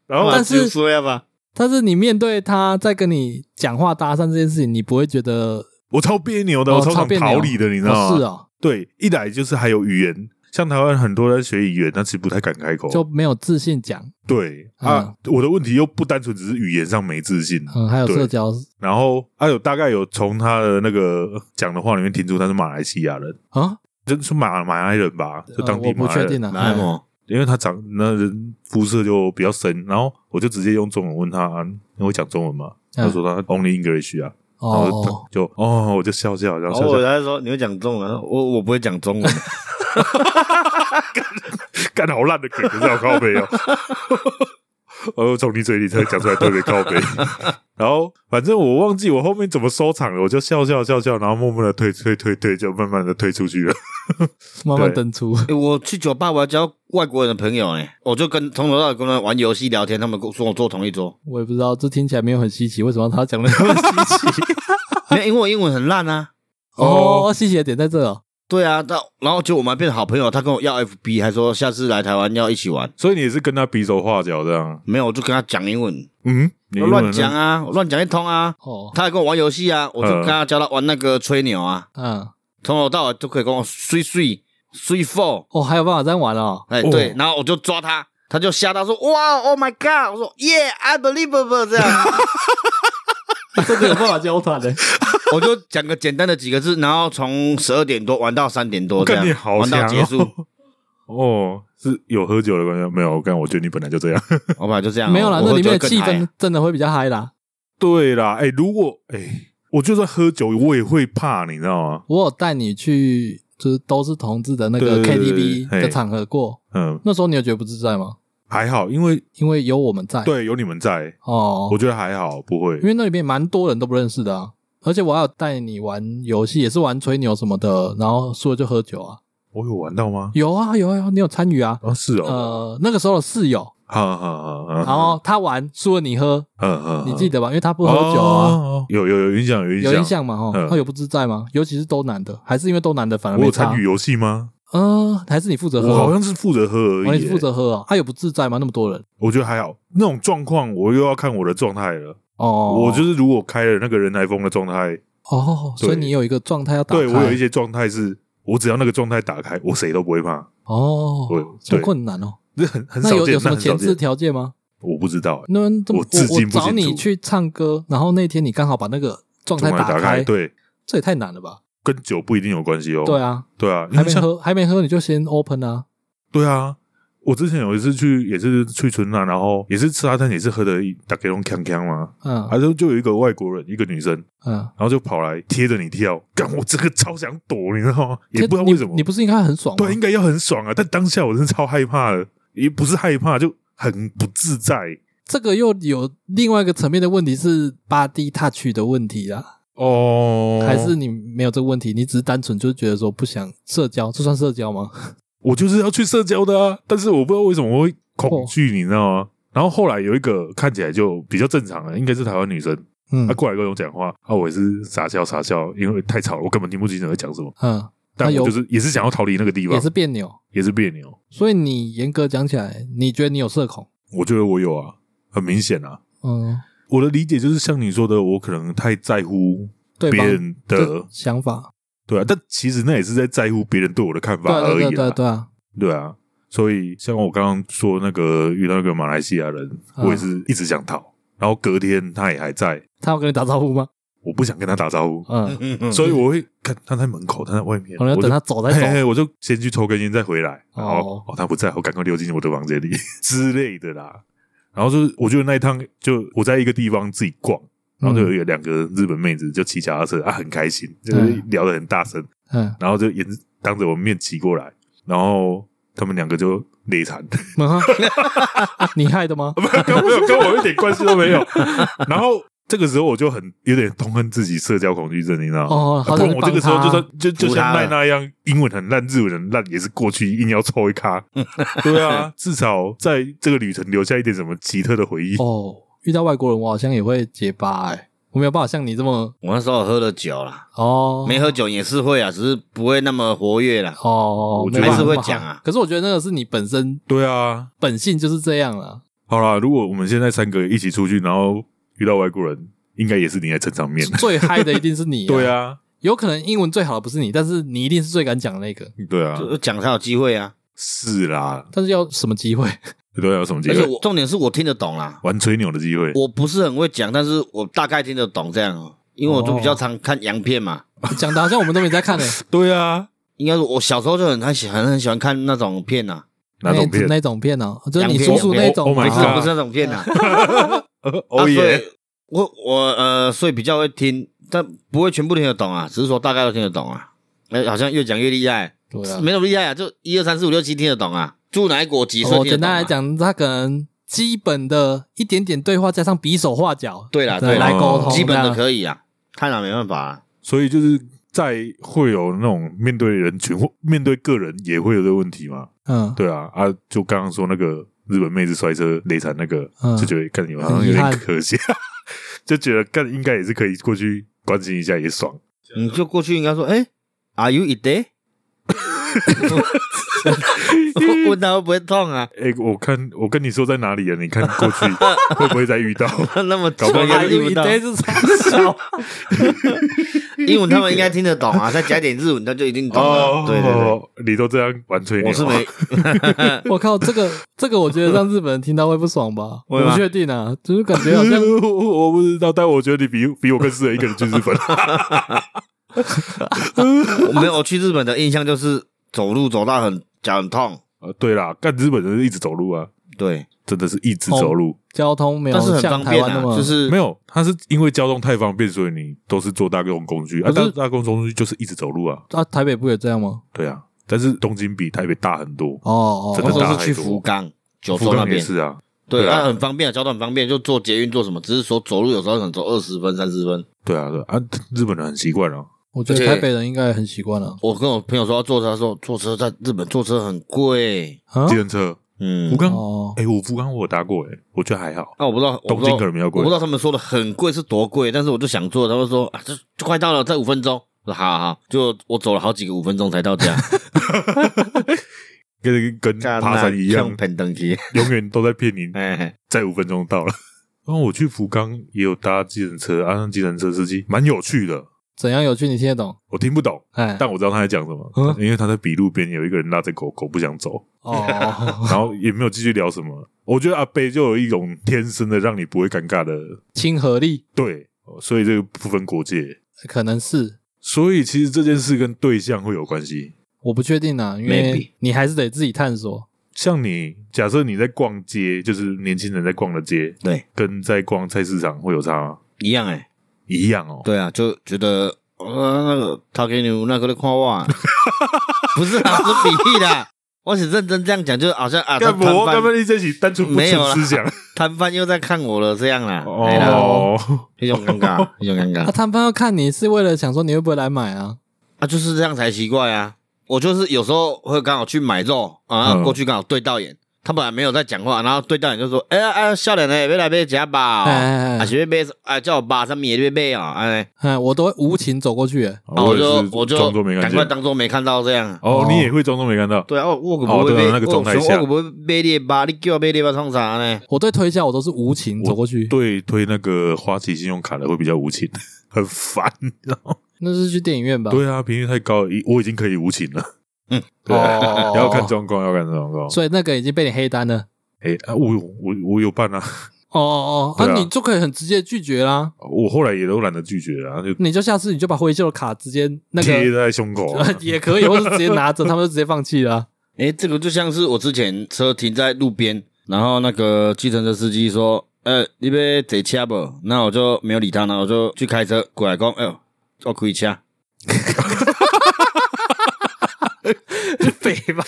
[SPEAKER 2] 然后
[SPEAKER 1] 哦但是
[SPEAKER 3] 就说要吧，
[SPEAKER 1] 但是你面对他在跟你讲话搭讪这件事情，你不会觉得
[SPEAKER 2] 我超别扭的，
[SPEAKER 1] 哦
[SPEAKER 2] 我超
[SPEAKER 1] 超
[SPEAKER 2] 想
[SPEAKER 1] 别扭
[SPEAKER 2] 逃离的，你知道
[SPEAKER 1] 哦
[SPEAKER 2] 吗？
[SPEAKER 1] 是啊，
[SPEAKER 2] 对，一来就是还有语言，像台湾很多在学语言，但是不太敢开口。
[SPEAKER 1] 就嗯没有自信讲，
[SPEAKER 2] 对啊，我的问题又不单纯只是语言上没自信，
[SPEAKER 1] 嗯，还有
[SPEAKER 2] 对
[SPEAKER 1] 社交，
[SPEAKER 2] 然后他有大概有从他的那个讲的话里面听出他是马来西亚人，
[SPEAKER 1] 啊，
[SPEAKER 2] 就是马马来人吧，就当
[SPEAKER 1] 呃
[SPEAKER 2] 地
[SPEAKER 1] 我不
[SPEAKER 2] 马来
[SPEAKER 1] 确
[SPEAKER 2] 人，
[SPEAKER 1] 定啊，
[SPEAKER 3] 哪有
[SPEAKER 1] 嗯
[SPEAKER 3] 么？
[SPEAKER 2] 因为他长那人肤色就比较深，然后我就直接用中文问他，啊、你会讲中文吗？
[SPEAKER 1] 嗯
[SPEAKER 2] 他说他 only English 啊，然后我
[SPEAKER 1] 哦，
[SPEAKER 2] 就就哦，我就笑笑，然
[SPEAKER 3] 然
[SPEAKER 2] 后
[SPEAKER 3] 后
[SPEAKER 2] 笑
[SPEAKER 3] 我
[SPEAKER 2] 笑，
[SPEAKER 3] 他就说你会讲中文，我我不会讲中文，
[SPEAKER 2] 干好烂的梗，可是好靠 背哦。我从你嘴里才讲出来，特别 靠背。然后反正我忘记我后面怎么收场了，我就笑笑笑笑，然后默默的退退退退，就慢慢的退出去了。
[SPEAKER 1] 慢慢
[SPEAKER 2] 对
[SPEAKER 1] 登出，
[SPEAKER 3] 诶欸我去酒吧我还交外国人的朋友哎、我就跟从头到尾跟他们玩游戏聊天，他们跟我说我坐同一桌，
[SPEAKER 1] 我也不知道，这听起来没有很稀奇，为什么他讲的那么稀奇？
[SPEAKER 3] 没有因为我英文很烂啊。
[SPEAKER 1] 哦，稀奇的点在这哦，
[SPEAKER 3] 对啊，到然后结果我们还变成好朋友，他跟我要 FB，还说下次来台湾要一起玩。
[SPEAKER 2] 所以你也是跟他比手画脚这样？
[SPEAKER 3] 没有，我就跟他讲英文，
[SPEAKER 2] 嗯，你
[SPEAKER 3] 我
[SPEAKER 2] 英文
[SPEAKER 3] 乱讲啊，我乱讲一通啊。
[SPEAKER 1] 哦，
[SPEAKER 3] 他还跟我玩游戏啊，
[SPEAKER 2] 嗯
[SPEAKER 3] 我就跟他教他玩那个吹牛啊，
[SPEAKER 1] 嗯，
[SPEAKER 3] 从头到尾都可以跟我睡睡睡 four，
[SPEAKER 1] 哦，还有办法这样玩哦，
[SPEAKER 3] 哎、
[SPEAKER 2] 哦
[SPEAKER 3] 对，然后我就抓他，他就吓到说哇，Oh my god，我说 Yeah，unbelievable 这样，
[SPEAKER 1] 真的有办法交谈的，
[SPEAKER 3] 我就讲个简单的几个字，然后从十二点多玩到三点多这
[SPEAKER 2] 干你
[SPEAKER 3] 样，
[SPEAKER 2] 好
[SPEAKER 3] 玩到
[SPEAKER 2] 强
[SPEAKER 3] 结束。
[SPEAKER 2] 哦！ 哦，是有喝酒的关系吗没有？我干，我觉得你本来就 这样。
[SPEAKER 3] 我本来就这样， 哦
[SPEAKER 1] 没有啦，
[SPEAKER 3] 我
[SPEAKER 1] 那
[SPEAKER 3] 喝
[SPEAKER 1] 里
[SPEAKER 3] 酒
[SPEAKER 1] 面的
[SPEAKER 3] 会更
[SPEAKER 1] 气
[SPEAKER 3] 嗨
[SPEAKER 1] 氛真的会比较嗨啦。
[SPEAKER 2] 对啦，哎、如果哎、我就算喝酒，我也会怕，你知道吗？
[SPEAKER 1] 我有带你去，就是都是同志的那
[SPEAKER 2] 对
[SPEAKER 1] 个
[SPEAKER 2] 对对对
[SPEAKER 1] KTV
[SPEAKER 2] 嘿
[SPEAKER 1] 的场合过，
[SPEAKER 2] 嗯，
[SPEAKER 1] 那时候你有觉得不自在吗？
[SPEAKER 2] 还好，因为
[SPEAKER 1] 因为有我们在，
[SPEAKER 2] 对有你们在，
[SPEAKER 1] 哦
[SPEAKER 2] 我，觉得还好，不会
[SPEAKER 1] 因。为那里面蛮多人都不认识的啊。而且我还有带你玩游戏，也是玩吹牛什么的，然后输了就喝酒啊。
[SPEAKER 2] 我有玩到吗？
[SPEAKER 1] 有啊，有啊，有啊，你有参与啊？
[SPEAKER 2] 哦，是哦，
[SPEAKER 1] 呃，那个时候的室友，
[SPEAKER 2] 哈哈哈，
[SPEAKER 1] 然后他玩输了你喝，
[SPEAKER 2] 嗯嗯，哦
[SPEAKER 1] 你记
[SPEAKER 2] 得
[SPEAKER 1] 得吧？因为他不喝酒啊，
[SPEAKER 2] 有有有印象，有印象。
[SPEAKER 1] 有印象嘛？哦
[SPEAKER 2] 嗯，
[SPEAKER 1] 他有不自在吗？尤其是都男的，还是因为都男的反而
[SPEAKER 2] 我
[SPEAKER 1] 没
[SPEAKER 2] 有
[SPEAKER 1] 差
[SPEAKER 2] 参与？游戏吗？
[SPEAKER 1] 嗯，还是你负责喝？
[SPEAKER 2] 我好像是负责喝而已、
[SPEAKER 1] 哦你是负责喝啊？他有不自在吗？那么多人
[SPEAKER 2] 我觉得还好。那种状况，我又要看我的状态了。
[SPEAKER 1] 哦，
[SPEAKER 2] 我就是如果开了那个人来疯的状态，
[SPEAKER 1] 哦，
[SPEAKER 2] 对
[SPEAKER 1] 所以你有一个状态要打开，
[SPEAKER 2] 对我有一些状态是，我只要那个状态打开，我谁都不会怕。
[SPEAKER 1] 哦
[SPEAKER 2] 对，
[SPEAKER 1] 这
[SPEAKER 2] 对
[SPEAKER 1] 么困难哦。
[SPEAKER 2] 这很很
[SPEAKER 1] 那
[SPEAKER 2] 少
[SPEAKER 1] 有
[SPEAKER 2] 见，
[SPEAKER 1] 有什么
[SPEAKER 2] 很少
[SPEAKER 1] 前置
[SPEAKER 2] 见。
[SPEAKER 1] 条件吗？
[SPEAKER 2] 我不知道、欸，
[SPEAKER 1] 那那
[SPEAKER 2] 我至今不清楚
[SPEAKER 1] 找你去唱歌，然后那天你刚好把那个状态
[SPEAKER 2] 状态打
[SPEAKER 1] 开，
[SPEAKER 2] 对，
[SPEAKER 1] 这也太难了吧？
[SPEAKER 2] 跟酒不一定有关系哦。
[SPEAKER 1] 对，啊，
[SPEAKER 2] 对啊，因
[SPEAKER 1] 还
[SPEAKER 2] 为
[SPEAKER 1] 没
[SPEAKER 2] 像
[SPEAKER 1] 喝还没喝你就先 open 啊，
[SPEAKER 2] 对啊，我之前有一次去也是去春娜，然后也是吃阿蛋，也是喝的打给龙锵锵嘛，
[SPEAKER 1] 嗯
[SPEAKER 2] 然后就有一个外国人，一个女生，
[SPEAKER 1] 嗯，
[SPEAKER 2] 然后就跑来贴着你跳，干我这个超想躲，你知道吗？也不知道
[SPEAKER 1] 你
[SPEAKER 2] 为什么
[SPEAKER 1] 你，不是应该很爽吗
[SPEAKER 2] 对，？应该要很爽啊，但当下我真的超害怕的，也不是害怕，就很不自在。
[SPEAKER 1] 这个又有另外一个层面的问题是 body touch 的问题啦，
[SPEAKER 2] 哦
[SPEAKER 1] 还是你没有这个问题，你只是单纯就是觉得说不想社交，这算社交吗？
[SPEAKER 2] 啊我就是要去社交的啊，但是我不知道为什么我会恐惧，你知道
[SPEAKER 1] 哦
[SPEAKER 2] 吗？然后后来有一个看起来就比较正常的，应该是台湾女生，
[SPEAKER 1] 嗯
[SPEAKER 2] 她过来跟我讲话，啊，我也是傻笑傻笑，因为太吵了，我根本听不清楚在讲什么。
[SPEAKER 1] 嗯，
[SPEAKER 2] 但
[SPEAKER 1] 有
[SPEAKER 2] 我就是也是想要逃离那个地方，
[SPEAKER 1] 也是别扭。
[SPEAKER 2] 也是别扭。
[SPEAKER 1] 所以你严格讲起来，你觉得你有社恐？
[SPEAKER 2] 我觉得我有啊，很明显啊。
[SPEAKER 1] 嗯，
[SPEAKER 2] 我的理解就是像你说的，我可能太在乎
[SPEAKER 1] 对
[SPEAKER 2] 别
[SPEAKER 1] 方
[SPEAKER 2] 人的
[SPEAKER 1] 这，想法，
[SPEAKER 2] 对啊，但其实那也是在在乎别人对我的看法
[SPEAKER 1] 对啊
[SPEAKER 2] 而
[SPEAKER 1] 对
[SPEAKER 2] 已
[SPEAKER 1] 啊
[SPEAKER 2] 啦
[SPEAKER 1] 对啊对啊，
[SPEAKER 2] 对啊，所以像我刚刚说那个遇到那个马来西亚人，
[SPEAKER 1] 啊
[SPEAKER 2] 我也是一直想逃，然后隔天他也还在，
[SPEAKER 1] 他要跟你打招呼吗？
[SPEAKER 2] 我不想跟他打招呼，
[SPEAKER 1] 嗯， 哦
[SPEAKER 2] 所以我会看他在门口，他在外面，
[SPEAKER 1] 可能要
[SPEAKER 2] 我
[SPEAKER 1] 等
[SPEAKER 2] 就
[SPEAKER 1] 他走再
[SPEAKER 2] 嘿嘿，
[SPEAKER 1] 走。
[SPEAKER 2] 我就先去抽根烟再回来，然后
[SPEAKER 1] 哦
[SPEAKER 2] 哦他不在，我赶快溜进我的房间里 之类的啦。然后就是我觉得那一趟就我在一个地方自己逛，然后就有一个两个日本妹子就骑脚踏车啊，很开心，就是
[SPEAKER 1] 嗯
[SPEAKER 2] 聊得很大声，
[SPEAKER 1] 嗯，
[SPEAKER 2] 然后就沿当着我面骑过来，然后他们两个就累 惨。
[SPEAKER 1] 嗯哈嗯 你害的吗？
[SPEAKER 2] 跟我有跟我一点关系都没 有。然后这个时候我就很有点痛恨自己社交恐惧症，你知道吗？
[SPEAKER 1] 哦，好
[SPEAKER 2] 不
[SPEAKER 1] 想
[SPEAKER 2] 然
[SPEAKER 1] 去
[SPEAKER 2] 我这
[SPEAKER 1] 帮
[SPEAKER 2] 个时候就
[SPEAKER 1] 他
[SPEAKER 2] 算。就就
[SPEAKER 3] 服
[SPEAKER 2] 像
[SPEAKER 3] 他
[SPEAKER 2] 赖
[SPEAKER 3] 了
[SPEAKER 2] 那样，英文很烂，日文很烂，也是过去硬要凑一 咖。对啊，至少在这个旅程留下一点什么奇特的回忆。
[SPEAKER 1] 哦，遇到外国人，我好像也会结巴哎，我没有办法像你这么
[SPEAKER 3] 我那时候喝了酒啦，
[SPEAKER 1] 哦，
[SPEAKER 3] 没喝酒也是会啊，只是不会那么活跃啦。
[SPEAKER 1] 哦
[SPEAKER 2] 我，
[SPEAKER 1] 没
[SPEAKER 2] 觉得
[SPEAKER 1] 办法
[SPEAKER 2] 还是
[SPEAKER 3] 会
[SPEAKER 1] 那么好
[SPEAKER 3] 讲啊
[SPEAKER 1] 可是我觉得那个是你本身
[SPEAKER 2] 对啊，
[SPEAKER 1] 本性就是这样了。
[SPEAKER 2] 好啦，如果我们现在三个一起出去，然后遇到外国人，应该也是你在撑场面。
[SPEAKER 1] 最嗨的一定是啊你、
[SPEAKER 2] 对，啊，
[SPEAKER 1] 有可能英文最好的不是你，但是你一定是最敢讲的那个。
[SPEAKER 2] 对啊，
[SPEAKER 3] 就讲才有机会啊，
[SPEAKER 2] 是啦，
[SPEAKER 1] 但是要什么 机会？
[SPEAKER 2] 对啊，有什么机
[SPEAKER 3] 而且
[SPEAKER 2] 会？
[SPEAKER 3] 我重点是我听得懂啦，
[SPEAKER 2] 玩吹牛的机会。
[SPEAKER 3] 我不是很会讲，但是我大概听得懂这样哦，因为我就比较常看洋片嘛。
[SPEAKER 1] 讲的好像我们都没在看呢、 欸。
[SPEAKER 2] 对啊，
[SPEAKER 3] 应该是我小时候就很很喜很很喜欢看那种片呐、
[SPEAKER 2] 哪种片
[SPEAKER 1] 哎那？那种片呢、就是你
[SPEAKER 3] 洋片
[SPEAKER 1] 叔叔那种
[SPEAKER 2] 洋片 Oh
[SPEAKER 1] 嘛。
[SPEAKER 2] my
[SPEAKER 3] 啊，
[SPEAKER 2] 啊
[SPEAKER 3] 不是
[SPEAKER 2] god
[SPEAKER 3] 不是那种片呐、啊。
[SPEAKER 2] 哦
[SPEAKER 3] 所
[SPEAKER 2] 耶！
[SPEAKER 3] 以我我呃，所以比较会听，但不会全部听得懂啊，只是说大概都听得懂啊。哎，好像越讲越厉害，
[SPEAKER 1] 对啊
[SPEAKER 3] 没那么厉害啊，就一二三四五六七听得懂啊。住哪一国籍？所以
[SPEAKER 1] 哦，
[SPEAKER 3] 听得
[SPEAKER 1] 简
[SPEAKER 3] 懂
[SPEAKER 1] 单
[SPEAKER 3] 啊
[SPEAKER 1] 来，讲，他可能基本的一点点对话，加上比手画脚，
[SPEAKER 3] 对啦对啦
[SPEAKER 1] 来沟通，
[SPEAKER 3] 基本
[SPEAKER 1] 这
[SPEAKER 3] 的
[SPEAKER 1] 样
[SPEAKER 3] 可以啊，太难没办法、啊。
[SPEAKER 2] 所以就是在会有那种面对人群或面对个人也会有这个问题嘛？
[SPEAKER 1] 嗯，
[SPEAKER 2] 对啊，啊，就刚刚说那个日本妹子摔车累惨那个，
[SPEAKER 1] 嗯
[SPEAKER 2] 就觉得干有好像有点可惜， 就觉得干应该也是可以过去关心一下也爽。
[SPEAKER 3] 你就过去应该说，哎、a r e you i d e 问他会不会痛啊？
[SPEAKER 2] 哎、我看我跟你说在哪里啊？你看过去 会不会再遇到？
[SPEAKER 3] 那么啊
[SPEAKER 2] 搞不好
[SPEAKER 3] 痛
[SPEAKER 2] 应该
[SPEAKER 3] 也
[SPEAKER 1] 还
[SPEAKER 2] 是
[SPEAKER 1] 有
[SPEAKER 3] 听不
[SPEAKER 1] 一
[SPEAKER 3] 到。
[SPEAKER 1] 堆是傻笑，
[SPEAKER 3] 英文他们应该听得懂啊，再加一点日文他就一定懂了。哦对对对，
[SPEAKER 2] 对，哦你都这样玩吹牛，啊
[SPEAKER 3] 我是没，
[SPEAKER 1] 我靠，这个这个，我觉得让日本人听到会不爽吧？我
[SPEAKER 3] 会吗
[SPEAKER 1] 不确定啊，就是感觉好像
[SPEAKER 2] 我我不知道，但我觉得你比比我更适合一个人去日本。
[SPEAKER 3] 我 没有我去日本的印象就是走路走到很脚很痛，
[SPEAKER 2] 呃对啦，干日本人一直走路啊，
[SPEAKER 3] 对，
[SPEAKER 2] 真的是一直走路，
[SPEAKER 1] 交通没有
[SPEAKER 3] 但是很
[SPEAKER 1] 像
[SPEAKER 3] 方
[SPEAKER 1] 台
[SPEAKER 3] 便
[SPEAKER 1] 湾那
[SPEAKER 3] 啊，
[SPEAKER 1] 么
[SPEAKER 3] 就是
[SPEAKER 2] 没有，他是因为交通太方便，所以你都是坐大众工具啊，
[SPEAKER 1] 可
[SPEAKER 2] 大
[SPEAKER 1] 是
[SPEAKER 2] 大众工具就是一直走路啊，
[SPEAKER 1] 啊，台北不也这样吗？
[SPEAKER 2] 对啊，但是东京比台北大很多，
[SPEAKER 1] 哦哦，
[SPEAKER 2] 真
[SPEAKER 3] 那
[SPEAKER 2] 的
[SPEAKER 3] 时
[SPEAKER 2] 大
[SPEAKER 3] 候
[SPEAKER 2] 太
[SPEAKER 3] 是去
[SPEAKER 2] 多
[SPEAKER 3] 福冈、九
[SPEAKER 2] 福
[SPEAKER 3] 州那
[SPEAKER 2] 冈也
[SPEAKER 3] 边，
[SPEAKER 2] 是啊，
[SPEAKER 3] 对，
[SPEAKER 2] 对啊
[SPEAKER 3] 啊，很方便啊，交通很方便，就坐捷运做什么，只是说走路有时候可能走二十分、三十分。
[SPEAKER 2] 对啊，对啊，啊日本人很习惯啊，
[SPEAKER 1] 我觉
[SPEAKER 3] 而
[SPEAKER 1] 得
[SPEAKER 3] 且
[SPEAKER 1] 台北人应该也很习惯啊了
[SPEAKER 3] 我跟我朋友说要坐车，他说坐车在日本坐车很贵，
[SPEAKER 1] 啊
[SPEAKER 2] 计。程车，
[SPEAKER 3] 嗯
[SPEAKER 2] 福，冈，
[SPEAKER 1] 哦，
[SPEAKER 2] 哎，我福冈我有搭过，哎，我觉得还好，
[SPEAKER 3] 那、我不知道，我
[SPEAKER 2] 东
[SPEAKER 3] 不知道
[SPEAKER 2] 京可能比较
[SPEAKER 3] 我
[SPEAKER 2] 贵
[SPEAKER 3] 不知，道他们说的很贵是多贵，但是我就想坐，他们说啊，这就快到了，再五分钟。我说好好好，就我走了好几个五分钟才到家，
[SPEAKER 2] 跟跟 爬山一 样，
[SPEAKER 3] 喷登机。
[SPEAKER 2] 永远都在骗你，
[SPEAKER 3] 哎，
[SPEAKER 2] 再五分钟到了。 然后我去福冈也有搭计程车，啊，那计程车司机蛮有趣的，
[SPEAKER 1] 怎样有趣你听得懂？
[SPEAKER 2] 我听不懂，
[SPEAKER 1] 哎，
[SPEAKER 2] 但我知道他在讲什么，
[SPEAKER 1] 嗯
[SPEAKER 2] 因为他在比路边有一个人拉着狗狗不想走，
[SPEAKER 1] 哦，
[SPEAKER 2] 然后也没有继续聊什么。我觉得阿贝就有一种天生的让你不会尴尬的，
[SPEAKER 1] 亲和力
[SPEAKER 2] 对，所以这个不分国界。
[SPEAKER 1] 可能是
[SPEAKER 2] 所以其实这件事跟对象会有关系。
[SPEAKER 1] 我不确定啊，因
[SPEAKER 3] Maybe
[SPEAKER 1] 为你还是得自己探索。
[SPEAKER 2] 像你，假设你在逛街，就是年轻人在逛的街，
[SPEAKER 3] 对，
[SPEAKER 2] 跟在逛菜市场会有差吗？
[SPEAKER 3] 一样哎、
[SPEAKER 2] 一样哦。
[SPEAKER 3] 对啊，就觉得呃那个他给你那个在看我、啊，不是啊，是比喻的。我是认真这样讲，就是好像啊，他
[SPEAKER 2] 干
[SPEAKER 3] 摊
[SPEAKER 2] 嘛？干嘛
[SPEAKER 3] 贩
[SPEAKER 2] 你这起单纯不
[SPEAKER 3] 没有
[SPEAKER 2] 纯
[SPEAKER 3] 啦
[SPEAKER 2] 思 想？
[SPEAKER 3] 摊贩又在看我了，这样啦，哎呀，
[SPEAKER 2] 哦，
[SPEAKER 3] 一种尴尬，一种尴
[SPEAKER 1] 啊，
[SPEAKER 3] 尬
[SPEAKER 1] 摊贩要看你是为了想说你会不会来买啊？
[SPEAKER 3] 啊，就是这样才奇怪啊。我就是有时候会刚好去买肉啊，
[SPEAKER 2] 嗯
[SPEAKER 3] 过去刚好对到眼，他本来没有在讲话，然后对到眼就说：“哎呀哎呀，笑脸呢，别来别夹吧，
[SPEAKER 1] 哎
[SPEAKER 3] 啊
[SPEAKER 1] 哎哎
[SPEAKER 3] 是要买啊叫我爸上面也别买啊。”哎，
[SPEAKER 1] 哎，我都会无情走过去。哎
[SPEAKER 3] 啊我就
[SPEAKER 2] 也是
[SPEAKER 3] 我就
[SPEAKER 2] 装作没看
[SPEAKER 3] 赶
[SPEAKER 2] 见
[SPEAKER 3] 快。当做没看到这样。啊
[SPEAKER 2] 哦
[SPEAKER 1] 哦，
[SPEAKER 2] 你也会装作没看到？
[SPEAKER 3] 对啊，我我可
[SPEAKER 2] 哦
[SPEAKER 3] 不会
[SPEAKER 2] 对啊
[SPEAKER 3] 被
[SPEAKER 2] 那个状态
[SPEAKER 3] 我
[SPEAKER 2] 下
[SPEAKER 3] 我可不会被猎巴，你叫我被猎巴创啥呢？
[SPEAKER 1] 我对推销我都是无情走过去，
[SPEAKER 2] 对，推那个花旗信用卡的会比较无情， 很烦。你知道吗
[SPEAKER 1] 那是去电影院吧？
[SPEAKER 2] 对啊，频率太高，已我已经可以无情了。
[SPEAKER 3] 嗯，
[SPEAKER 2] 对啊，
[SPEAKER 1] 哦
[SPEAKER 2] 要看状况，要看状况。
[SPEAKER 1] 所以那个已经被你黑单了。
[SPEAKER 2] 哎啊，我有我我有办啊，
[SPEAKER 1] 哦哦哦，
[SPEAKER 2] 对
[SPEAKER 1] 那
[SPEAKER 2] 啊
[SPEAKER 1] 你就可以很直接拒绝啦，
[SPEAKER 2] 我后来也都懒得拒绝了，就
[SPEAKER 1] 你就下次你就把灰秀的卡直接那
[SPEAKER 2] 贴
[SPEAKER 1] 个
[SPEAKER 2] 在 胸口啊。
[SPEAKER 1] 呃也可以，或是直接拿着，他们就直接放弃 了。啊
[SPEAKER 3] 哎、这个就像是我之前车停在路边，然后那个计程车司机说：“呃、你要坐车不？”那我就没有理他，然后我就去开车过来讲：“哎、呦，我开车。
[SPEAKER 1] 北吧，”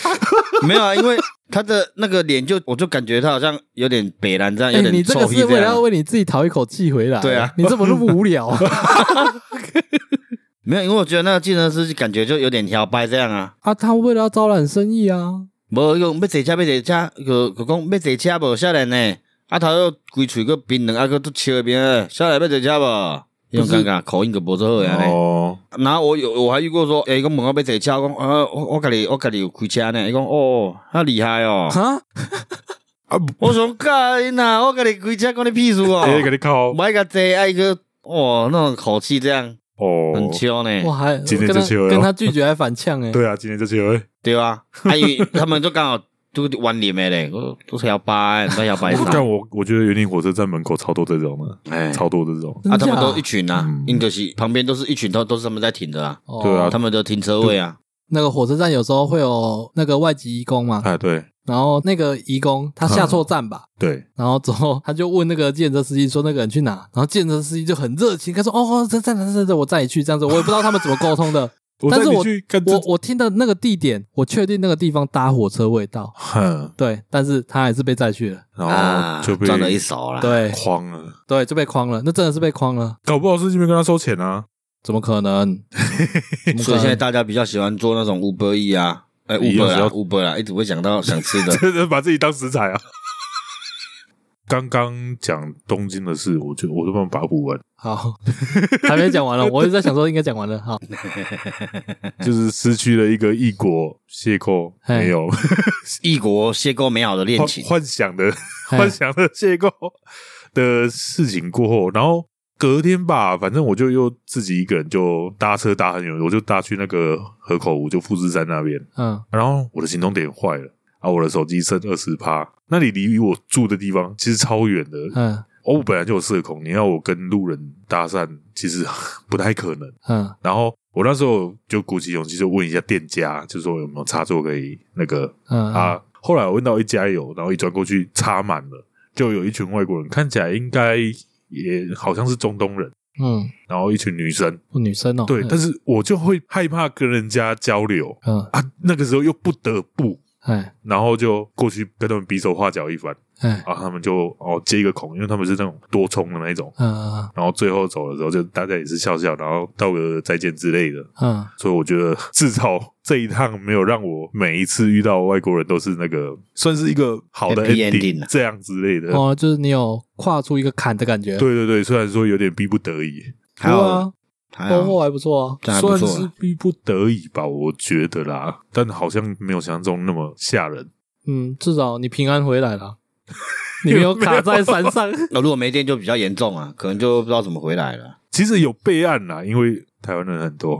[SPEAKER 3] 没有啊，因为他的那个脸就，我就感觉他好像有点北蓝这样，有
[SPEAKER 1] 哎，
[SPEAKER 3] 点
[SPEAKER 1] 你这
[SPEAKER 3] 臭
[SPEAKER 1] 个
[SPEAKER 3] 屁
[SPEAKER 1] 是为
[SPEAKER 3] 这
[SPEAKER 1] 了要
[SPEAKER 3] 样。
[SPEAKER 1] 为你自己讨一口气回来。
[SPEAKER 3] 对啊，
[SPEAKER 1] 你怎么那么无聊啊？
[SPEAKER 3] 没有，因为我觉得那个计程车司机感觉就有点摇摆这样啊。
[SPEAKER 1] 啊，他为了要招揽生意啊，
[SPEAKER 3] 无用要坐车，要坐车，就就讲要坐车无，少年呢？啊，头又规喙个冰冷，啊个都笑边诶，少年要坐车无？迄种尴尬，口音个无做好安
[SPEAKER 1] 啊
[SPEAKER 3] 尼。
[SPEAKER 2] 哦，
[SPEAKER 3] 然后我有我还遇过说，诶、伊讲问我要坐车，我讲啊，我我家己我家己有开车呢，伊讲哦，啊厉害 哦，
[SPEAKER 1] 哈，
[SPEAKER 3] 我想干呐，我家己开车关你屁事 哦，
[SPEAKER 2] 哎，给你靠
[SPEAKER 3] 买个坐啊爱个哇哦那种口气这样很
[SPEAKER 2] 哦。
[SPEAKER 3] 秋呢，
[SPEAKER 1] 哇，还
[SPEAKER 2] 今天
[SPEAKER 1] 跟他
[SPEAKER 2] 这期有
[SPEAKER 1] 跟他拒绝还反呛 哎，
[SPEAKER 2] 对啊，今天这期有哎
[SPEAKER 3] 对吧、啊？啊，因为他们就刚好都玩脸的嘞，我都是摇摆，都摇摆
[SPEAKER 2] 但
[SPEAKER 3] 啥，
[SPEAKER 2] 我我觉得园林火车站门口超多这种的，
[SPEAKER 3] 哎，
[SPEAKER 2] 超多这种。
[SPEAKER 3] 啊，
[SPEAKER 1] 真
[SPEAKER 3] 他们
[SPEAKER 1] 假
[SPEAKER 3] 都一群啊
[SPEAKER 2] 嗯，
[SPEAKER 3] 因就是旁边都是一群，都都是他们在停的啊，
[SPEAKER 1] 哦
[SPEAKER 2] 对啊
[SPEAKER 3] 他们的停车位啊，
[SPEAKER 1] 那个火车站有时候会有那个外籍义工
[SPEAKER 3] 嗯
[SPEAKER 1] 嘛，
[SPEAKER 2] 哎，对
[SPEAKER 1] 然后那个义工他下错站吧，
[SPEAKER 2] 对，
[SPEAKER 1] 然后之后他就问那个建车司机说那个人去哪，然后建车司机就很热情，他说哦，这站站站站，我载你去这样子，我也不知道他们怎么沟通的，但是
[SPEAKER 2] 带你
[SPEAKER 1] 我
[SPEAKER 2] 去看这
[SPEAKER 1] 我，我听的那个地点，我确定那个地方搭火车未到，
[SPEAKER 2] 哼，
[SPEAKER 1] 对，但是他还是被载去了，
[SPEAKER 2] 然
[SPEAKER 3] 啊，
[SPEAKER 2] 后就被
[SPEAKER 3] 赚了一手啦，
[SPEAKER 1] 哦对
[SPEAKER 2] 框了，
[SPEAKER 1] 对，就被框了，那真的是被框了，
[SPEAKER 2] 搞不好是因为跟他收钱啊。
[SPEAKER 1] 怎么可能？怎么可
[SPEAKER 3] 所以
[SPEAKER 1] 能
[SPEAKER 3] 现在大家比较喜欢做那种 Uber E 啊，哎
[SPEAKER 2] 一样
[SPEAKER 3] ，Uber
[SPEAKER 2] 是
[SPEAKER 3] 啊
[SPEAKER 2] 要。
[SPEAKER 3] ，Uber 啊，一直会想到想吃的
[SPEAKER 2] 把自己当食材啊。刚刚讲东京的事，我就我都不能把它补完，
[SPEAKER 1] 好，还没讲完了，我一直在想说应该讲完了，好，
[SPEAKER 2] 就是失去了一个异国邂逅，
[SPEAKER 1] 嘿
[SPEAKER 2] 没有
[SPEAKER 3] 异国邂逅美好的恋
[SPEAKER 2] 幻
[SPEAKER 3] 情，
[SPEAKER 1] 嗯
[SPEAKER 2] 幻想的
[SPEAKER 1] 嘿
[SPEAKER 2] 幻想的邂逅的事情过后，然后隔天吧，反正我就又自己一个人就搭车搭很远，我就搭去那个河口湖，就富士山那边。
[SPEAKER 1] 嗯，
[SPEAKER 2] 然后我的行动点坏了啊，我的手机剩二十趴，那里离我住的地方其实超远的。
[SPEAKER 1] 嗯
[SPEAKER 2] 哦，我本来就有社恐，你要我跟路人搭讪，其实 不太可能。
[SPEAKER 1] 嗯
[SPEAKER 2] 然后我那时候就鼓起勇气就问一下店家，就说有没有插座可以那个
[SPEAKER 1] 嗯
[SPEAKER 2] 啊。后来我问到一家有，然后一转过去插满了，就有一群外国人，看起来应该也好像是中东人，
[SPEAKER 1] 嗯，
[SPEAKER 2] 然后一群女生，
[SPEAKER 1] 哦女生哦，
[SPEAKER 2] 对，
[SPEAKER 1] 嗯
[SPEAKER 2] 但是我就会害怕跟人家交流
[SPEAKER 1] 嗯
[SPEAKER 2] 啊，那个时候又不得不，
[SPEAKER 1] 哎
[SPEAKER 2] 然后就过去跟他们比手画脚一番，
[SPEAKER 1] 哎
[SPEAKER 2] 然后他们就哦接一个孔，因为他们是那种多冲的那一种，
[SPEAKER 1] 嗯
[SPEAKER 2] 然后最后走的时候就大家也是笑笑，然后道个再见之类的，
[SPEAKER 1] 嗯
[SPEAKER 2] 所以我觉得至少这一趟没有让我每一次遇到外国人都是那个算是一个好的
[SPEAKER 3] Happy
[SPEAKER 2] ending
[SPEAKER 3] ending 啊
[SPEAKER 2] 这样之类的。
[SPEAKER 1] 哦，就是你有跨出一个坎的感觉，
[SPEAKER 2] 对对对，虽然说有点逼不得已，
[SPEAKER 1] 对
[SPEAKER 3] 还好
[SPEAKER 1] 啊，
[SPEAKER 3] 还
[SPEAKER 1] 收获
[SPEAKER 3] 好，
[SPEAKER 1] 还不错啊，
[SPEAKER 3] 这还不
[SPEAKER 2] 算
[SPEAKER 3] 错
[SPEAKER 2] 是
[SPEAKER 3] 啊。
[SPEAKER 2] 逼不得已吧，我觉得啦，但好像没有想象中那么吓人。
[SPEAKER 1] 嗯，至少你平安回来了，你没有卡在山上，
[SPEAKER 3] 那如果没电就比较严重啊，可能就不知道怎么回来了。
[SPEAKER 2] 其实有备案啦，因为台湾人很多，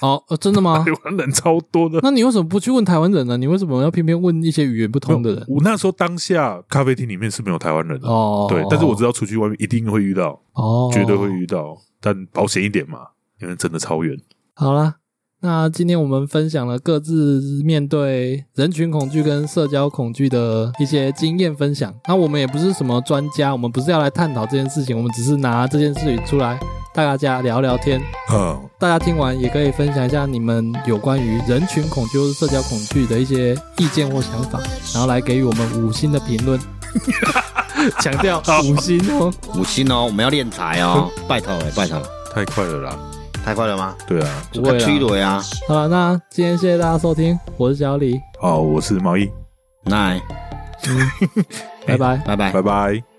[SPEAKER 1] 哦，呃真的吗
[SPEAKER 2] 台？湾人超多的。
[SPEAKER 1] 那你为什么不去问台湾人呢？你为什么要偏偏问一些语言不通 的人？
[SPEAKER 2] 我那时候当下咖啡厅里面是没有台湾人的，
[SPEAKER 1] 哦，
[SPEAKER 2] 对，但是我知道出去外面一定会遇到，
[SPEAKER 1] 哦，
[SPEAKER 2] 绝对会遇到，但保险一点嘛，因为真的超远。
[SPEAKER 1] 好啦，那今天我们分享了各自面对人群恐惧跟社交恐惧的一些经验分享。那我们也不是什么专家，我们不是要来探讨这件事情，我们只是拿这件事情出来大家聊聊天。
[SPEAKER 2] 嗯，
[SPEAKER 1] 大家听完也可以分享一下你们有关于人群恐惧或是社交恐惧的一些意见或想法，然后来给予我们五星的评论。强调五星哦，
[SPEAKER 3] 五星哦，我们要练财 哦，拜托哎，拜托，
[SPEAKER 2] 太快了啦，
[SPEAKER 3] 太快了吗？
[SPEAKER 2] 对啊，
[SPEAKER 1] 不会啦
[SPEAKER 3] 催泪啊，
[SPEAKER 1] 好了，那今天谢谢大家收听，我是小李，
[SPEAKER 2] 好，我是毛衣，
[SPEAKER 3] 那
[SPEAKER 1] 拜拜。
[SPEAKER 3] 拜拜
[SPEAKER 2] 拜。拜。